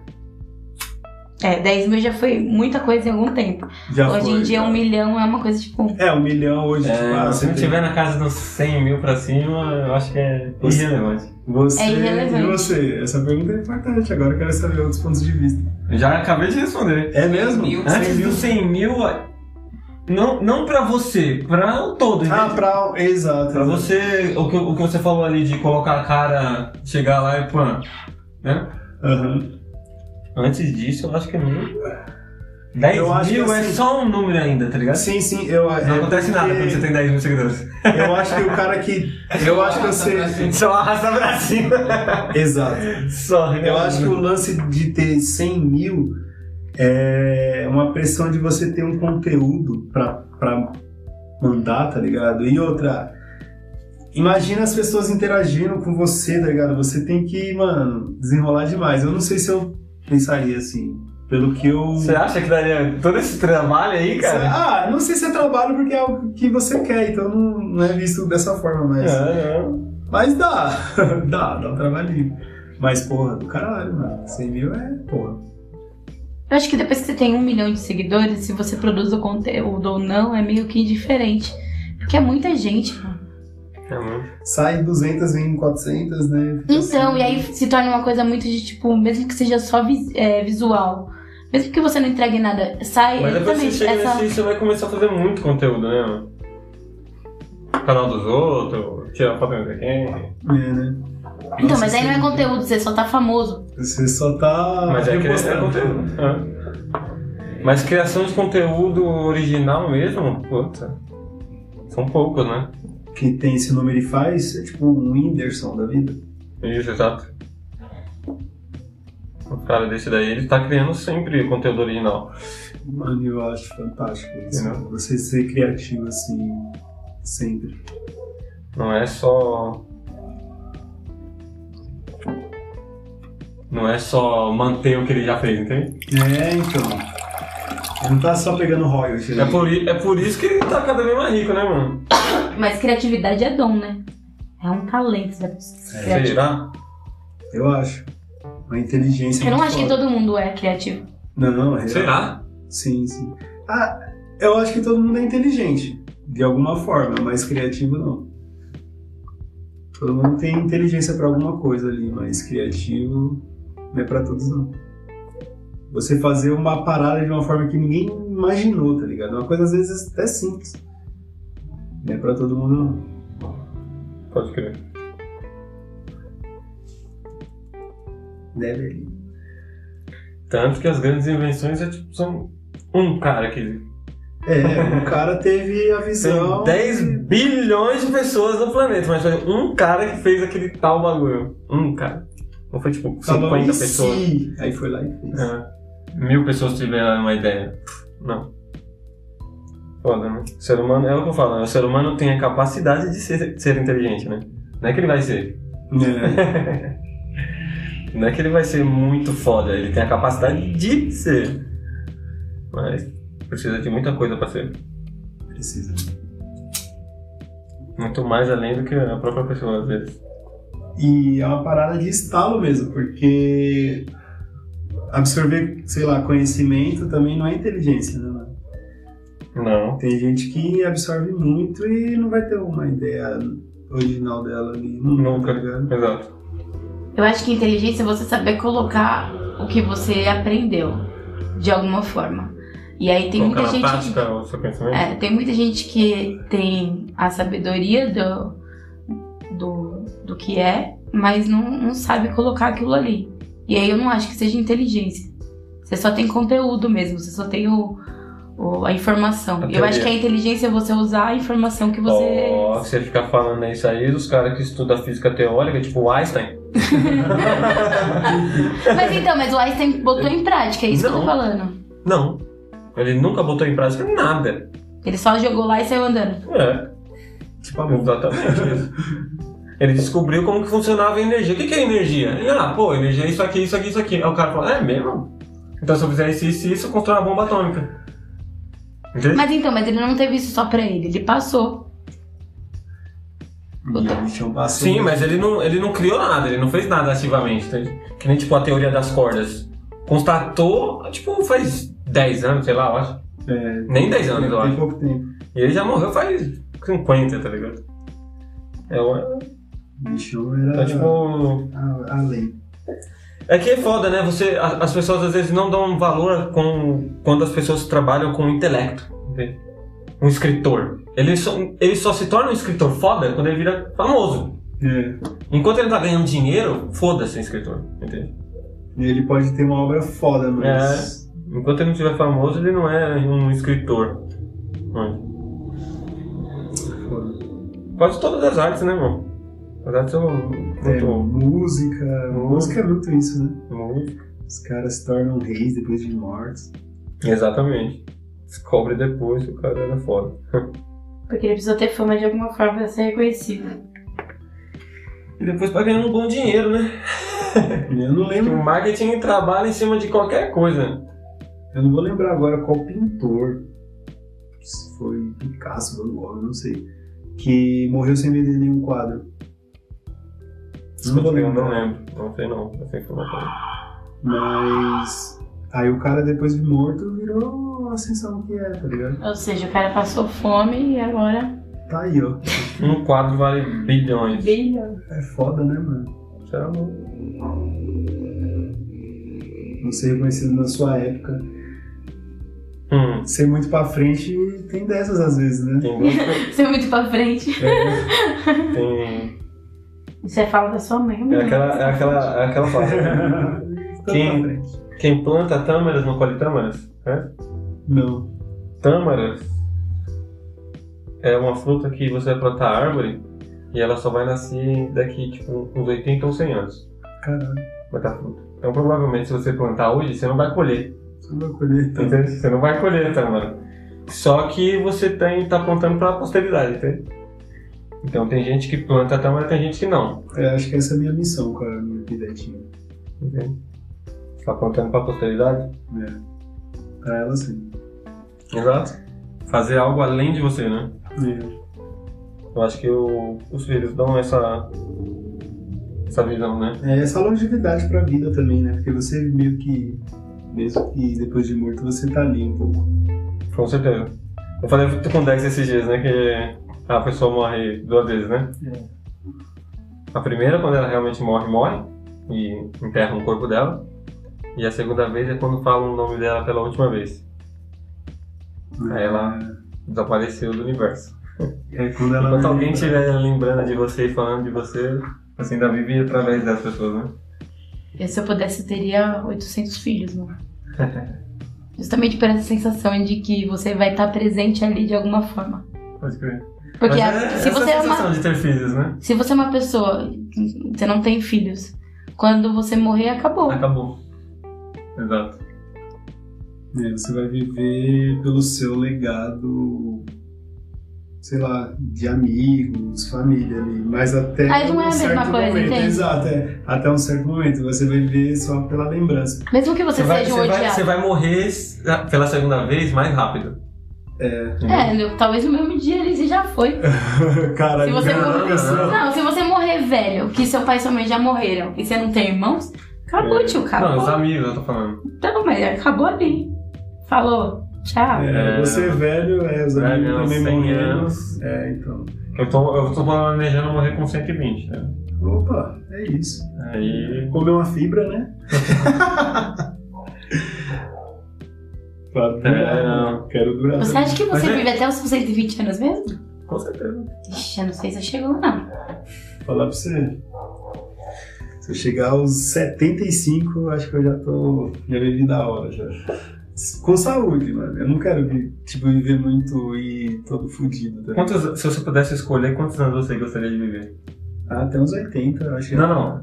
É, 10 mil já foi muita coisa em algum tempo. Já Hoje foi, em dia, já. um milhão é uma coisa tipo. É, um milhão hoje, tipo, ah, É, se você não tem- tiver na casa dos 100 mil pra cima, eu acho que é Você- irrelevante. Você É irrelevante. e você? Essa pergunta é importante, agora eu quero saber outros pontos de vista. Eu já acabei de responder. É mesmo? mil. Cem Antes mil? dos 100 mil, não, não pra você, pra o todo, Ah, entende? pra... Exato. Pra exato. você, o que, o que você falou ali de colocar a cara, chegar lá e pã, né? Aham. Antes disso, eu acho que é meio... 10 Eu acho mil que é assim- só um número ainda, tá ligado? Sim, sim, eu... é, Não acontece nada quando você tem 10 mil seguidores. Eu acho que o cara que... Eu acho que Tá, você... Só arrasta pra cima. Exato. Só, Eu acho que o lance de ter 100 mil é uma pressão de você ter um conteúdo pra, pra mandar, tá ligado? E outra, imagina as pessoas interagindo com você, tá ligado? Você tem que, mano, desenrolar demais. Eu não sei se eu pensaria assim, pelo que eu. Você acha que daria todo esse trabalho aí, cara? Ah, não sei se é trabalho porque é algo que você quer, então não, não é visto dessa forma, mas. É, não. Mas dá, dá, dá um trabalhinho. Mas, porra, do caralho, mano. 100 mil é, porra. Eu acho que depois que você tem um milhão de seguidores, se você produz o conteúdo ou não, é meio que indiferente. Porque é muita gente, mano. É muito. sai 200, vem 400, né? Fica Então, assim. e aí se torna uma coisa muito de tipo, mesmo que seja só vis- é, visual, mesmo que você não entregue nada, sai Mas depois que você exatamente chega essa. nesse, você vai começar a fazer muito conteúdo, né? mano? Canal dos outros, tirar foto de quem. É, né? Então, Nossa, mas aí não é sim. conteúdo, você só tá famoso. Você só tá. Mas é criação de repostando. conteúdo. é. Mas criação de conteúdo original mesmo, puta. São poucos, né? Quem tem esse número e faz é tipo um Whindersson da vida. Isso, exato. O cara desse daí, ele tá criando sempre conteúdo original. Mano, eu acho fantástico isso. É, né? Você ser criativo assim, sempre. Não é só. Não é só manter o que ele já fez, entende? É, então. Não tá só pegando royalty, né? É por, i- é por isso que ele tá cada vez mais rico, né, mano? Mas criatividade é dom, né? É um talento da É. pessoa. criativa. Será? Eu acho. Uma inteligência. Eu não muito acho que foda. todo mundo é criativo. Não, não, é real. Será? Sim, sim. Ah, eu acho que todo mundo é inteligente, de alguma forma, mas criativo não. Todo mundo tem inteligência pra alguma coisa ali, mas criativo não é pra todos não. Você fazer uma parada de uma forma que ninguém imaginou, tá ligado? Uma coisa às vezes até simples. Não é pra todo mundo não. Pode crer. Deve ali. Tanto que as grandes invenções é tipo, são um cara que É, o cara teve a visão. tem 10 bilhões de pessoas no planeta, mas foi um cara que fez aquele tal bagulho. Um cara. Ou foi tipo 50 falou, "E se?" pessoas. Aí foi lá e fez. É. Mil pessoas tiveram uma ideia. Não. Foda, né? O ser humano, é o que eu falo, né? o ser humano tem a capacidade de ser, ser inteligente, né? Não é que ele vai ser. É. Não é que ele vai ser muito foda, ele tem a capacidade de ser. Mas precisa de muita coisa pra ser. É, Precisa. né? Muito mais além do que a própria pessoa, às vezes. E é uma parada de estalo mesmo, porque absorver, sei lá, conhecimento também não é inteligência, né? mano? Não. Tem gente que absorve muito e não vai ter uma ideia original dela ali. Nunca. tá ligado? Exato. Eu acho que inteligência é você saber colocar o que você aprendeu de alguma forma. E aí tem muita Colocar na gente. que- prática o seu pensamento. É, tem muita gente que tem a sabedoria do, do, do que é, mas não, não sabe colocar aquilo ali. E aí eu não acho que seja inteligência. Você só tem conteúdo mesmo, você só tem o, o- a informação. A eu acho teoria. que a inteligência é você usar a informação que você. Ó, você fica falando isso aí dos caras que estudam física teórica, tipo o Einstein. Mas então, mas o Einstein botou em prática, é isso que eu tô Não. falando. Não. Ele nunca botou em prática nada. Ele só jogou lá e saiu andando. É, Tipo, a mão. exatamente isso. Ele descobriu como que funcionava a energia. O que, que é energia? Ele, ah, pô, energia é isso aqui, isso aqui, isso aqui. Aí o cara fala, é mesmo? Então se eu fizer isso, isso, e isso, eu construo uma bomba atômica. Entende? Mas então, mas ele não teve isso só pra ele, ele passou. E o bichão passou. Sim, mas ele não, ele não criou nada, ele não fez nada ativamente. entende? Que nem tipo a teoria das cordas. Constatou, tipo, faz 10 anos, sei lá, eu acho. É, Nem 10 anos, eu tem acho. pouco tempo. E ele já morreu faz 50, tá ligado? É, uma- O bichão é era tipo. a, a lei. É que é foda, né? Você, a- as pessoas às vezes não dão valor com, quando as pessoas trabalham com intelecto. entende? Um escritor. Ele só, ele só se torna um escritor foda quando ele vira famoso. É. Enquanto ele tá ganhando dinheiro, foda-se o escritor, entende? E ele pode ter uma obra foda, mas. Enquanto ele não estiver famoso, ele não é um escritor. Mano, É. Foda. Quase todas as artes, né, irmão? As artes são É, muito música. Música é muito isso, né? muito- Os caras se tornam reis depois de mortos. Exatamente. Descobre depois que o cara era foda. Porque ele precisou ter fama de alguma forma pra ser reconhecido. E depois vai ganhando um bom dinheiro, né? Eu não Porque lembro. o marketing trabalha em cima de qualquer coisa. Eu não vou lembrar agora qual pintor, se foi Picasso, Van Gogh, não sei, que morreu sem vender nenhum quadro. Eu Não vou Eu não lembrar, lembro. Não sei não. Essa informação. mas aí o cara depois de morto virou a sensação que é, tá ligado? Ou seja, o cara passou fome e agora. Tá aí, ó. Um quadro vale bilhões. Brilha. É foda, né, mano? Isso é louco. Não ser reconhecido na sua época. Hum, Ser muito pra frente tem dessas às vezes, né? Tá tem duas coisas. Você é muito pra frente. Tem... Isso é fala da sua mãe, É mano. aquela, é aquela, é aquela frase. Tá Quem? pra frente. Quem planta tâmaras não colhe tâmaras? né? Não. Tâmaras é uma fruta que você vai plantar a árvore e ela só vai nascer daqui tipo uns 80 ou 100 anos. Caralho, Vai dar fruta. Então provavelmente se você plantar hoje, você não vai colher. só uma colher então. Entende? Você não vai colher a tâmara. Só que você tem, tá plantando pra posteridade, entende? Então tem gente que planta a tâmara tem gente que não. É, acho que essa é a minha missão com a minha pidetinha. Entende? Tá plantando pra posteridade? Pra ela sim. Exato. Fazer algo além de você, né? É. Eu acho que o- os filhos dão essa, essa visão, né? É essa longevidade pra vida também, né? Porque você meio que. Mesmo que depois de morto você tá ali um pouco. Com certeza. Eu falei muito com o Dex esses dias, né? Que a pessoa morre duas vezes, né? A primeira, quando ela realmente morre, morre. E enterram o corpo dela. E a segunda vez é quando falam o nome dela pela última vez. Aí ela desapareceu do universo. É quando ela. Enquanto alguém estiver lembrando de você e falando de você, você ainda vive através das pessoas, né? E se eu pudesse, eu teria 800 filhos, mano. Justamente por essa sensação de que você vai estar presente ali de alguma forma. Pode crer. Porque Mas a- é, se, essa você é a é uma, sensação de ter filhos, né? se você é uma pessoa que você não tem filhos, quando você morrer, acabou. Acabou. Exato. É, você vai viver pelo seu legado. Sei lá, de amigos, família ali. Mas até. Aí não é a um mesma certo coisa, momento. entende? Exato, é. Até um certo momento. Você vai viver só pela lembrança. Mesmo que você, vai, seja um você, vai, odiado. você vai morrer s- pela segunda vez mais rápido. É, no- talvez no mesmo dia ele já foi. Caralho, É, Se você for- caralho, pessoa. Não, se você morrer velho, que seu pai e sua mãe já morreram e você não tem irmãos, acabou, tio, É. Não, os acabou. amigos, eu tô falando. Então, mas acabou ali. Falou, tchau. É, É. você é velho, é, os É, amigos não, também 100 morreram. anos. É, então. Eu tô, eu tô planejando morrer com 120, né? Opa, é isso. Aí. Comer uma fibra, né? pra durar, É, não. Quero durar. Você acha que você Mas é- vive até os seus 120 anos mesmo? Com certeza. Ixi, eu não sei se eu chego lá, não. Falar pra você. Se eu chegar aos 75, eu acho que eu já tô. Já vivi da hora já. Com saúde, mano. Eu não quero vi- tipo, viver muito e todo fudido. Tá? ligado? Quantos, se você pudesse escolher quantos anos você gostaria de viver? Ah, até uns 80, eu acho que. é. Não, não.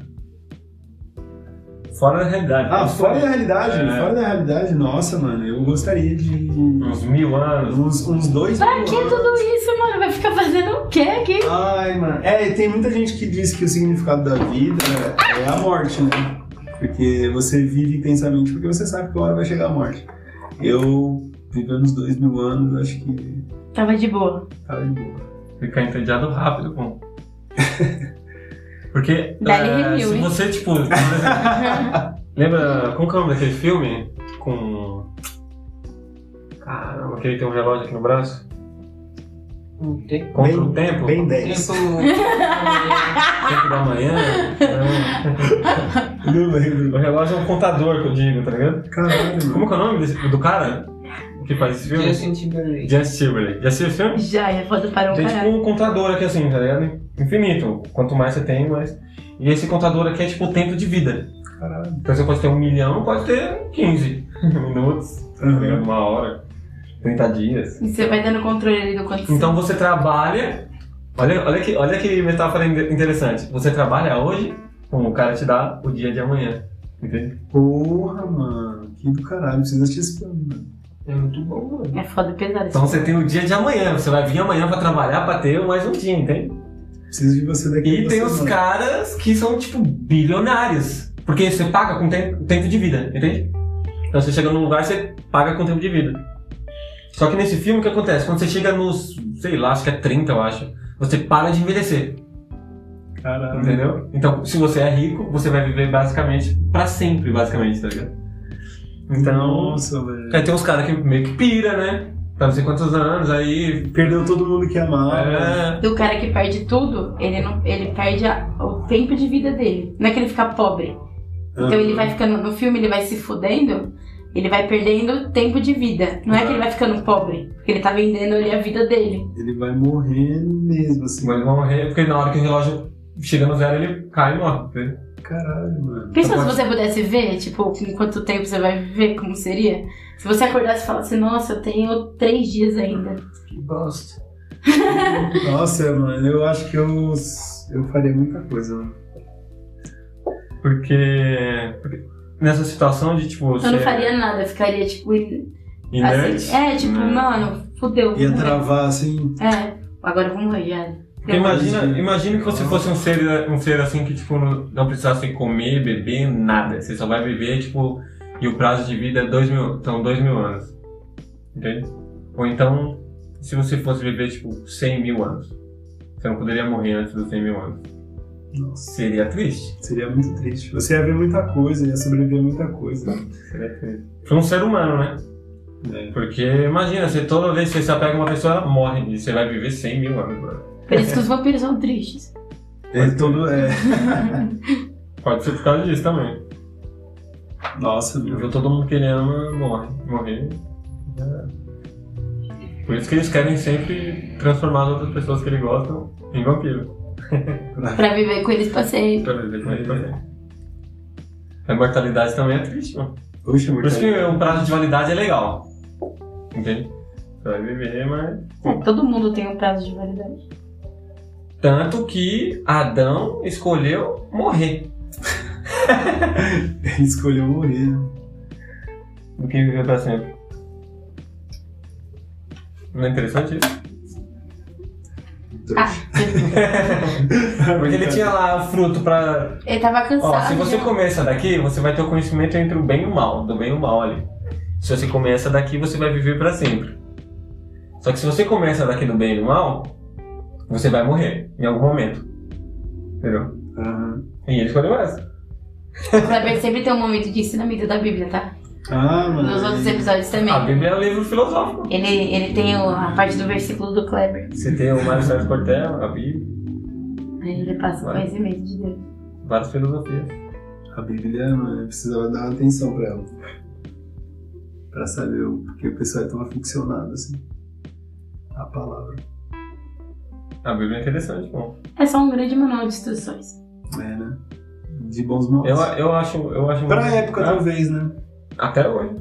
Fora da realidade. Ah, fora da realidade, É. fora da realidade, nossa, mano, eu gostaria de. Uns, Uns mil anos. uns dois. Pra mil que anos. tudo isso, mano? Vai ficar fazendo o quê aqui? Ai, mano. É, e tem muita gente que diz que o significado da vida é a morte, né? Porque você vive intensamente, porque você sabe que uma hora vai chegar a morte. Eu, vivendo uns dois mil anos, acho que Tava de boa. tava de boa. Ficar entediado rápido, pô. Porque Dá-lhe eh, review, se hein? você, tipo, por exemplo, lembra como que é o nome daquele filme com. Caramba, que ele tem um relógio aqui no braço? tá. Não tem. Contra Bem- o tempo? Bem 10. Tempo. Tempo da manhã? né? Não lembro. o relógio é um contador que eu digo, tá ligado? Caralho, mano. Como que é o nome desse- do cara que faz esse filme? Justin Timberlake. Justin Timberlake. Já assistiu esse filme? Já, já foda para um Tem tipo caralho. um contador aqui assim, tá ligado? Infinito. Quanto mais você tem, mais. E esse contador aqui é tipo o tempo de vida. Caralho. Então você pode ter um milhão, pode ter 15 minutos, tá ligado? Uhum. Uma hora, 30 dias. E você vai dando controle ali do quanto Então você trabalha. Olha, olha, que, olha que metáfora in- interessante. Você trabalha hoje, como o cara te dá o dia de amanhã. Entende? Porra, mano. Que do caralho. Precisa assistir esse filme, mano. É muito bom, mano. É foda pesado Então isso. você tem o dia de amanhã. Você vai vir amanhã pra trabalhar pra ter mais um dia, entende? Preciso de você daqui. E a tem duas os semanas. caras que são, tipo, bilionários. Porque você paga com tem- tempo de vida, entende? Então você chega num lugar, você paga com tempo de vida. Só que nesse filme, o que acontece? Quando você chega nos, sei lá, acho que é 30, eu acho, você para de envelhecer, Caralho. entendeu? Então, se você é rico, você vai viver basicamente pra sempre, basicamente, tá ligado? Então, Nossa, velho. aí tem uns caras que meio que pira, né? Tá não sei quantos anos, aí. Perdeu todo mundo que amava. É, Do cara que perde tudo, ele, não, ele perde a- o tempo de vida dele. Não é que ele fica pobre. Ah, Então ele vai ficando, no filme ele vai se fudendo, ele vai perdendo tempo de vida. Não é que ele vai ficando pobre, porque ele tá vendendo ali a vida dele. Ele vai morrendo mesmo, assim. mas vão morrer, porque na hora que o relógio chega no zero, ele cai e morre, entendeu? Caralho, mano. Pensa Eu se gosto. você pudesse ver, tipo, com quanto tempo você vai viver, como seria? Se você acordasse e falasse, nossa, eu tenho três dias ainda. Que bosta. Nossa, mano, eu acho que eu, eu faria muita coisa, mano. Porque, porque nessa situação de tipo. Eu não faria nada, eu ficaria, tipo, in- inerte, assim, é, tipo, né? mano, fudeu. vou Ia morrer. travar assim. É, agora eu vou morrer, já. Porque imagina, imagina que você Não. fosse um ser, um ser assim que tipo, não, não precisasse comer, beber, nada. Você só vai viver, tipo, e o prazo de vida é dois mil, são dois mil anos. Entende? Ou então, se você fosse viver, tipo, 100 mil anos. Você não poderia morrer antes dos 100 mil anos. Nossa, Seria triste. seria muito triste. Você ia ver muita coisa, ia sobreviver a muita coisa. Seria triste. Pra um ser humano, né? É. Porque imagina, você toda vez que você se apega a uma pessoa, ela morre. E você vai viver 100 mil anos, mano. Por isso que os vampiros são tristes. É então. todo. É. Pode ser por causa disso também. Nossa, meu. Porque todo mundo que ele ama morre. Morrer. é. Por isso que eles querem sempre transformar as outras pessoas que eles gostam em vampiro. Pra viver com eles passei. Pra viver com ele também. A imortalidade também é triste, mano. Oxe, Por isso que mortalidade. o prazo de validade é legal. Entende? Você vai viver, mas. É, todo mundo tem um prazo de validade. Tanto que Adão escolheu morrer Ele escolheu morrer. né? do que viver pra sempre. Não é interessante isso? Ah, né? Porque ele tinha lá o fruto pra, ele tava cansado. Ó, se você já. comer essa daqui, você vai ter o conhecimento entre o bem e o mal, do bem e o mal ali. Se você comer essa daqui, você vai viver pra sempre. Só que se você começa daqui do bem e do mal, você vai morrer em algum momento. Entendeu? Aham. E ele escolheu essa. Saber sempre tem um momento de ensinamento da Bíblia, tá? Ah, mano. Nos outros episódios também. A Bíblia é um livro filosófico. Ele, ele tem o- a parte do versículo do Kleber. Você tem o Mário Sérgio Cortella, a Bíblia, Aí ele passa o Vai. conhecimento de Deus. várias filosofias. A Bíblia, mano, eu precisava dar uma atenção pra ela. Pra saber o porque o pessoal é tão aficionado, assim. A palavra. A Bíblia é interessante, bom. É só um grande manual de instruções. É, né? De bons modos. Eu, eu acho. Eu acho Pra época, Ah, talvez, né? Até hoje.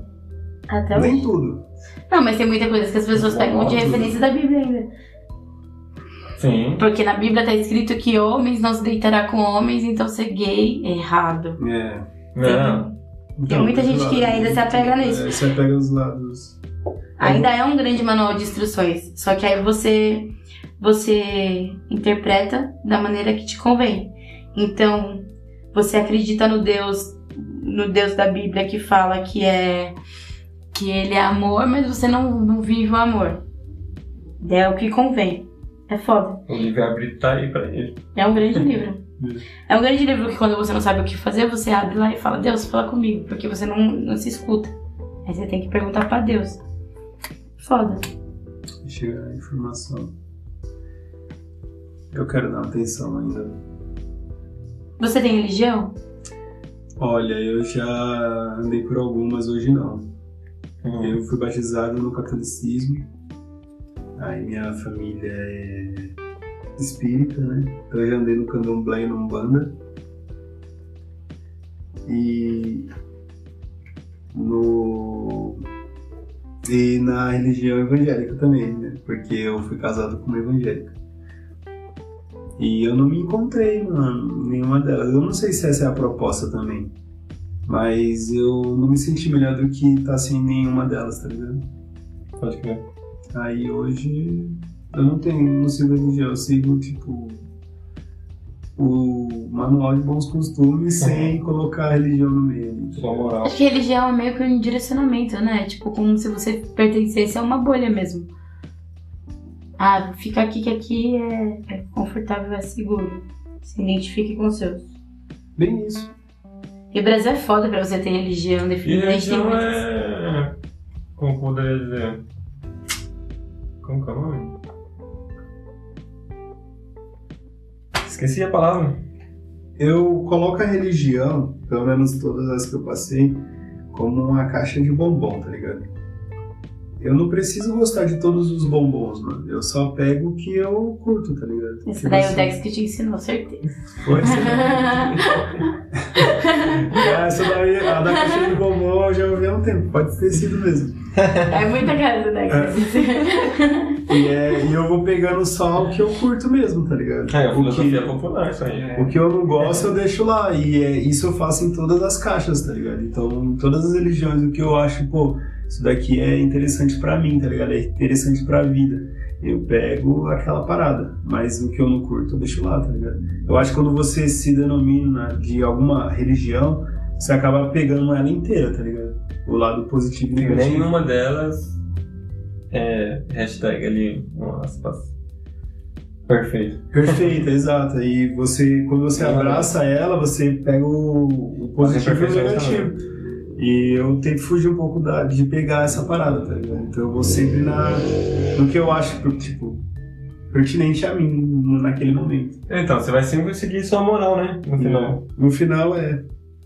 Até hoje. Nem tudo. Não, mas tem muita coisa que as pessoas pegam de referência da Bíblia ainda. Sim. Porque na Bíblia tá escrito que homens não se deitará com homens, então ser gay é errado. É. Não. Tem muita dos gente que lados, ainda né? se apega nisso. Então, É, se apega dos lados. Ainda é um grande manual de instruções, só que aí você você interpreta da maneira que te convém. Então, você acredita no Deus, no Deus da Bíblia que fala que é que ele é amor, mas você não, não vive o amor. É o que convém. É foda. O livre-arbítrio tá aí pra ele. É um grande livro. É um grande livro que quando você não sabe o que fazer, você abre lá e fala, Deus, fala comigo, porque você não, não se escuta. Aí você tem que perguntar pra Deus. Foda. Chega a informação. Eu quero dar uma atenção ainda. Você tem religião? Olha, eu já andei por algumas, hoje não. Eu fui batizado no catolicismo. Aí minha família é espírita, né? Então eu já andei no candomblé e no umbanda. E no e na religião evangélica também, né? Porque eu fui casado com uma evangélica. E eu não me encontrei, mano, em nenhuma delas. Eu não sei se essa é a proposta também. Mas eu não me senti melhor do que estar sem nenhuma delas, tá ligado? Pode crer. Aí hoje eu não tenho, não sigo religião, eu sigo tipo o manual de bons costumes É. sem colocar a religião no meio. Sua moral. Acho que religião é meio que um direcionamento, né? Tipo, como se você pertencesse a uma bolha mesmo. Ah, fica aqui que aqui é, é confortável, é seguro. Se identifique com os seus. Bem isso. E o Brasil é foda pra você ter religião E definida. a gente tem religião muitas- é. Como poderia dizer? Como que é o nome? Esqueci a palavra. Eu coloco a religião, pelo menos todas as que eu passei, como uma caixa de bombom, tá ligado? Eu não preciso gostar de todos os bombons, mano. Eu só pego o que eu curto, tá ligado? Esse Que daí é você- o Dex que te ensinou, certeza. Pode ser. Ah, Essa daí, a da caixinha de bombom, eu já ouvi há um tempo. Pode ter sido mesmo. é muita cara do Dex. E, é- e eu vou pegando só o que eu curto mesmo, tá ligado? É, a o, filosofia que, popular, isso aí. o que eu não gosto, eu deixo lá. E é, isso eu faço em todas as caixas, tá ligado? Então, em todas as religiões, o que eu acho, pô, isso daqui é interessante pra mim, tá ligado? É interessante pra vida. Eu pego aquela parada, mas o que eu não curto, eu deixo lá, tá ligado? Eu acho que quando você se denomina né, de alguma religião, você acaba pegando ela inteira, tá ligado? O lado positivo e negativo. Nenhuma delas é hashtag ali, um aspas. Perfeito. Perfeita, exato. E você, quando você Ela- abraça ela, você pega o, o positivo e o imperfeições negativo. E eu tento fugir um pouco da, de pegar essa parada, tá ligado? Então eu vou sempre na, no que eu acho, tipo, pertinente a mim naquele momento. Então, você vai sempre seguir sua moral, né? No final. No final é.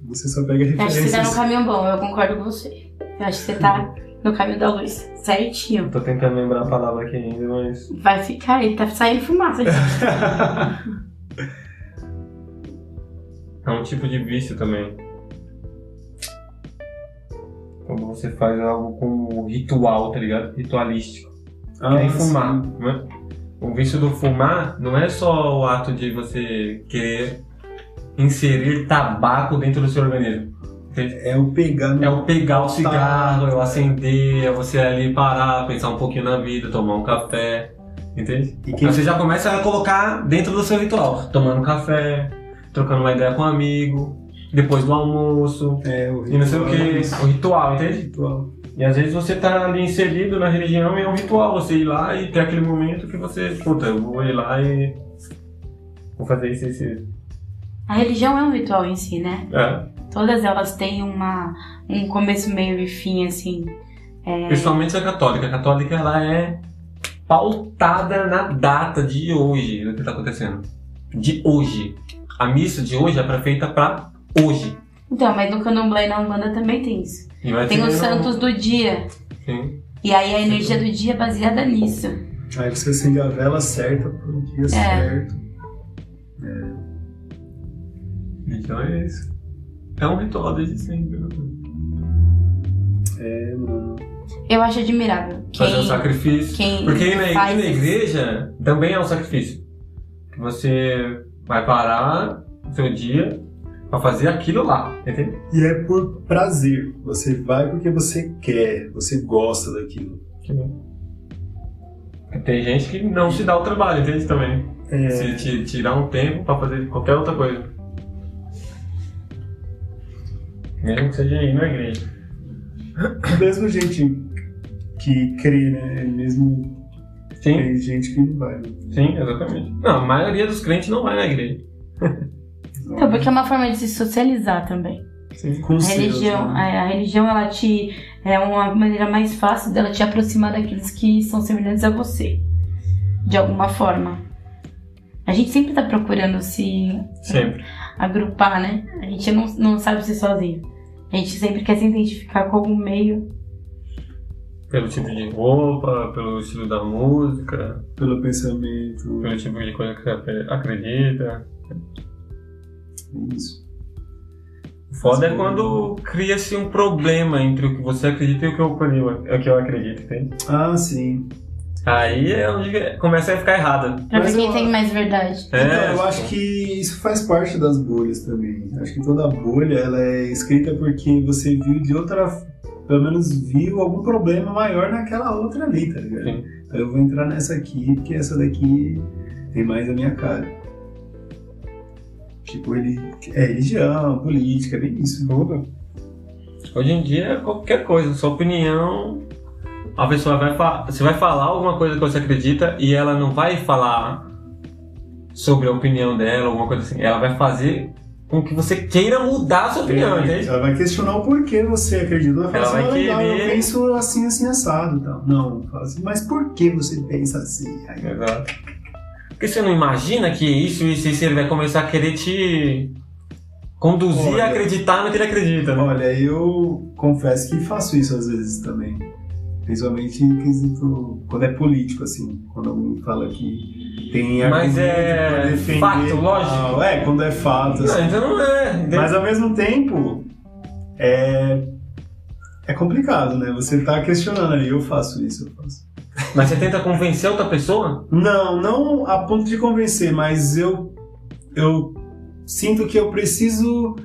Você só pega Eu acho que você tá no referências. caminho bom, eu concordo com você. Eu acho que você tá no caminho da luz, certinho. Tô tentando lembrar a palavra aqui ainda, mas. Vai ficar aí, tá saindo fumaça. gente. É um tipo de vício também. Quando você faz algo como ritual, tá ligado? Ritualístico. Ah, que nem fumar. sim. Né? O vício do fumar não é só o ato de você querer inserir tabaco dentro do seu organismo. entende? É o pegar no. É o pegar o cigarro, é o acender, é você ali parar, pensar um pouquinho na vida, tomar um café, entende? E Aí quem você já começa a colocar dentro do seu ritual, tomando café, trocando uma ideia com um amigo, depois do almoço, é o né? e não sei o que, o ritual, entende? Ritual. E às vezes você tá ali inserido na religião e é um ritual você ir lá e ter aquele momento que você, puta, eu vou ir lá e. Vou fazer isso, isso, isso. A religião é um ritual em si, né? É. Todas elas têm uma, um começo, meio e fim, assim. É, Principalmente a católica. A católica ela é pautada na data de hoje do que tá acontecendo. De hoje. A missa de hoje é feita pra hoje. Então, mas no candomblé e na Umbanda também tem isso. E vai Tem ter- os santos do dia. Sim. E aí a energia do dia é baseada nisso. Aí você acende a vela certa pro dia certo. Então é isso. É um ritual desde sempre. né? É, mano. Eu acho admirável. Quem, Fazer o sacrifício. quem Porque é na, faz na isso. igreja também é um sacrifício. Que Você vai parar o seu dia pra fazer aquilo lá, entendeu? E é por prazer. Você vai porque você quer, você gosta daquilo. Porque Tem gente que não se dá o trabalho, entende também. É. Se ti- tirar um tempo pra fazer qualquer outra coisa. Mesmo que seja ir na igreja. Mesmo gente que crê, né? Mesmo Sim, tem gente que não vai. né? sim, exatamente. Não, a maioria dos crentes não vai na igreja. Então, porque é uma forma de se socializar também. Com A os seus, religião, é, né? a, a religião, ela te. É uma maneira mais fácil dela te aproximar daqueles que são semelhantes a você. De alguma forma. A gente sempre tá procurando se Sempre. agrupar, né? A gente não, não sabe ser sozinho. A gente sempre quer se identificar com algum meio. Pelo tipo de roupa, pelo estilo da música. é. Pelo pensamento. pelo tipo de coisa que você acre- acredita. Isso. O Foda é quando cria-se um problema entre o que você acredita e o que eu, acredito- o que eu acredito, entende? Ah, sim. Aí é onde começa a ficar errado. Pra ver Mas quem eu- tem mais verdade. É, então, eu acho que isso faz parte das bolhas também. Acho que toda bolha ela é escrita porque você viu de outra. Pelo menos viu algum problema maior naquela outra ali, tá ligado? Sim. Então eu vou entrar nessa aqui, porque essa daqui tem mais a minha cara. Tipo, ele é religião, política, é bem isso. tudo. Hoje em dia é qualquer coisa, sua opinião. A pessoa vai falar. Você vai falar alguma coisa que você acredita e ela não vai falar sobre a opinião dela, alguma coisa assim. Ela vai fazer com que você queira mudar a sua opinião, entende? Ela vai questionar o porquê você acredita. Ela, fala Ela assim, vai "Ah, legal, querer- eu penso assim, assim, assado. e Tal. Não, fala assim, mas por que você pensa assim? Aí Exato. Porque você não imagina que isso, isso, isso, ele vai começar a querer te conduzir Olha. a acreditar no que ele acredita, né? Olha, eu confesso que faço isso às vezes também. Principalmente em quesito. Quando é político, assim. Quando alguém fala que tem Mas é argumento pra defender fato, tal. lógico. É, quando é fato. Não, Assim. então não é. entendeu? Mas ao mesmo tempo. É. É complicado, né? Você tá questionando ali. Eu faço isso, eu faço. Mas você tenta convencer outra pessoa? Não, não a ponto de convencer, mas eu eu sinto que eu preciso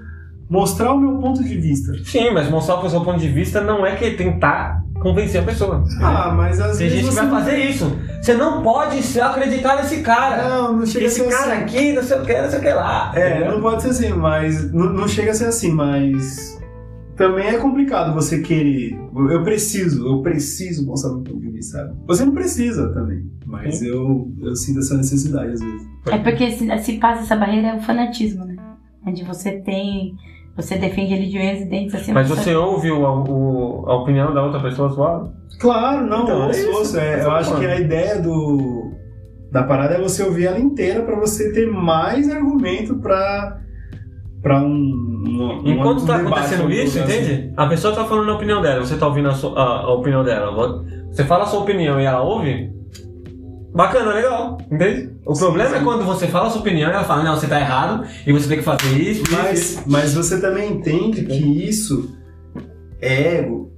mostrar o meu ponto de vista. Sim, mas mostrar o seu ponto de vista não é que tentar convencer a pessoa. Ah, mas às É. Tem gente vezes que vai fazer isso. Você não pode se acreditar nesse cara. Não, não É, chega a Esse ser cara assim. aqui, não sei o que, não sei o que lá. É, entendeu? não pode ser assim, mas não, não chega a ser assim, mas também é complicado você querer. Eu preciso, eu preciso mostrar meu ponto de vista. sabe? Você não precisa também, mas eu eu sinto essa necessidade às vezes. É porque se, se passa essa barreira é o fanatismo, né? Onde você tem. Você defende religiões e dentes assim. Mas você- você ouve o, o- a opinião da outra pessoa sua? Claro, não, Então, é ouço, isso. ouço, é, Mas eu eu acho concordo. que a ideia do da parada é você ouvir ela inteira pra você ter mais argumento pra para um, um Enquanto um tá debate, acontecendo vamos isso, colocar assim. entende? A pessoa tá falando a opinião dela, você tá ouvindo a, sua- a- a opinião dela. Vo- Você fala a sua opinião e ela ouve. Bacana, legal, entende? O problema é quando você fala a sua opinião e ela fala, não, você tá errado e você tem que fazer isso, isso, isso. Mas, mas você também entende que isso é ego.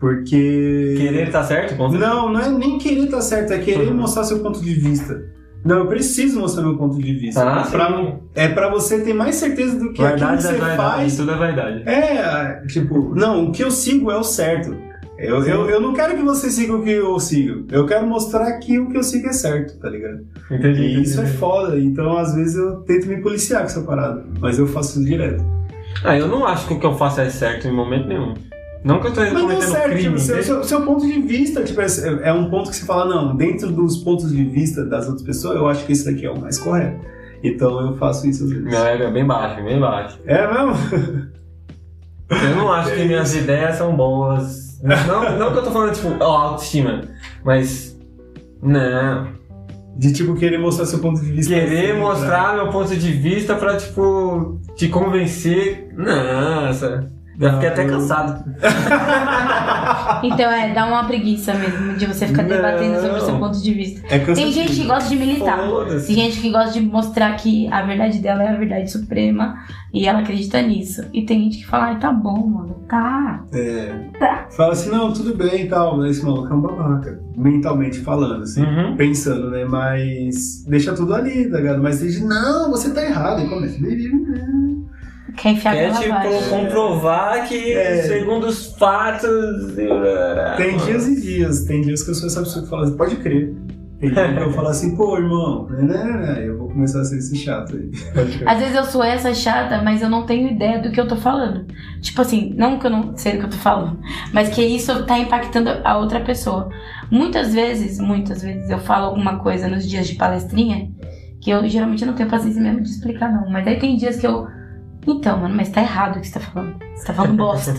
Porque. Querer tá certo? Com certeza. Não, não é nem querer tá certo, é querer Uhum. mostrar seu ponto de vista. Não, eu preciso mostrar meu ponto de vista. Ah, Pra- sim. é pra você ter mais certeza do que aquilo que Vaidade é você vaidade, faz. tudo é vaidade. É, tipo, não, o que eu sigo é o certo. Eu, eu, eu não quero que você siga o que eu sigo. Eu quero mostrar que o que eu sigo é certo, tá ligado? Entendi. E isso é entendi. foda, então às vezes eu tento me policiar com essa parada, mas eu faço isso direto. Ah, eu não acho que o que eu faço é certo em momento nenhum. Não que eu tô Mas não cometendo certo, crime. tipo, seu, entende? seu, seu ponto de vista, tipo, é é um ponto que você fala, não, dentro dos pontos de vista das outras pessoas, eu acho que isso daqui é o mais correto. Então eu faço isso às vezes. Minha regra é bem baixa, bem baixa. É mesmo? Eu não acho que minhas ideias são boas. Não, não que eu tô falando, tipo, ó, autoestima. Mas. Não. De tipo querer mostrar seu ponto de vista. Querer Assim, mostrar meu ponto de vista pra, tipo, te convencer. Nossa. Já fiquei até Não. cansado. Então é, dá uma preguiça mesmo de você ficar Não. debatendo sobre o seu ponto de vista. É cansativo. Tem gente que gosta de militar. Foda-se. Tem gente que gosta de mostrar que a verdade dela é a verdade suprema e ela acredita nisso. E tem gente que fala, ai, tá bom, mano, tá. Fala assim, não, tudo bem e tal, mas esse maluco é um babaca. Mentalmente falando, assim. Uhum. Pensando, né? Mas deixa tudo ali, tá ligado? Mas diz, não, você tá errado. E começa. Quer enfiar Quer, pela tipo, baixo. comprovar que, É. segundo os fatos. Ah, Tem dias e dias, tem dias que eu sou essa pessoa que fala assim, pode crer. Tem dia que eu falo assim, pô, irmão, né, né, né, eu vou começar a ser esse chato aí. Às vezes eu sou essa chata, mas eu não tenho ideia do que eu tô falando. Tipo assim, não que eu não sei do que eu tô falando, mas que isso tá impactando a outra pessoa. Muitas vezes, muitas vezes eu falo alguma coisa nos dias de palestrinha que eu geralmente não tenho paciência mesmo de explicar não, mas aí tem dias que eu então, mano, mas tá errado o que você tá falando. Você tá falando bosta.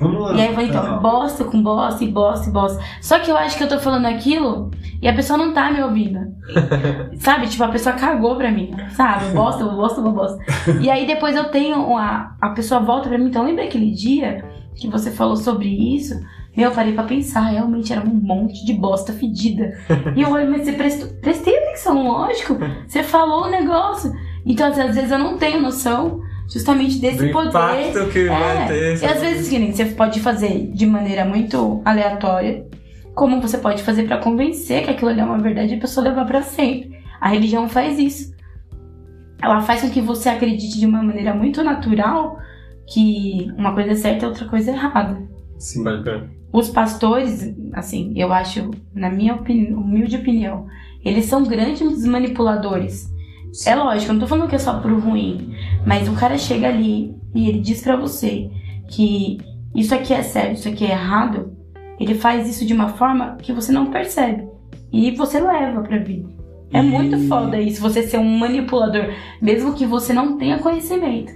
Vamos lá. E aí eu falei, então, tá. bosta com bosta e bosta e bosta. Só que eu acho que eu tô falando aquilo e a pessoa não tá me ouvindo. sabe? Tipo, a pessoa cagou pra mim. Sabe? Bosta, bosta, bosta. E aí depois eu tenho uma. A pessoa volta pra mim, então lembra aquele dia que você falou sobre isso? Meu, eu parei pra pensar, realmente era um monte de bosta fedida. E eu olho, mas você prestou, prestei atenção, lógico. Você falou o negócio. Então, assim, às vezes eu não tenho noção justamente desse Do poder. impacto que vai ter. É. E às vezes, que nem você pode fazer de maneira muito aleatória, como você pode fazer pra convencer que aquilo ali é uma verdade e a pessoa levar pra sempre. A religião faz isso. Ela faz com que você acredite de uma maneira muito natural que uma coisa é certa e outra coisa é errada. Sim. Pode crer. Os pastores, assim, eu acho, na minha opini- humilde opinião, eles são grandes manipuladores. É lógico, eu não tô falando que é só pro ruim, mas o cara chega ali e ele diz pra você que isso aqui é certo, isso aqui é errado, ele faz isso de uma forma que você não percebe e você leva pra vida. É E- muito foda isso, você ser um manipulador, mesmo que você não tenha conhecimento.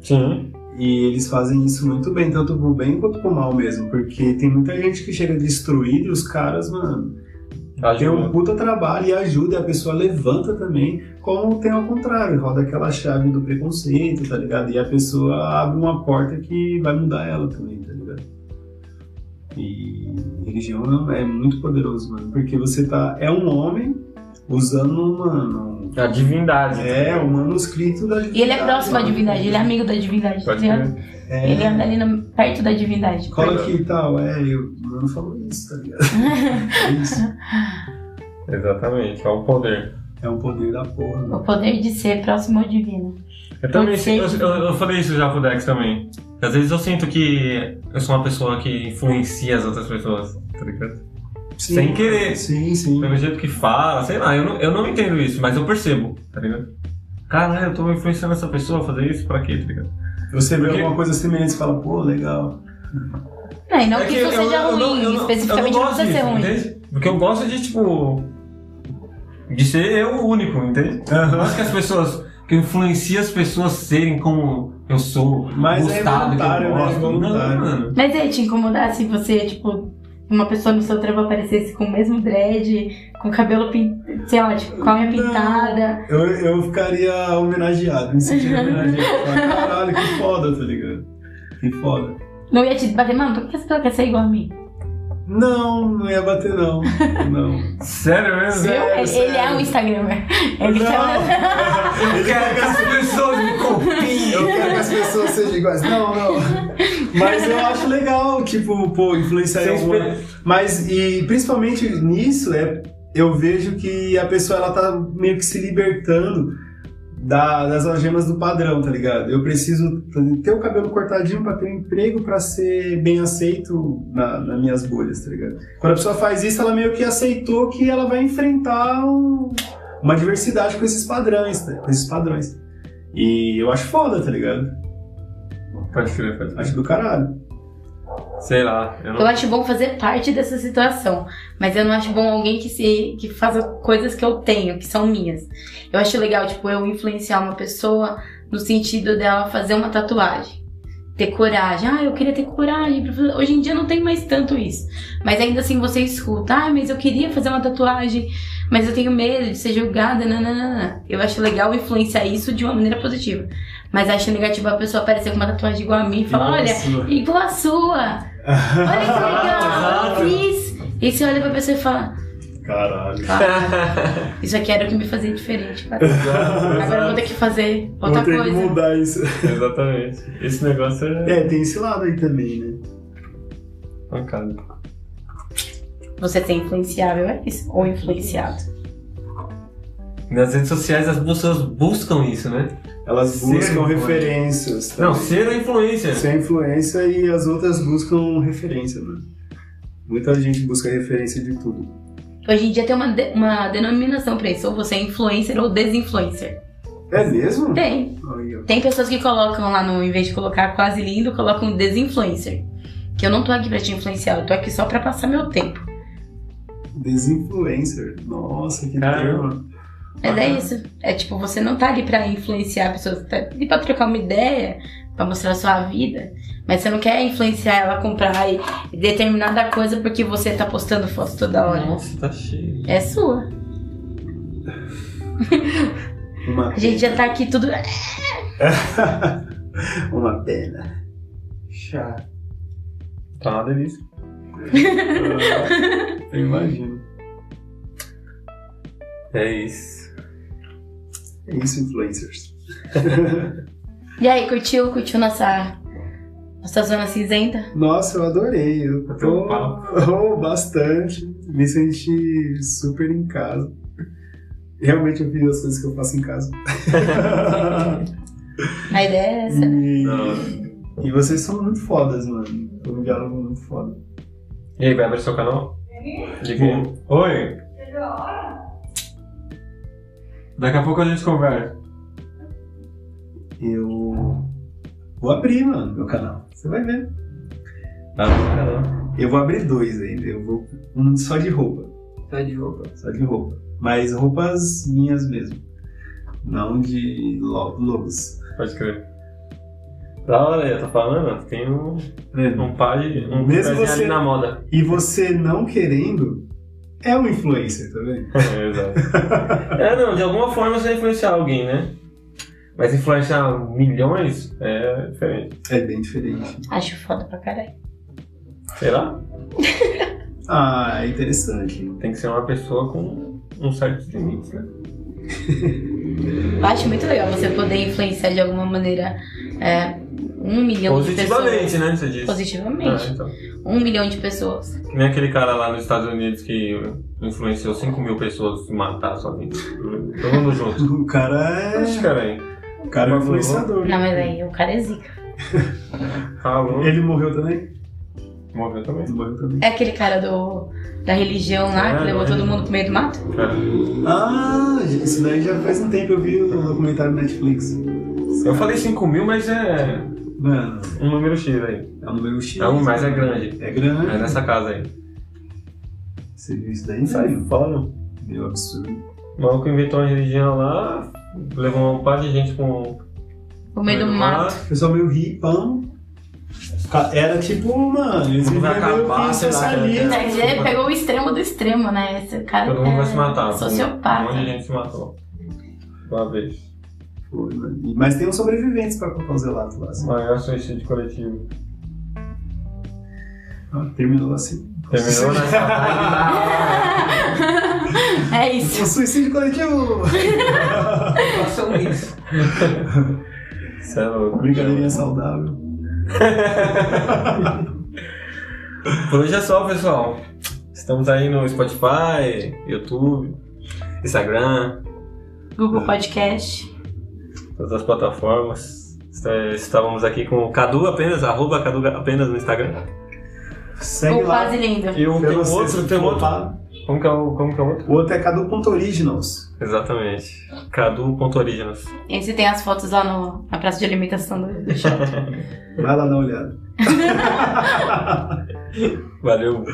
Sim. E eles fazem isso muito bem, tanto pro bem quanto pro mal mesmo. Porque tem muita gente que chega destruída e os caras, mano, tem É. um puta trabalho e ajuda, e a pessoa levanta também. Como tem ao contrário, roda aquela chave do preconceito, tá ligado? E a pessoa abre uma porta que vai mudar ela também, tá ligado? E religião não, é muito poderoso, mano. Porque você tá. É um homem usando, mano. A divindade. É, o manuscrito da E ele é próximo à mano. divindade, ele é amigo da divindade, tá Pode ligado? crer. É. Ele anda ali no- perto da divindade. Cola aqui e tal, é, e o mano falou isso, tá ligado? É isso. Exatamente, é o poder. É um poder da porra, mano. O poder de ser próximo ao divino. Eu também Pode ser. eu, eu, eu falei isso já pro Dex também. Às vezes eu sinto que eu sou uma pessoa que influencia as outras pessoas, tá ligado? Sim. Sem querer. Sim, sim. Pelo jeito que fala, sei lá, eu não, eu não entendo isso, mas eu percebo, tá ligado? Caralho, eu tô influenciando essa pessoa a fazer isso pra quê, tá ligado? Você vê Porque- alguma coisa semelhante e fala, pô, legal. Não, e não É que isso eu- seja eu ruim, não- eu não- especificamente eu não, gosto precisa ser disso, ruim. Entende? Porque eu gosto de, tipo. de ser eu o único, entende? Eu Aham. gosto que as pessoas. que eu influencie as pessoas serem como eu sou, Mas é gostado, que eu voluntário, né? gosto. Não, Voluntário. mano. Mas ia te incomodar se você, tipo, uma pessoa no seu trampo aparecesse com o mesmo dread, com o cabelo pintado, sei lá, tipo, com a unha Não. pintada. Eu, eu ficaria homenageado, me sentindo homenageado. Falar, Caralho, que foda, tá ligado? Que foda. Não ia te bater, mano, por que essa pessoa quer ser igual a mim? Não, não ia bater, não. Não. Sério mesmo? Viu? Sério, Ele, sério. ele é um Instagramer. Ele tá... não. Eu quero que as pessoas me Eu copiem. quero que as pessoas sejam iguais. Não, não. Mas eu acho legal, tipo, pô, influenciar em Sem alguma... esper- Mas, e principalmente nisso, é, eu vejo que a pessoa, ela tá meio que se libertando da- das algemas do padrão, tá ligado? Eu preciso t- ter o cabelo cortadinho pra ter um emprego, pra ser bem aceito na, nas minhas bolhas, tá ligado? Quando a pessoa faz isso, ela meio que aceitou que ela vai enfrentar um- uma diversidade com esses padrões, tá- com esses padrões. E eu acho foda, tá ligado? Pode crer, pode crer. Acho do caralho. Sei lá, eu Eu não. acho bom fazer parte dessa situação, mas eu não acho bom alguém que se que faça coisas que eu tenho, que são minhas. Eu acho legal, tipo, eu influenciar uma pessoa no sentido dela fazer uma tatuagem. Ter coragem. Ah, eu queria ter coragem. pra fazer- Hoje em dia não tem mais tanto isso. Mas ainda assim você escuta. Ah, mas eu queria fazer uma tatuagem, mas eu tenho medo de ser julgada. Nananana. Eu acho legal influenciar isso de uma maneira positiva. Mas acho negativo a pessoa aparecer com uma tatuagem igual a mim e falar: olha, igual a sua. Olha que legal, eu fiz. E você olha pra pessoa e fala, "Ah, Caralho. isso aqui era o que me fazia diferente, cara. Agora eu vou ter que fazer outra Vou ter que coisa. mudar isso. Exatamente. Esse negócio é. É, tem esse lado aí também, né? Pancada. Você ser influenciável, é isso? Ou influenciado. Nas redes sociais as pessoas buscam isso, né? Elas Ser buscam influente. referências. também. Não, ser a influência. Você é influência e as outras buscam referência, mano. Muita gente busca referência de tudo. Hoje em dia tem uma, de- uma denominação pra isso. Ou você é influencer ou desinfluencer. É mesmo? Tem. Aí, ó. Tem pessoas que colocam lá no, em vez de colocar quase lindo, colocam desinfluencer. Que eu não tô aqui pra te influenciar, eu tô aqui só pra passar meu tempo. Desinfluencer. Nossa, que Caramba. termo. Mas é isso. É tipo, você não tá ali pra influenciar pessoas, tá ali pra trocar uma ideia, pra mostrar a sua vida. Mas você não quer influenciar ela a comprar e- determinada coisa porque você tá postando foto toda hora. Nossa, tá cheio. É sua. Uma A gente já tá aqui tudo. tá- Uma pena. Chato. Tá uma delícia. Eu imagino. É isso. É isso, influencers. E aí, curtiu? Curtiu nossa, nossa zona cinzenta? Nossa, eu adorei. Eu Bateu tô um papo. oh, bastante. Me senti super em casa. Realmente eu fiz as coisas que eu faço em casa. A ideia é essa. e, Não. e vocês são muito fodas, mano. Foi um diálogo muito foda. E aí, vai abrir seu canal? Liga aí. Oi! Daqui a pouco a gente conversa. Eu vou abrir, mano, meu canal. Você vai ver. Abre seu canal. Eu vou abrir dois ainda. Eu vou um só de roupa. Tá de roupa. Só de roupa. Mas roupas minhas mesmo. Não de lo- logos. Pode crer. Da hora, eu tô falando, tem um, É. um par de. Um Mesmo pezinho você- ali na moda. E você não querendo é um influencer, tá vendo? É, Exato. É, não, de alguma forma você vai influenciar alguém, né? Mas influenciar milhões é diferente. É bem diferente. Acho foda pra caralho. Sei lá, Ah, é interessante. tem que ser uma pessoa com um certo limite, né? Eu acho muito legal você poder influenciar de alguma maneira é, um milhão de pessoas. Positivamente, né? Você disse. Positivamente. Ah, então. Um milhão de pessoas. Que Nem aquele cara lá nos Estados Unidos que influenciou 5 mil pessoas a se matar sozinho. Todo mundo junto. O cara Oxe, é. cara aí. O cara é um influenciador. Não, mas é. aí o cara é zica. Falou. Ele morreu também? Morreu também. Ele morreu também. É aquele cara do, da religião lá É, que levou é. todo mundo pro meio do mato? Cara, Ah, isso daí já faz um tempo eu vi o documentário na Netflix. Eu falei 5 mil, mas é Mano, um número X aí. é um número X. É um, mas é grande. É É grande. nessa casa aí. Você viu isso daí? fora. Meu absurdo. O maluco inventou uma religião lá, levou um par de gente um com. Pro meio do mato. Pessoal meio ripão. Era tipo, mano, eles Vai viviam meio acabar, que sei lá, socialismo. né? Mas ele pegou o extremo do extremo, né? Esse cara Todo mundo vai se matar. é Um monte de sociopata. gente se matou. Uma vez. Pô, mano. E- Mas tem uns sobreviventes pra contar os relatos lá. assim. Maior suicídio coletivo. Ah, Terminou assim. Terminou né? nessa É isso. O suicídio coletivo! Façam isso. Isso é louco. Brincadeirinha saudável. Por hoje é só, pessoal. Estamos aí no Spotify, YouTube, Instagram, Google Podcast. todas as plataformas. Está- Estávamos aqui com o Cadu apenas, arroba Cadu apenas no Instagram. Segue Ou lá. quase lindo. E o, tem Pelo um outro, sexto tem um outro. flopado. Como que é o, como que é o outro? O outro é Cadu.originals. Exatamente. Cadu.originas. E aí você tem as fotos lá no, na praça de alimentação do, do shopping. Vai lá dar uma olhada. Valeu.